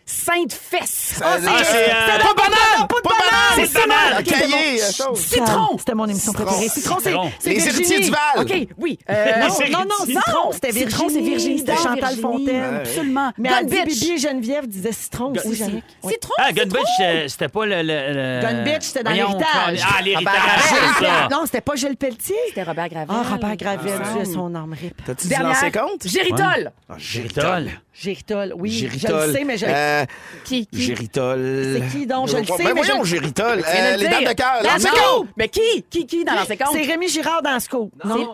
Speaker 6: Sainte-Fesse.
Speaker 3: Ah,
Speaker 6: c'est-
Speaker 3: ah,
Speaker 4: c'est, euh,
Speaker 6: c'est-
Speaker 3: Pas banane! Pas banane!
Speaker 6: C'est ça,
Speaker 3: banane!
Speaker 6: OK, c'est
Speaker 3: Cahier,
Speaker 6: bon.
Speaker 3: euh, chose.
Speaker 6: Citron!
Speaker 1: C'était mon émission
Speaker 3: Citron.
Speaker 1: préférée. Citron c'est
Speaker 4: Citron.
Speaker 1: c'est
Speaker 3: Les
Speaker 1: Virginie.
Speaker 3: héritiers du Val.
Speaker 6: OK, oui. Euh,
Speaker 4: Les
Speaker 6: non,
Speaker 4: héritiers
Speaker 1: Non non,
Speaker 4: Citron,
Speaker 1: Citron, c'était
Speaker 6: Citron,
Speaker 1: Virginie,
Speaker 6: c'est Virginie.
Speaker 1: c'était Chantal
Speaker 6: Virginie.
Speaker 1: Fontaine.
Speaker 6: Absolument.
Speaker 1: Mais
Speaker 6: Gun
Speaker 1: elle dit
Speaker 6: bitch.
Speaker 1: Bibi et Geneviève disait Citron
Speaker 4: Gun-
Speaker 1: aussi. Yannick. Oui.
Speaker 6: Citron,
Speaker 4: Ah,
Speaker 6: citron.
Speaker 4: Gun Bitch, euh, c'était pas le. le, le-
Speaker 1: Gun Bitch, c'était dans
Speaker 4: Voyons,
Speaker 1: l'héritage.
Speaker 4: Ah, l'héritage,
Speaker 1: ben,
Speaker 4: c'est ça.
Speaker 1: Non, c'était pas Gilles Pelletier.
Speaker 6: C'était Robert Gravel.
Speaker 1: Ah, Robert Gravel,
Speaker 6: Ah.
Speaker 1: Dieu a son âme rip.
Speaker 3: T'as-tu dit
Speaker 6: Dernière.
Speaker 3: lancer compte?
Speaker 6: Géritol.
Speaker 4: Ah, Géritol.
Speaker 1: Géritol, oui, je
Speaker 3: Géritol.
Speaker 1: le sais, mais je...
Speaker 3: Euh,
Speaker 6: Qui, qui?
Speaker 3: Géritol.
Speaker 1: C'est qui donc? Je le sais,
Speaker 3: Ben
Speaker 1: mais je-
Speaker 3: voyons, Géritol.
Speaker 6: Tu viens
Speaker 3: Euh,
Speaker 6: de le
Speaker 3: les dames
Speaker 6: dire.
Speaker 3: de cœur.
Speaker 6: Dans
Speaker 3: Lancez
Speaker 6: le
Speaker 3: compte!
Speaker 6: compte. Mais qui? Qui, qui dans l'ancien compte?
Speaker 1: C'est Rémi Girard dans Sco.
Speaker 6: C'est- Non.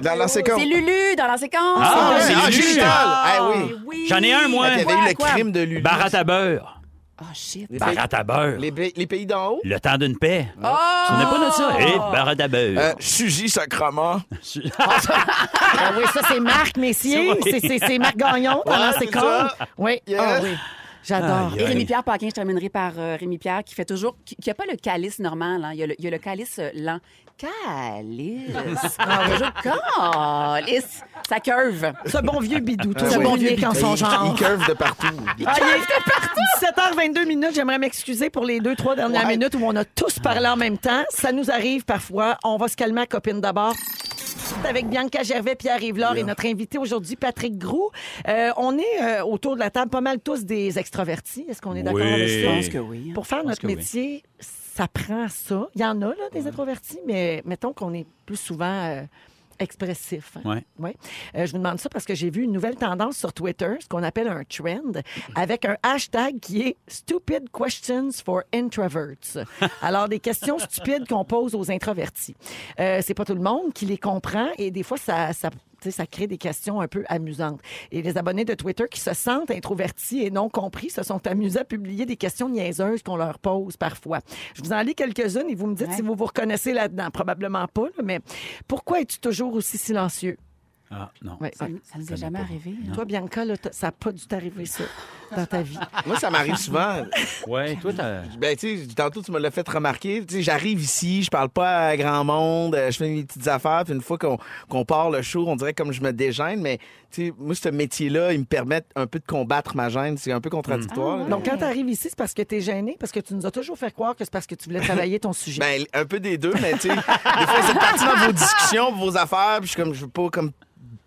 Speaker 3: Dans lancer compte.
Speaker 6: C'est Lulu dans la séquence.
Speaker 4: Ah,
Speaker 3: Ah,
Speaker 4: c'est
Speaker 3: ah,
Speaker 4: Lulu.
Speaker 3: Géritol. Ah oui.
Speaker 4: J'en ai un, moi.
Speaker 3: Il y
Speaker 4: Quoi,
Speaker 3: avait eu le crime de Lulu.
Speaker 4: Barat à beurre.
Speaker 6: Ah, shit.
Speaker 4: Barat à beurre.
Speaker 3: Les pays- les pays d'en haut.
Speaker 4: Le temps d'une paix.
Speaker 6: Oh!
Speaker 4: Ce n'est pas notre ça. Eh, Barat à beurre.
Speaker 3: Euh, Suzy Sacrament.
Speaker 1: Ah oui, ça, c'est Marc Messier. C'est- C'est c'est Marc Gagnon dans
Speaker 3: Ouais,
Speaker 1: l'ancien
Speaker 3: c'est
Speaker 1: compte.
Speaker 3: ça.
Speaker 1: Oui,
Speaker 3: Yes.
Speaker 1: ah oui. J'adore.
Speaker 4: Aïe,
Speaker 6: Et
Speaker 4: aïe.
Speaker 6: Rémi-Pierre Paquin, je terminerai par euh, Rémi-Pierre, qui fait toujours... qui n'a pas le calice normal, hein. il, y a le, il y a le calice euh, lent. Calice. Toujours calice. Ça curve.
Speaker 1: Ce bon vieux bidou, tout
Speaker 3: Ah
Speaker 1: Euh, ce
Speaker 3: oui.
Speaker 1: bon unique en son
Speaker 3: Il-
Speaker 1: genre.
Speaker 3: Il curve de partout.
Speaker 1: Ah, il est partout. 17h22 minutes. J'aimerais m'excuser pour les deux, trois dernières
Speaker 3: Ouais.
Speaker 1: minutes où on a tous parlé en même temps. Ça nous arrive parfois. On va se calmer, à copine d'abord. Avec Bianca Gervais, Pierre Rivlard et notre invité aujourd'hui, Patrick Groux. Euh, on est euh, autour de la table pas mal tous des extravertis. Est-ce qu'on est d'accord
Speaker 4: Oui.
Speaker 1: avec ça?
Speaker 4: Je pense que
Speaker 6: oui.
Speaker 1: Pour faire notre
Speaker 4: que oui.
Speaker 1: métier, ça prend ça. Il y en a, là, des introvertis, mais mettons qu'on est plus souvent euh, expressif. hein.
Speaker 4: Ouais.
Speaker 1: Ouais. Euh, je vous demande ça parce que j'ai vu une nouvelle tendance sur Twitter, ce qu'on appelle un trend, avec un hashtag qui est Stupid Questions for Introverts. Alors, des questions stupides qu'on pose aux introvertis. Euh, c'est pas tout le monde qui les comprend et des fois, ça. ça tu sais, ça crée des questions un peu amusantes. Et les abonnés de Twitter qui se sentent introvertis et non compris se sont amusés à publier des questions niaiseuses qu'on leur pose parfois. Je vous en lis quelques-unes et vous me dites si vous vous reconnaissez là-dedans. Probablement pas, là, mais pourquoi es-tu toujours aussi silencieux?
Speaker 4: Ah, non.
Speaker 1: Ouais.
Speaker 6: Ça, ça nous est jamais arrivé. hein.
Speaker 3: Ah.
Speaker 1: Toi, Bianca, là, t'as- ça n'a pas dû t'arriver ça dans ta vie.
Speaker 3: Moi, ça m'arrive souvent.
Speaker 4: Ouais, toi, t'as.
Speaker 3: Ben, tu sais, tantôt, tu me l'as fait remarquer. Tu sais, j'arrive ici, je parle pas à grand monde, euh, je fais mes petites affaires, puis une fois qu'on qu'on part le show, on dirait comme je me dégêne, mais tu sais, moi, ce métier-là, il me permet un peu de combattre ma gêne. C'est un peu contradictoire. là.
Speaker 1: Ah, Donc, quand tu arrives ici, c'est parce que tu es gêné, parce que tu nous as toujours fait croire que c'est parce que tu voulais travailler ton sujet.
Speaker 3: Ben, un peu des deux, mais tu sais, des fois, c'est parti dans vos discussions, vos affaires, puis je suis comme, je veux pas comme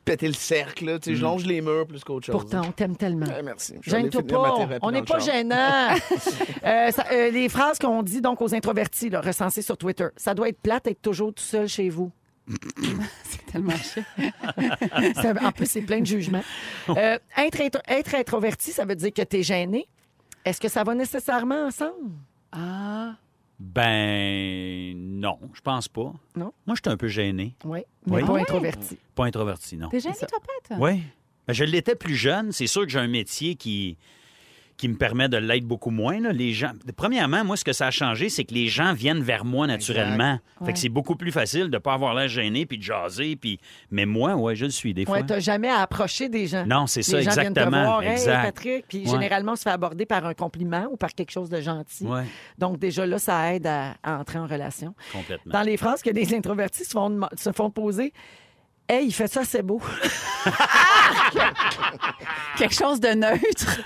Speaker 3: péter le cercle, là. Tu sais, je longe les murs plus qu'autre chose.
Speaker 1: Mm. Pourtant, on t'aime tellement.
Speaker 3: Ouais, merci. Je vais aller
Speaker 1: Gêne-toi
Speaker 3: finir ma
Speaker 1: pas.
Speaker 3: thérapie
Speaker 1: On
Speaker 3: dans
Speaker 1: n'est
Speaker 3: le
Speaker 1: pas
Speaker 3: char.
Speaker 1: gênant. Euh, ça- euh, les phrases qu'on dit donc aux introvertis, là, recensées sur Twitter, ça doit être plate d'être toujours tout seul chez vous.
Speaker 6: C'est tellement chiant.
Speaker 1: Ça- en plus, c'est plein de jugements. Euh, être, intro- être introverti, ça veut dire que tu es gêné. Est-ce que ça va nécessairement ensemble?
Speaker 6: Ah,
Speaker 4: Ben non, je pense pas.
Speaker 1: Non?
Speaker 4: Moi, j'étais un peu gêné.
Speaker 1: Oui, mais
Speaker 4: Oui.
Speaker 1: pas
Speaker 4: Ah ouais?
Speaker 1: introverti.
Speaker 4: Pas introverti, non.
Speaker 6: t'es gêné, toi, Pat?
Speaker 4: Oui. Ben, je l'étais plus jeune. C'est sûr que j'ai un métier qui, qui me permet de l'être beaucoup moins. là. Les gens... Premièrement, moi, ce que ça a changé, c'est que les gens viennent vers moi naturellement. Fait
Speaker 6: Ouais.
Speaker 4: que c'est beaucoup plus facile de pas avoir l'air gêné puis de jaser. Puis... Mais moi, ouais, je le suis des fois.
Speaker 1: Ouais, t'as jamais à approcher des gens.
Speaker 4: Non, c'est ça,
Speaker 1: Les gens viennent te
Speaker 4: exactement.
Speaker 1: voir, Hey,
Speaker 4: exact.
Speaker 1: Patrick, puis
Speaker 4: Ouais.
Speaker 1: généralement, on se fait aborder par un compliment ou par quelque chose de gentil.
Speaker 4: Ouais,
Speaker 1: Donc, déjà là, ça aide à, à entrer en relation.
Speaker 4: complètement.
Speaker 1: Dans les phrases que des introvertis se font, dema- se font poser, Hey, il fait ça, c'est beau.
Speaker 6: Quelque chose de neutre.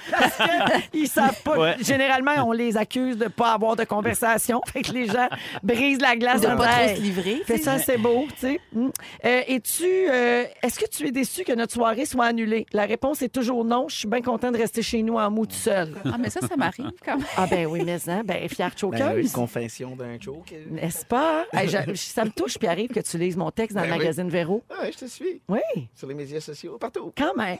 Speaker 1: Ils savent pas.
Speaker 4: Ouais.
Speaker 1: Généralement, on les accuse de ne pas avoir de conversation. Fait que les gens brisent la glace
Speaker 6: De
Speaker 1: en
Speaker 6: pas
Speaker 1: disant,
Speaker 6: trop se
Speaker 1: Hey,
Speaker 6: livrer.
Speaker 1: Fais ça, c'est beau, tu sais. Mm. Euh, Es-tu, euh, est-ce que tu es déçu que notre soirée soit annulée? La réponse est toujours non. Je suis bien content de rester chez nous en mou tout seul.
Speaker 6: Ah, mais ça, ça m'arrive quand même.
Speaker 1: Ah ben oui, mais hein, ben fière
Speaker 3: Ben oui,
Speaker 1: choqueuse.
Speaker 3: confession d'un choke.
Speaker 1: N'est-ce pas? Hey, je- je- ça me touche, puis arrive que tu lises mon texte dans
Speaker 3: Ben
Speaker 1: le
Speaker 3: oui.
Speaker 1: magazine Véro.
Speaker 3: Ah, ouais, je te suis.
Speaker 1: Oui,
Speaker 3: Sur les médias sociaux, partout.
Speaker 1: quand même.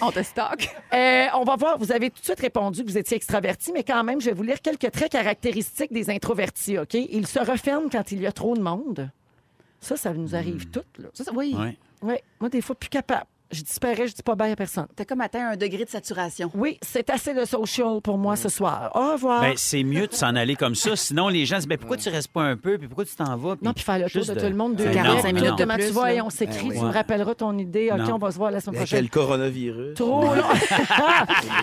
Speaker 6: On te stocke.
Speaker 1: Euh, on va voir, vous avez tout de suite répondu que vous étiez extraverti, mais quand même, je vais vous lire quelques traits caractéristiques des introvertis, OK? Ils se referment quand il y a trop de monde. Ça, ça nous arrive toutes, là.
Speaker 6: Ça, ça- oui.
Speaker 4: Ouais.
Speaker 1: Hmm. Oui, moi, des fois, plus capable. Je disparais, je dis pas bien à personne.
Speaker 6: T'as comme atteint un degré de saturation.
Speaker 1: Oui, c'est assez de social pour moi ce soir. Au revoir.
Speaker 4: Ben, c'est mieux de s'en aller comme ça. Sinon, les gens disent ben, pourquoi tu restes pas un peu, puis pourquoi tu t'en vas.
Speaker 1: non, puis faire le tour
Speaker 4: juste
Speaker 1: de tout le monde, deux
Speaker 4: Ben,
Speaker 6: quarante-cinq
Speaker 4: non,
Speaker 6: minutes
Speaker 4: non,
Speaker 6: de
Speaker 1: Comment tu
Speaker 6: plus,
Speaker 1: vas
Speaker 6: là.
Speaker 1: et on s'écrit,
Speaker 3: Ben
Speaker 1: tu
Speaker 3: oui.
Speaker 1: me rappelleras ton idée. OK,
Speaker 4: Non.
Speaker 1: on va se voir la semaine
Speaker 3: Avec
Speaker 1: prochaine.
Speaker 3: le coronavirus.
Speaker 1: Trop long.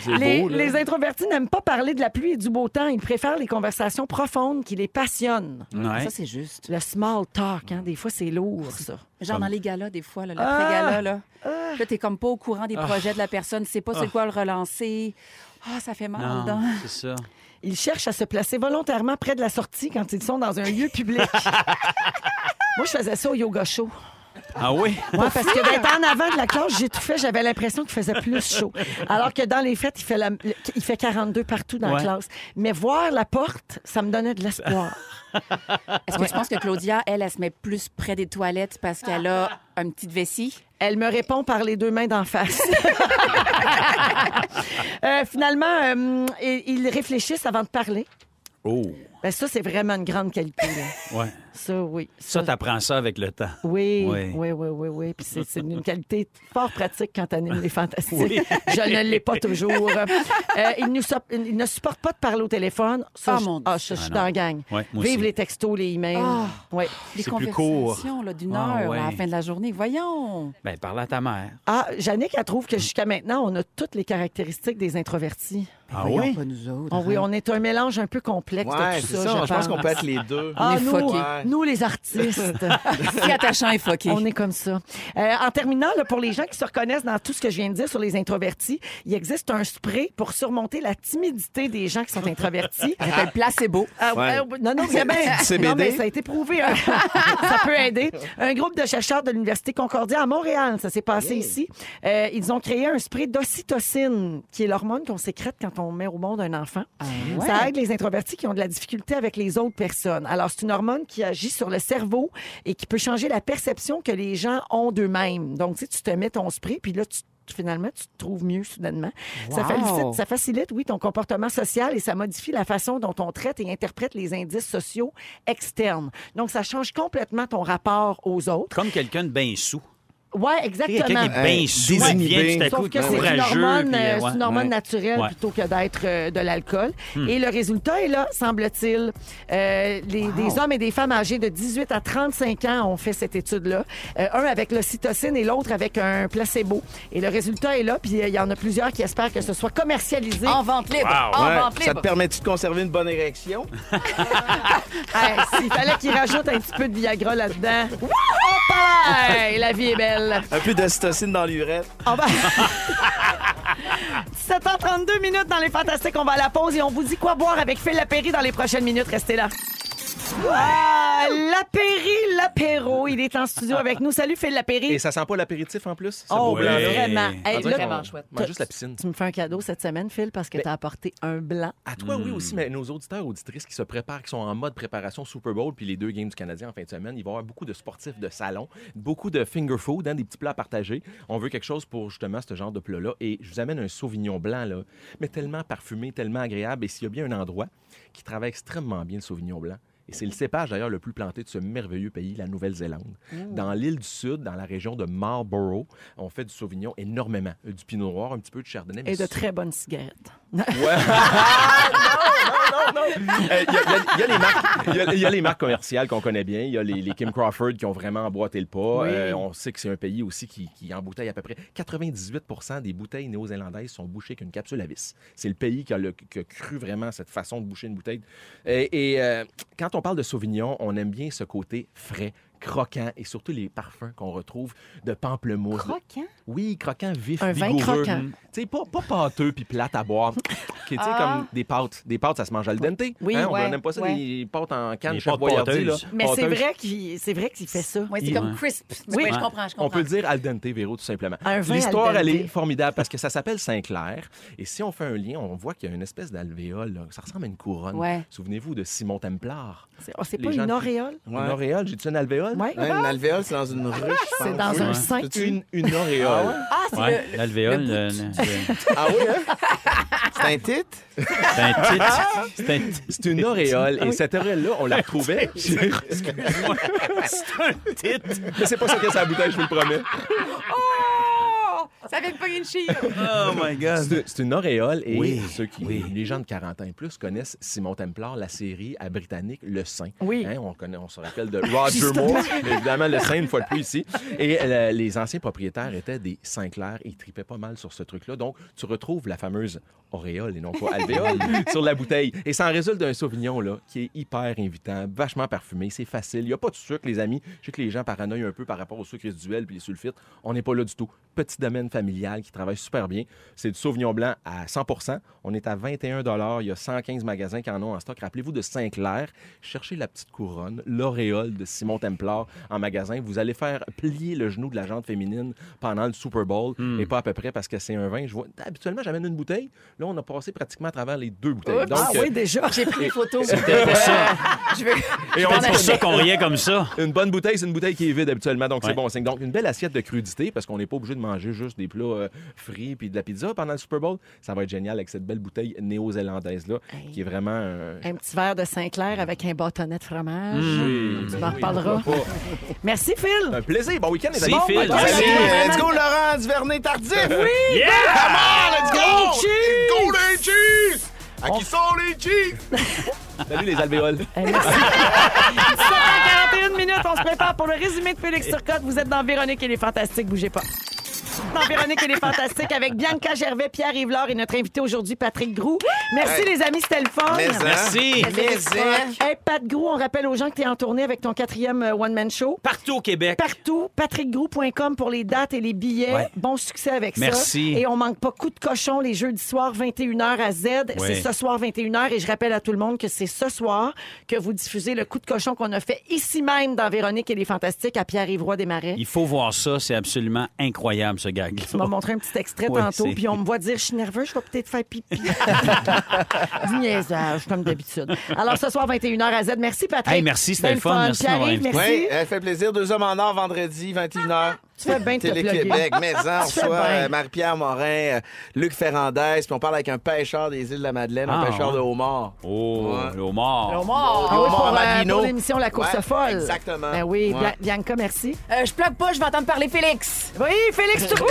Speaker 3: C'est
Speaker 1: les,
Speaker 3: beau, là.
Speaker 1: les introvertis n'aiment pas parler de la pluie et du beau temps. Ils préfèrent les conversations profondes qui les passionnent.
Speaker 4: Ouais.
Speaker 6: Ça, c'est juste.
Speaker 1: Le small talk, hein, des fois, c'est lourd, ça.
Speaker 6: Genre dans les galas, des fois, là, l'après-gala, là. Là, t'es comme pas au courant des projets de la personne, tu sais pas c'est quoi le relancer. Ah, ça fait mal
Speaker 4: Non,
Speaker 6: dedans.
Speaker 4: c'est ça.
Speaker 1: Ils cherchent à se placer volontairement près de la sortie quand ils sont dans un lieu public. Moi, je faisais ça au yoga show.
Speaker 4: Ah oui?
Speaker 1: Ouais, parce que d'être en avant de la classe, j'ai tout fait, j'avais l'impression qu'il faisait plus chaud. Alors que dans les fêtes, il fait, la- le- il fait 42 partout dans la
Speaker 4: Ouais.
Speaker 1: classe. Mais voir la porte, ça me donnait de l'espoir.
Speaker 6: Est-ce que je pense que Claudia, elle, elle se met plus près des toilettes parce qu'elle a une petite vessie?
Speaker 1: Elle me répond par les deux mains d'en face. Euh, finalement, euh, et- ils réfléchissent avant de parler.
Speaker 4: Oh,
Speaker 1: Ben, ça, c'est vraiment une grande qualité. là.
Speaker 4: ouais.
Speaker 1: Ça, oui.
Speaker 4: Ça, t'apprends ça avec le temps.
Speaker 1: Oui, oui,
Speaker 4: Oui.
Speaker 1: oui, oui, oui. Puis c'est c'est une qualité fort pratique quand t'animes les fantastiques.
Speaker 4: Oui.
Speaker 1: Je ne l'ai pas toujours. Euh, ils, nous sup- ils ne supportent pas de parler au téléphone. Ça,
Speaker 6: Ah,
Speaker 1: je-
Speaker 6: mon
Speaker 1: ah, ça, je suis
Speaker 4: Ah, non.
Speaker 1: dans la gang.
Speaker 4: Ouais, moi
Speaker 1: Vive
Speaker 4: aussi.
Speaker 1: les textos, les emails.
Speaker 6: Ah.
Speaker 1: Ouais.
Speaker 6: Les
Speaker 4: C'est plus
Speaker 6: conversations là, d'une
Speaker 4: Ah,
Speaker 6: heure à la
Speaker 4: ouais.
Speaker 6: fin de la journée. Voyons.
Speaker 4: Ben, parle à ta mère.
Speaker 1: Ah, Yannick, elle trouve que jusqu'à maintenant, on a toutes les caractéristiques des introvertis.
Speaker 6: Ben
Speaker 4: Ah oui?
Speaker 1: Oh oui, on est un mélange un peu complexe
Speaker 3: Ouais,
Speaker 1: de tout
Speaker 3: c'est
Speaker 1: ça,
Speaker 3: ça. Je pense qu'on peut être les deux.
Speaker 1: Ah,
Speaker 6: est
Speaker 1: nous,
Speaker 6: fuckés.
Speaker 1: ouais. nous, les artistes,
Speaker 6: Si attachant et foqué.
Speaker 1: on est comme ça. Euh, en terminant, là, pour les gens qui se reconnaissent dans tout ce que je viens de dire sur les introvertis, il existe un spray pour surmonter la timidité des gens qui sont introvertis.
Speaker 6: Ça s'appelle placebo.
Speaker 1: Ah,
Speaker 3: Ouais.
Speaker 1: euh, non, non, c'est bien.
Speaker 3: Du CBD.
Speaker 1: Non, mais ça a été prouvé. hein. ça peut aider. Un groupe de chercheurs de l'Université Concordia à Montréal, ça s'est passé ici. Euh, ils ont créé un spray d'ocytocine, qui est l'hormone qu'on sécrète quand on met au monde un enfant.
Speaker 6: ouais.
Speaker 1: Ça aide les introvertis qui ont de la difficulté avec les autres personnes. Alors, c'est une hormone qui agit sur le cerveau et qui peut changer la perception que les gens ont d'eux-mêmes. Donc, tu sais, tu te mets ton spray, puis là, tu finalement, tu te trouves mieux soudainement. Ça,
Speaker 6: Wow.
Speaker 1: facilite, ça facilite, oui, ton comportement social et ça modifie la façon dont on traite et interprète les indices sociaux externes. Donc, ça change complètement ton rapport aux autres.
Speaker 4: Comme quelqu'un de bien sous.
Speaker 1: Ouais,
Speaker 4: Quelqu'un
Speaker 1: exactement.
Speaker 4: qui est bien
Speaker 3: Euh,
Speaker 4: sous, qui
Speaker 3: désinhibé.
Speaker 4: vient tout à coup
Speaker 1: Sauf que c'est une
Speaker 4: courageux.
Speaker 1: hormone,
Speaker 4: puis,
Speaker 1: euh,
Speaker 4: euh, ouais.
Speaker 1: c'est une hormone
Speaker 4: Ouais.
Speaker 1: naturelle
Speaker 4: Ouais.
Speaker 1: plutôt que d'être euh, de l'alcool. Et le résultat est là, semble-t-il. Euh, les- Des hommes et des femmes âgés de 18 à 35 ans ont fait cette étude-là. Euh, un avec l'ocytocine et l'autre avec un placebo. Et le résultat est là, puis euh, il y en a plusieurs qui espèrent que ce soit commercialisé.
Speaker 6: En vente libre.
Speaker 4: Wow,
Speaker 6: en
Speaker 3: Ouais.
Speaker 6: vente
Speaker 3: Ça
Speaker 6: libre.
Speaker 3: te permet-tu de conserver une bonne érection?
Speaker 1: Hey, S'il fallait qu'ils rajoutent un petit peu de Viagra là-dedans. Wouh! Hop là! Hey, la vie est belle.
Speaker 3: Un peu d'ocytocine dans l'urètre.
Speaker 1: On va... 7h32 minutes dans les Fantastiques. On va à la pause et on vous dit quoi boire avec Phil Lapéry dans les prochaines minutes. Restez là. Euh, Lapéry, l'apéro, il est en studio avec nous. Salut Phil Lapéry.
Speaker 6: Et ça sent pas l'apéritif en plus?
Speaker 1: Oh,
Speaker 6: beau
Speaker 1: ben,
Speaker 6: blanc-là.
Speaker 1: vraiment. Hey,
Speaker 6: On dirait
Speaker 1: là,
Speaker 6: qu'on-
Speaker 2: vraiment chouette.
Speaker 6: on mange juste la piscine.
Speaker 1: tu me fais un cadeau cette semaine, Phil, parce que t'as apporté un blanc.
Speaker 6: À toi, oui,
Speaker 3: Hmm.
Speaker 6: aussi, mais nos auditeurs, auditrices qui se préparent, qui sont en mode préparation Super Bowl, puis les deux games du Canadien en fin de semaine, il va y avoir beaucoup de sportifs de salon, beaucoup de finger food, hein, des petits plats à partager. On veut quelque chose pour justement ce genre de plat-là. Et je vous amène un sauvignon blanc, là, mais tellement parfumé, tellement agréable. Et s'il y a bien un endroit qui travaille extrêmement bien le sauvignon blanc, et c'est le cépage d'ailleurs le plus planté de ce merveilleux pays, la Nouvelle-Zélande. Dans l'île du Sud, dans la région de Marlborough, on fait du sauvignon énormément. Euh, Du pinot noir, un petit peu de chardonnay. mais
Speaker 1: Et de
Speaker 6: surtout-
Speaker 1: très bonnes cigarettes.
Speaker 6: Euh, Il y, a- il y a- il y a les marques- il y a- il y a les marques commerciales qu'on connaît bien. Il y a les, les Kim Crawford qui ont vraiment emboîté le pas. Euh, on sait que c'est un pays aussi qui, qui embouteille à peu près 98 des bouteilles néo-zélandaises sont bouchées qu'une capsule à vis. C'est le pays qui a, le- qui a cru vraiment cette façon de boucher une bouteille. Et, et, euh, quand on parle de Sauvignon, on aime bien ce côté frais croquant et surtout les parfums qu'on retrouve de pamplemousse.
Speaker 2: Croquant?
Speaker 6: Oui, croquant vif,
Speaker 1: Un vin
Speaker 6: vigoureux.
Speaker 1: croquant.
Speaker 6: Mm. Tu sais, pas, pas pâteux puis plate à boire. Qui, tu sais, comme des pâtes. Des pâtes, ça se mange al dente.
Speaker 1: Ah. Oui,
Speaker 6: Hein, on
Speaker 2: ouais,
Speaker 6: n'aime pas ça,
Speaker 2: ouais.
Speaker 6: des pâtes en canne
Speaker 4: Des pâtes
Speaker 6: chavoyardées, là.
Speaker 4: pâteuses.
Speaker 1: Mais c'est
Speaker 6: Pâteuses.
Speaker 1: vrai qu'il c'est vrai qu'il fait ça.
Speaker 2: Oui, c'est
Speaker 4: Il-
Speaker 2: comme
Speaker 4: Ouais.
Speaker 2: crisp.
Speaker 1: Oui.
Speaker 2: Oui, je comprends, je comprends.
Speaker 6: On peut le dire al dente, Véro, tout simplement.
Speaker 1: Un vin
Speaker 6: L'histoire,
Speaker 1: al
Speaker 6: elle
Speaker 1: dente.
Speaker 6: est formidable parce que ça s'appelle Saint-Clair. Et si on fait un lien, on voit qu'il y a une espèce d'alvéole. là. Ça ressemble à une couronne.
Speaker 2: Ouais.
Speaker 6: Souvenez-vous de Simon Templar.
Speaker 1: C'est oh, c'est
Speaker 6: Les
Speaker 1: pas
Speaker 6: gens
Speaker 1: une
Speaker 6: qui-
Speaker 1: auréole?
Speaker 6: Une auréole, j'ai-tu une alvéole?
Speaker 1: Ouais.
Speaker 3: Ouais, une alvéole, c'est dans une ruche. je
Speaker 1: C'est
Speaker 3: pense.
Speaker 1: dans un
Speaker 4: Ouais.
Speaker 1: sein.
Speaker 6: J'ai-tu une, une auréole?
Speaker 2: Ah, c'est
Speaker 4: Ouais,
Speaker 2: le-
Speaker 4: l'alvéole,
Speaker 2: bout
Speaker 4: le-
Speaker 2: du-
Speaker 4: le-
Speaker 3: Ah oui, hein? C'est un titre?
Speaker 4: c'est un titre. C'est un titre.
Speaker 6: C'est une auréole. Et cette auréole-là, on la retrouvait.
Speaker 4: C'est un titre.
Speaker 6: Mais c'est pas ça que c'est la bouteille, je vous le promets.
Speaker 2: Oh! Ça vient de pogner une chire.
Speaker 4: Oh my God.
Speaker 6: C'est c'est une auréole et
Speaker 4: Oui,
Speaker 6: ceux qui,
Speaker 4: oui.
Speaker 6: les gens de 40 ans et plus connaissent Simon Templar, la série à britannique Le Saint.
Speaker 1: Oui.
Speaker 6: Hein, on, connaît, on se rappelle de Roger Moore, évidemment Le Saint une fois de plus ici. Et euh, les anciens propriétaires étaient des Sinclair et ils tripaient pas mal sur ce truc-là. Donc tu retrouves la fameuse auréole et non pas alvéole sur la bouteille. Et ça en résulte d'un sauvignon là qui est hyper invitant, vachement parfumé, c'est facile. Il y a pas de sucre les amis. Je sais que les gens paranoïent un peu par rapport au sucre résiduel puis les sulfites. On n'est pas là du tout. Petit domaine familial qui travaille super bien. C'est du Sauvignon blanc à 100 On est à 21 Il y a 115 magasins qui en ont en stock. Rappelez-vous de Saint-Clair. Cherchez la petite couronne, l'auréole de Simon Templar en magasin. Vous allez faire plier le genou de la jante féminine pendant le Super Bowl et pas à peu près parce que c'est un vin. Je vois... Habituellement, j'amène une bouteille. Là, on a passé pratiquement à travers les deux bouteilles. Donc,
Speaker 1: ah
Speaker 6: euh,
Speaker 1: oui, déjà.
Speaker 2: J'ai pris des photos.
Speaker 4: C'était pour ça.
Speaker 2: Je veux...
Speaker 6: et on
Speaker 4: C'est
Speaker 6: dit-
Speaker 4: pour ça qu'on riait comme ça.
Speaker 6: Une bonne bouteille, c'est une bouteille qui est vide habituellement, donc
Speaker 4: Ouais.
Speaker 6: c'est bon signe. Donc, une belle assiette de crudité, parce qu'on n'est pas obligé de manger juste des plats euh, frits puis de la pizza pendant le Super Bowl. Ça va être génial avec cette belle bouteille néo-zélandaise-là,
Speaker 1: Hey.
Speaker 6: qui est vraiment... euh,
Speaker 1: Un petit verre de Saint-Clair avec un bâtonnet de fromage.
Speaker 6: Mmh. oui,
Speaker 1: Tu m'en
Speaker 6: oui,
Speaker 1: reparleras.
Speaker 6: pourquoi pas.
Speaker 1: Merci, Phil.
Speaker 6: Un plaisir. Bon week-end, les
Speaker 4: C'est
Speaker 6: amis.
Speaker 4: Phil.
Speaker 6: Bye.
Speaker 4: Merci.
Speaker 3: Allez, let's go, Laurent Duvernay Tardif! Oui!
Speaker 4: Yeah!
Speaker 3: Ah, let's go! Let's go, les Chiefs! À qui sont les Chiefs?
Speaker 6: Salut les alvéoles.
Speaker 1: Euh, Merci. 7h41 minutes, on se prépare pour le résumé de Félix Turcotte. Vous êtes dans Véronique et les Fantastiques, bougez pas. Dans Véronique et les Fantastiques avec Bianca Gervais, Pierre Yvelore et notre invité aujourd'hui, Patrick Groux. Merci les amis, c'était le fun.
Speaker 3: Mais, hein?
Speaker 4: Merci.
Speaker 3: Mais, hein?
Speaker 1: Hey, Pat Grou, on rappelle aux gens que tu es en tournée avec ton quatrième euh, one-man show.
Speaker 4: Partout au Québec.
Speaker 1: Partout, patrickgrou.com pour les dates et les billets.
Speaker 4: Ouais.
Speaker 1: Bon succès avec ça.
Speaker 4: Merci.
Speaker 1: Et on manque pas coup de cochon les jeudis soirs 21h à Z. C'est ce soir 21h et je rappelle à tout le monde que c'est ce soir que vous diffusez le coup de cochon qu'on a fait ici même dans Véronique et les Fantastiques à Pierre-Yvroy des Marais.
Speaker 4: Il faut voir ça, c'est absolument incroyable ce gag.
Speaker 1: Tu m'as montré un petit extrait
Speaker 4: Ouais,
Speaker 1: tantôt,
Speaker 4: c'est-
Speaker 1: puis on me voit dire Je suis nerveux, je vais peut-être faire pipi. du niaisage, comme d'habitude. Alors, ce soir, 21h à Z. Merci, Patrick.
Speaker 4: Hey, merci, c'était
Speaker 1: Ben
Speaker 4: le fun. Merci de m'avoir
Speaker 1: Pierre-Yves,
Speaker 4: invité.
Speaker 1: merci.
Speaker 3: Oui, elle fait plaisir. Deux hommes en or, vendredi, 21h.
Speaker 1: Tu fais bien de te
Speaker 3: Télé-Québec,
Speaker 1: plugger.
Speaker 3: Maison, on
Speaker 1: Tu fais
Speaker 3: reçoit
Speaker 1: bien.
Speaker 3: euh, Marie-Pierre Morin, euh, Luc Ferrandez, puis on parle avec un pêcheur des îles de la Madeleine, un
Speaker 4: Ah,
Speaker 3: pêcheur
Speaker 4: ouais.
Speaker 3: de homard.
Speaker 4: Oh,
Speaker 3: Ouais.
Speaker 4: le homard.
Speaker 2: Mort.
Speaker 1: Ah oui,
Speaker 3: Omar
Speaker 1: pour, euh,
Speaker 3: Marino.
Speaker 1: pour l'émission La course
Speaker 3: Ouais,
Speaker 1: folle.
Speaker 3: exactement.
Speaker 1: Ben oui,
Speaker 3: Ouais.
Speaker 1: Bia- Bianca, merci.
Speaker 2: Euh, je plaque pas, je vais entendre parler Félix.
Speaker 1: Oui, Félix Turcot!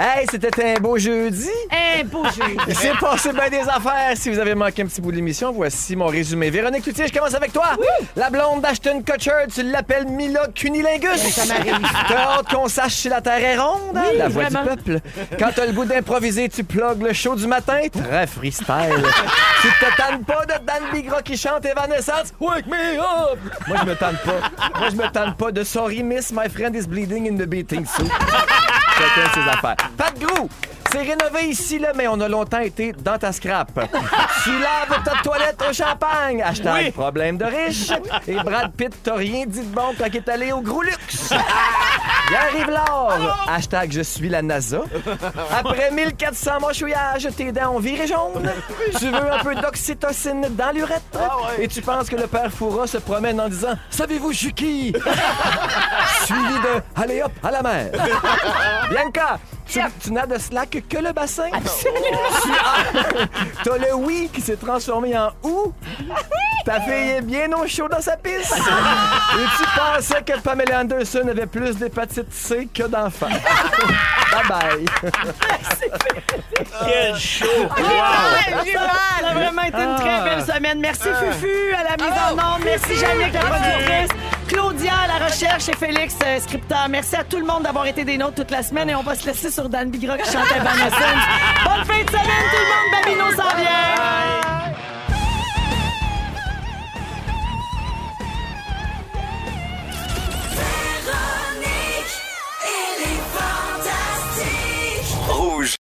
Speaker 8: Hey, c'était un beau jeudi.
Speaker 1: Un beau jeu.
Speaker 8: Il s'est passé bien des affaires. Si vous avez manqué un petit bout de l'émission, voici mon résumé. Véronique Loutier, je commence avec toi. La blonde d'Ashton Kutcher, tu l'appelles Mila Cunilingus. Ça m'arrive. T'as hâte qu'on sache si la Terre est ronde, hein, la voix
Speaker 1: vraiment.
Speaker 8: du peuple. Quand t'as le goût d'improviser, tu plugues le show du matin. Très freestyle. tu te tannes pas de Dan Bigra qui chante Evanescence. Wake me up! Moi, je me tanne pas. Moi, je me tanne pas de Sorry Miss, my friend is bleeding in the beating suit. Chacun ses affaires. Pat Grou, C'est rénové ici, là, mais on a longtemps été dans ta scrap. tu laves ta toilette au champagne. Hashtag problème de riche. Et Brad Pitt, t'as rien dit de bon quand il est allé au gros luxe. Il arrive l'or. Hashtag je suis la NASA. Après 1400 mâchouillages, tes dents ont viré jaune. Tu veux un peu d'oxytocine dans l'urètre. Et tu penses que le père Foura se promène en disant Savez-vous, je suis qui Suivi de Allez hop, à la mer. Bianca, tu, tu n'as de slack que le bassin. Tu as, t'as le oui qui s'est transformé en ou. Ta fille est bien au chaud dans sa piste. Et tu pensais que Pamela Anderson avait plus d'hépatite C que d'enfants. bye bye.
Speaker 9: Quel show!
Speaker 2: J'ai mal! Ça a vraiment été une très belle semaine. Merci Fufu à la mise en onde. Oh. Merci Jannick, la productrice. Claudia à la recherche et Félix, euh, scripteur. Merci à tout le monde d'avoir été des nôtres toute la semaine et on va se laisser sur Dan Bigra qui chantait Vanessa. Bonne fin de semaine tout le monde. Babino s'en vient.